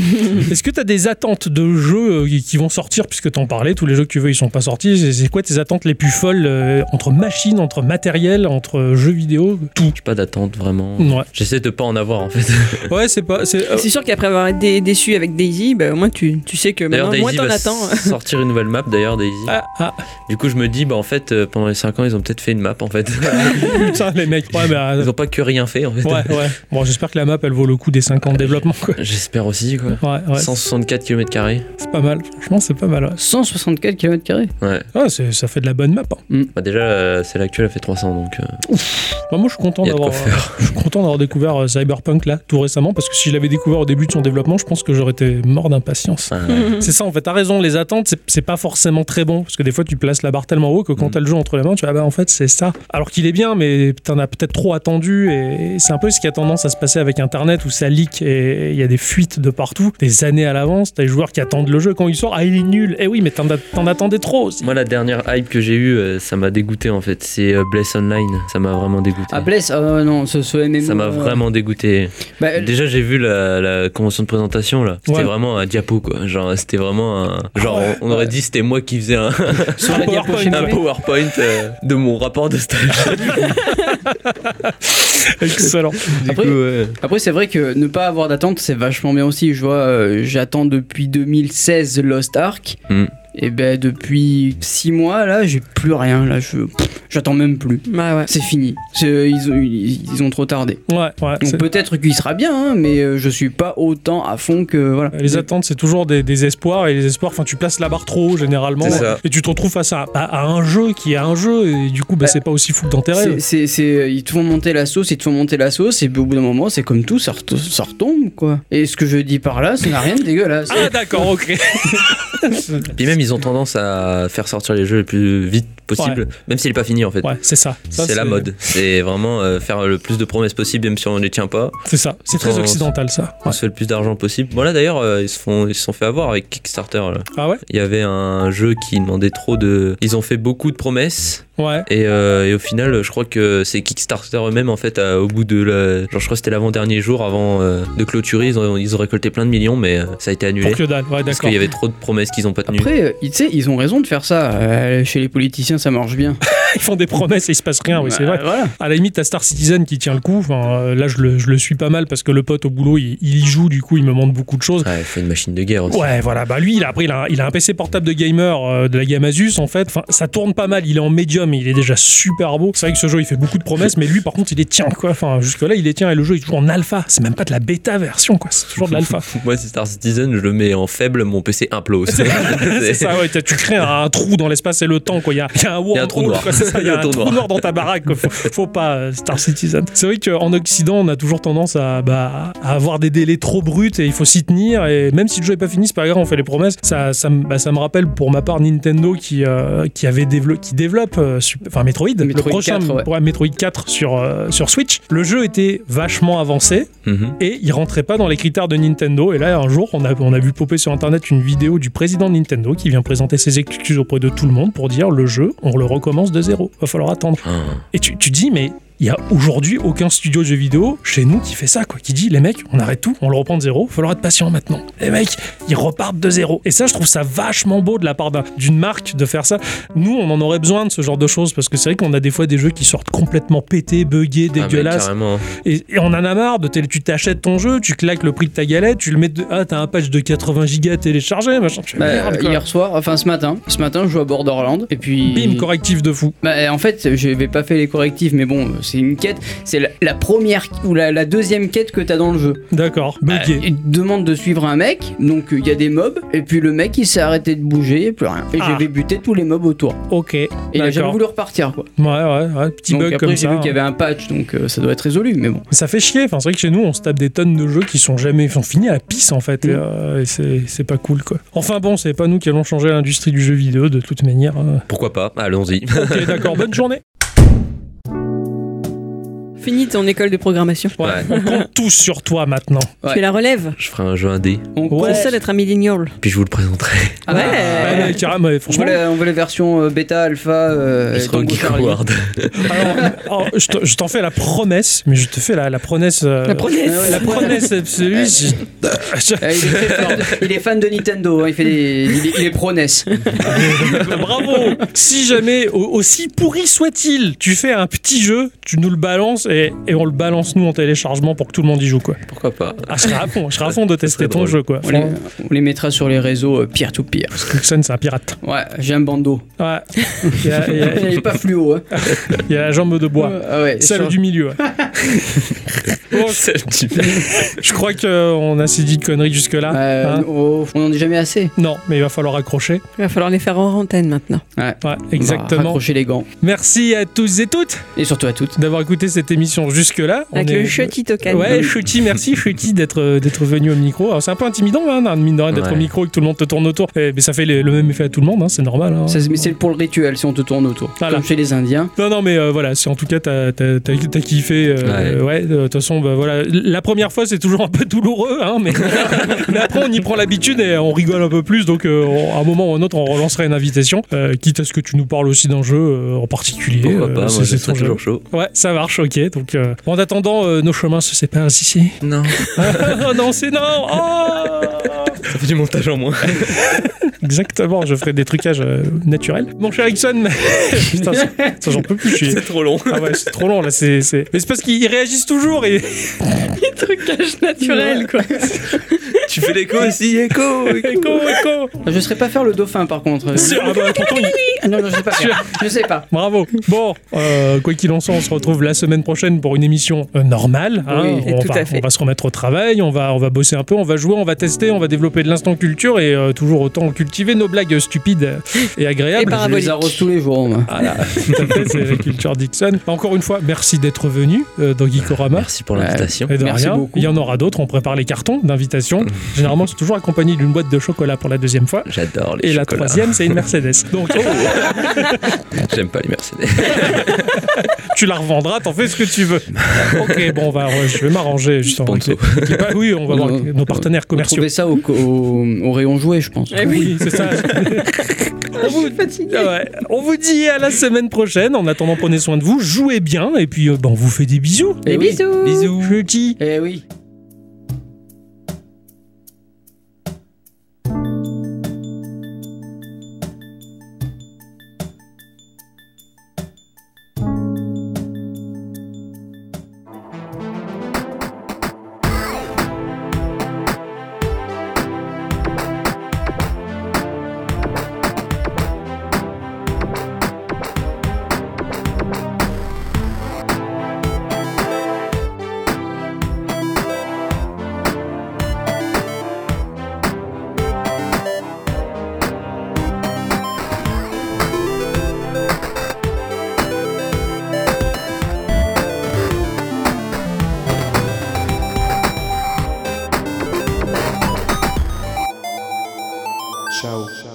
Speaker 2: Est-ce que tu as des attentes de jeux euh, qui- qui vont sortir puisque t'en parlais, tous les jeux que tu veux ils sont pas sortis. C'est- C'est quoi tes attentes les plus folles euh, entre machines, entre matériel, entre euh, jeux vidéo, tout
Speaker 4: J'ai pas d'attente vraiment.
Speaker 2: Ouais,
Speaker 4: J'essaie de pas en avoir en fait.
Speaker 2: ouais c'est pas c'est euh,
Speaker 3: C'est sûr qu'après avoir été déçu avec Daisy, bah, au moins tu, tu sais que
Speaker 4: D'ailleurs,
Speaker 3: maintenant, moins
Speaker 4: Daisy
Speaker 3: t'en
Speaker 4: va
Speaker 3: attends.
Speaker 4: s- sortir une nouvelle map d'ailleurs, Daisy.
Speaker 2: ah, ah,
Speaker 4: Du coup, je me dis, bah en fait, euh, pendant les 5 ans, ils ont peut-être fait une map en fait.
Speaker 2: Putain, les mecs. Ouais, bah,
Speaker 4: Ils ont pas que rien fait en fait.
Speaker 2: ouais, ouais. Bon, j'espère que la map, elle vaut le coup des 5 ans de développement, quoi.
Speaker 4: J'espère aussi quoi.
Speaker 2: Ouais, ouais.
Speaker 4: 164 km.
Speaker 2: C'est pas mal. Franchement, c'est pas
Speaker 3: hein.
Speaker 2: mal. ouais.
Speaker 1: 164 km.
Speaker 4: Ouais.
Speaker 2: Ah, c'est- ça fait de la bonne map. hein.
Speaker 4: Bah déjà, euh, celle actuelle a fait 300 donc. euh,
Speaker 2: Bah, moi, je suis content
Speaker 4: Il y a de
Speaker 2: d'avoir. euh,
Speaker 4: quoi
Speaker 2: Je suis content d'avoir découvert euh, Cyberpunk là, tout récemment, parce que si je l'avais découvert au début de son développement, je pense que j'aurais été mort d'impatience.
Speaker 4: enfin, euh, ouais.
Speaker 1: Mm.
Speaker 2: C'est ça, en fait. T'as raison. Les attentes, c'est- c'est pas forcément très bon, parce que des fois tu places la barre tellement haut que
Speaker 4: Mm.
Speaker 2: quand t'as le jeu entre les mains, tu vas ah bah en fait c'est ça. Alors qu'il est bien, mais t'en as peut-être trop attendu et c'est un peu ce qui a tendance à se passer avec Internet où ça leak et il y a des fuites de partout, des années à l'avance. T'as les joueurs qui attendent le jeu quand il sort, ah il est nul. Eh oui, mais t'en, a- t'en attendais trop aussi.
Speaker 4: Moi, la dernière hype que j'ai eue, euh, ça m'a dégoûté en fait. C'est euh, Bless Online. Ça m'a vraiment dégoûté.
Speaker 1: Ah, Bless, euh, non, ce, ce MMO.
Speaker 4: ça m'a
Speaker 1: euh,
Speaker 4: vraiment dégoûté.
Speaker 1: bah, euh,
Speaker 4: Déjà, j'ai vu la, la convention de présentation là. C'était
Speaker 2: Ouais.
Speaker 4: vraiment un diapo quoi. Genre, c'était vraiment un. Genre, on, on aurait dit c'était moi qui faisais un,
Speaker 1: sur la
Speaker 2: PowerPoint,
Speaker 1: diapo-
Speaker 4: un PowerPoint euh, de mon rapport de stage.
Speaker 2: Excellent.
Speaker 4: Du
Speaker 1: Après-
Speaker 4: coup, ouais.
Speaker 1: Après, c'est vrai que ne pas avoir d'attente, c'est vachement bien aussi. Je vois, euh, j'attends depuis 2016 Lost Ark.
Speaker 2: Hmm.
Speaker 4: Mm.
Speaker 1: Et ben depuis 6 mois, là, j'ai plus rien. Là, je pff, j'attends même plus.
Speaker 3: Bah ouais.
Speaker 1: C'est fini. C'est- Ils ont, ils, ils ont trop tardé.
Speaker 2: Ouais, ouais.
Speaker 1: Donc
Speaker 2: Ah, c'est-
Speaker 1: peut-être qu'il sera bien, hein, mais euh, je suis pas autant à fond que voilà.
Speaker 2: Euh, Les attentes, c'est toujours des, des espoirs et les espoirs. Enfin, tu places la barre trop haut généralement
Speaker 4: C'est ça.
Speaker 2: et tu te retrouves face à, à- à un jeu qui est un jeu et du coup, bah,
Speaker 1: Bah,
Speaker 2: c'est pas aussi fou que d'intérêt.
Speaker 1: C'est- c'est- c'est- euh, ils te font monter la sauce, ils te font monter la sauce, et puis au bout d'un moment, c'est comme tout, ça, reto- ça retombe, quoi. Et ce que je dis par là, ça n'a rien de dégueulasse.
Speaker 2: Ah d'accord, ok.
Speaker 4: Puis même, ils ont tendance à faire sortir les jeux le plus vite possible, même s'il est pas fini en fait.
Speaker 2: Ouais, c'est ça. Ça,
Speaker 4: c'est la mode. C'est vraiment euh, faire le plus de promesses possible, même si on ne les tient pas.
Speaker 2: C'est ça. C'est très
Speaker 4: Sans-
Speaker 2: occidental ça.
Speaker 4: On se fait le plus d'argent possible. Voilà, d'ailleurs, euh, ils se font, ils se sont fait avoir avec Kickstarter. là.
Speaker 2: Ah ouais
Speaker 4: Il y avait un jeu qui demandait trop de. Ils ont fait beaucoup de promesses
Speaker 2: Ouais.
Speaker 4: et, euh, et au final, je crois que c'est Kickstarter eux-mêmes en fait. à- au bout de la... genre, je crois que c'était l'avant-dernier jour avant euh, de clôturer, ils ont, ils ont récolté plein de millions, mais euh, ça a été annulé
Speaker 2: Pour que dalle. Ouais,
Speaker 4: parce
Speaker 2: d'accord.
Speaker 4: qu'il y avait trop de promesses qu'ils n'ont pas tenues.
Speaker 1: Après, euh, ils- tu sais, ils ont raison de faire ça. Euh, chez les politiciens, ça marche bien.
Speaker 2: Ils font des promesses et il se passe rien. Ah Oui, c'est
Speaker 1: Bah,
Speaker 2: vrai.
Speaker 1: Voilà.
Speaker 2: À la limite, t'as Star Citizen qui tient le coup. Enfin, euh, là, je le, je le suis pas mal parce que le pote au boulot, il, il y joue. Du coup, il me montre beaucoup de choses.
Speaker 4: Ouais, il faut une machine de guerre aussi.
Speaker 2: Ouais, voilà. Bah lui, il a après, il a, un- il a un PC portable de gamer euh, de la gamme Asus en fait. Enfin, ça tourne pas mal. Il est en médium, et il est déjà super beau. C'est vrai que ce jeu, il fait beaucoup de promesses, mais lui, par contre, il les tient quoi. Enfin, jusque là, il les tient et le jeu il est toujours en alpha. C'est même pas de la bêta version quoi. C'est toujours de l'alpha.
Speaker 4: Moi, c'est Star Citizen, je le mets en faible, mon PC implose.
Speaker 2: c'est
Speaker 4: C'est-
Speaker 2: ça, ouais, t'as- tu crées un, un trou dans l'espace et le temps, quoi. Il y a, il y a un
Speaker 4: y a un trou
Speaker 2: wormhole,
Speaker 4: noir.
Speaker 2: quoi, c'est ça, Il y a
Speaker 4: Le
Speaker 2: un
Speaker 4: trou
Speaker 2: trou
Speaker 4: noir.
Speaker 2: noir dans ta baraque, quoi. Faut, faut pas euh, Star Citizen. C'est vrai qu'en Occident, on a toujours tendance à, bah, à avoir des délais trop bruts et il faut s'y tenir. Et même si le jeu est pas fini, c'est pas grave, on fait les promesses. Ça, ça, me- bah, ça me rappelle pour ma part Nintendo qui, euh, qui, avait développé, qui développe euh, Sup- enfin, Metroid, le
Speaker 1: Metroid
Speaker 2: prochain
Speaker 1: 4, ouais.
Speaker 2: ouais, Metroid 4 sur, euh, sur Switch. Le jeu était vachement avancé
Speaker 4: Mhm.
Speaker 2: et il rentrait pas dans les critères de Nintendo. Et là, un jour, on a, on a vu popper sur internet une vidéo du président de Nintendo qui vient présenter ses excuses auprès de tout le monde pour dire le jeu, on le recommence de zéro. Va falloir attendre.
Speaker 4: Ah.
Speaker 2: Et tu, tu dis, mais il y a aujourd'hui aucun studio de jeux vidéo chez nous qui fait ça, quoi. Qui dit, les mecs, on arrête tout, on le reprend de zéro, falloir être patient maintenant. Les mecs, ils repartent de zéro. Et ça, je trouve ça vachement beau de la part d'un- d'une marque de faire ça. Nous, on en aurait besoin de ce genre de choses parce que c'est vrai qu'on a des fois des jeux qui sortent complètement pétés, buggés,
Speaker 4: Ah, mais
Speaker 2: dégueulasses.
Speaker 4: carrément.
Speaker 2: Et, et on en a marre de télé. Tu t'achètes ton jeu, tu claques le prix de ta galette, tu le mets de. Ah, t'as un patch de 80 gigas téléchargé, machin. Tu fais,
Speaker 1: Bah,
Speaker 2: merde, quoi.
Speaker 1: hier soir, enfin ce matin, ce matin, je joue à Borderland et puis.
Speaker 2: Bim, correctif de fou.
Speaker 1: Bah, en fait, je n'avais pas fait les correctifs, mais bon, c'est une quête. C'est la, la première ou la, la deuxième quête que t'as dans le jeu.
Speaker 2: D'accord,
Speaker 1: Euh,
Speaker 2: bugué.
Speaker 1: il te demande de suivre un mec, donc euh, il y a des mobs, et puis le mec il s'est arrêté de bouger, et plus rien. Et
Speaker 2: Ah.
Speaker 1: j'avais buté tous les mobs autour.
Speaker 2: ok. Et
Speaker 1: Et il a jamais voulu repartir quoi.
Speaker 2: Ouais, ouais, ouais. Petit
Speaker 1: donc
Speaker 2: bug
Speaker 1: après
Speaker 2: comme
Speaker 1: j'ai
Speaker 2: ça. hein.
Speaker 1: vu qu'il y avait un patch, donc euh, ça doit être résolu, mais bon.
Speaker 2: Ça fait chier. Enfin, c'est vrai que chez nous, on se tape des tonnes de jeux qui sont jamais. sont finis à la pisse, en fait. Et,
Speaker 1: Mm.
Speaker 2: euh, et c'est c'est pas cool, quoi. Enfin, bon, c'est pas nous qui allons changer l'industrie du jeu vidéo, de toute manière. euh.
Speaker 4: Pourquoi pas Allons-y.
Speaker 2: Ok, d'accord, bonne journée.
Speaker 3: Fini ton école de programmation.
Speaker 2: Ouais,
Speaker 4: Ouais.
Speaker 2: On compte tous sur toi maintenant.
Speaker 1: Ouais.
Speaker 3: Tu es la relève.
Speaker 4: Je ferai un jeu indé,
Speaker 1: On
Speaker 2: Ouais.
Speaker 1: compte-
Speaker 3: C'est ça d'être un millennial.
Speaker 4: puis je vous le présenterai.
Speaker 1: Ah bah,
Speaker 3: Ouais.
Speaker 2: Ouais, mais carrément, mais
Speaker 1: on,
Speaker 2: franchement.
Speaker 1: veut les, on veut les versions euh, bêta, alpha. euh,
Speaker 4: Je
Speaker 1: et
Speaker 4: serai au
Speaker 1: Tango
Speaker 4: Geek
Speaker 1: Charlie.
Speaker 4: Award.
Speaker 2: Alors, alors, je te- je t'en fais la promesse, mais je te fais la, la promesse. euh,
Speaker 3: La promesse.
Speaker 1: Ouais, ouais,
Speaker 2: La promesse absolue. je-
Speaker 1: Euh, il, est très fort. Il est fan de Nintendo, hein, il, fait des, il, est, il est pro E NES.
Speaker 2: Bravo. Si jamais, au- aussi pourri soit-il, tu fais un petit jeu, tu nous le balances et, et on le balance nous en téléchargement pour que tout le monde y joue quoi.
Speaker 4: Pourquoi pas
Speaker 2: Ah, je serais à fond, je serais à fond de tester
Speaker 4: serait
Speaker 2: ton
Speaker 4: drôle.
Speaker 2: jeu quoi.
Speaker 1: On les, on les mettra sur les réseaux euh, peer-to-peer.
Speaker 2: Clarkson, c'est un pirate.
Speaker 1: Ouais, j'aime Bando.
Speaker 2: Ouais. Il y a, il y a-
Speaker 1: Il est pas fluo. Hein.
Speaker 2: il y a la jambe de euh, bois.
Speaker 1: Ah ouais,
Speaker 2: Celle
Speaker 1: sur-
Speaker 2: du milieu. ouais. Bon,
Speaker 4: Celle du-
Speaker 2: je crois qu'on a assez dit de conneries jusque-là.
Speaker 1: Euh,
Speaker 2: hein.
Speaker 1: oh, on n'en est jamais assez.
Speaker 2: non, mais il va falloir accrocher.
Speaker 3: Il va falloir les faire en antenne maintenant.
Speaker 1: Ouais.
Speaker 2: Ouais,
Speaker 1: On va
Speaker 2: exactement.
Speaker 1: Raccrocher les gants.
Speaker 2: Merci à tous et toutes
Speaker 1: Et surtout à toutes.
Speaker 2: d'avoir écouté cette émission. émission jusque-là. On
Speaker 3: Avec
Speaker 2: est-
Speaker 3: le chutti token.
Speaker 2: Ouais, Chuti, merci Chuti d'être euh, d'être venu au micro. Alors, C'est un peu intimidant, hein, hein, mine de rien, d'être
Speaker 4: Ouais.
Speaker 2: au micro et que tout le monde te tourne autour. Eh, mais ça fait le, le même effet à tout le monde, hein, c'est normal. hein.
Speaker 1: Ça, mais c'est pour le rituel si on te tourne autour.
Speaker 2: Voilà.
Speaker 1: Comme chez les Indiens.
Speaker 2: Non, non, mais euh, voilà, c'est en tout cas, t'as t'as- t'as- t'as kiffé. euh, ouais, de toute façon, bah, voilà. La première fois, c'est toujours un peu douloureux, hein, mais, mais après, on y prend l'habitude et on rigole un peu plus. Donc, euh, on- à un moment ou à un autre, on relancerait une invitation, euh, quitte à ce que tu nous parles aussi d'un jeu euh, en particulier.
Speaker 4: Pourquoi
Speaker 2: euh,
Speaker 4: pas,
Speaker 2: c'est-
Speaker 4: moi je
Speaker 2: c'est
Speaker 4: serais
Speaker 2: ton jeu.
Speaker 4: toujours chaud.
Speaker 2: Ouais, ça marche, ok. Donc, euh, en attendant, euh, nos chemins se séparent ici. si.
Speaker 4: Non,
Speaker 2: Ah, non, c'est non oh
Speaker 4: ça fait du montage en moins.
Speaker 2: Exactement, je ferai des trucages euh, naturels. Mon cher Ixon, putain, ça, ça, j'en peux plus, je suis-
Speaker 4: C'est trop long.
Speaker 2: Ah ouais, c'est trop long là, c'est. c'est- Mais c'est parce qu'ils réagissent toujours et.
Speaker 3: Trucage naturel, quoi.
Speaker 4: tu fais l'écho aussi, écho,
Speaker 2: Écho, écho
Speaker 1: Ah, Je sais pas faire le dauphin par contre.
Speaker 2: C'est- ah bah, pourtant, il-
Speaker 1: Ah Non, non, je sais pas faire. Je sais pas.
Speaker 2: Bravo Bon, euh, quoi qu'il en soit, on se retrouve la semaine prochaine pour une émission euh, normale. hein.
Speaker 3: Oui,
Speaker 2: on,
Speaker 3: tout
Speaker 2: va,
Speaker 3: à fait.
Speaker 2: on va se remettre au travail, on va, on va bosser un peu, on va jouer, on va tester, on va développer de l'instant culture et euh, toujours autant cultiver nos blagues stupides et
Speaker 3: Et
Speaker 2: agréables.
Speaker 3: par-
Speaker 1: Je
Speaker 3: Parabolique.
Speaker 1: les arrose tous les jours. moi.
Speaker 2: Voilà, tout à fait, c'est la culture Dixon. Encore une fois, merci d'être venu euh, dans Geekorama.
Speaker 4: Merci pour l'invitation.
Speaker 2: Et de
Speaker 1: Merci
Speaker 2: rien,
Speaker 1: beaucoup.
Speaker 2: il y en aura d'autres, on prépare les cartons d'invitation. Généralement, c'est toujours accompagné d'une boîte de chocolat pour la deuxième fois.
Speaker 4: J'adore les
Speaker 2: Et la
Speaker 4: chocolats.
Speaker 2: troisième, c'est une Mercedes. Oh, Donc,
Speaker 4: J'aime pas les Mercedes.
Speaker 2: tu la revendras, t'en fais ce que tu veux. ok, bon, on va, je vais m'arranger. Juste en
Speaker 4: Sponsor.
Speaker 2: Ok, bah oui, on va voir
Speaker 1: Non, non.
Speaker 2: nos partenaires
Speaker 1: On
Speaker 2: commerciaux.
Speaker 1: trouvait ça au, au- au rayon jouet, je pense.
Speaker 3: Eh oui.
Speaker 2: Oui, c'est ça. on, vous, Ouais. On vous dit à la semaine prochaine. En attendant, prenez soin de vous, jouez bien, et puis euh, bah, on vous fait des bisous.
Speaker 1: Eh
Speaker 3: Des
Speaker 1: oui.
Speaker 3: bisous.
Speaker 4: Bisous.
Speaker 2: Jeudi.
Speaker 1: Eh oui.
Speaker 9: Ciao.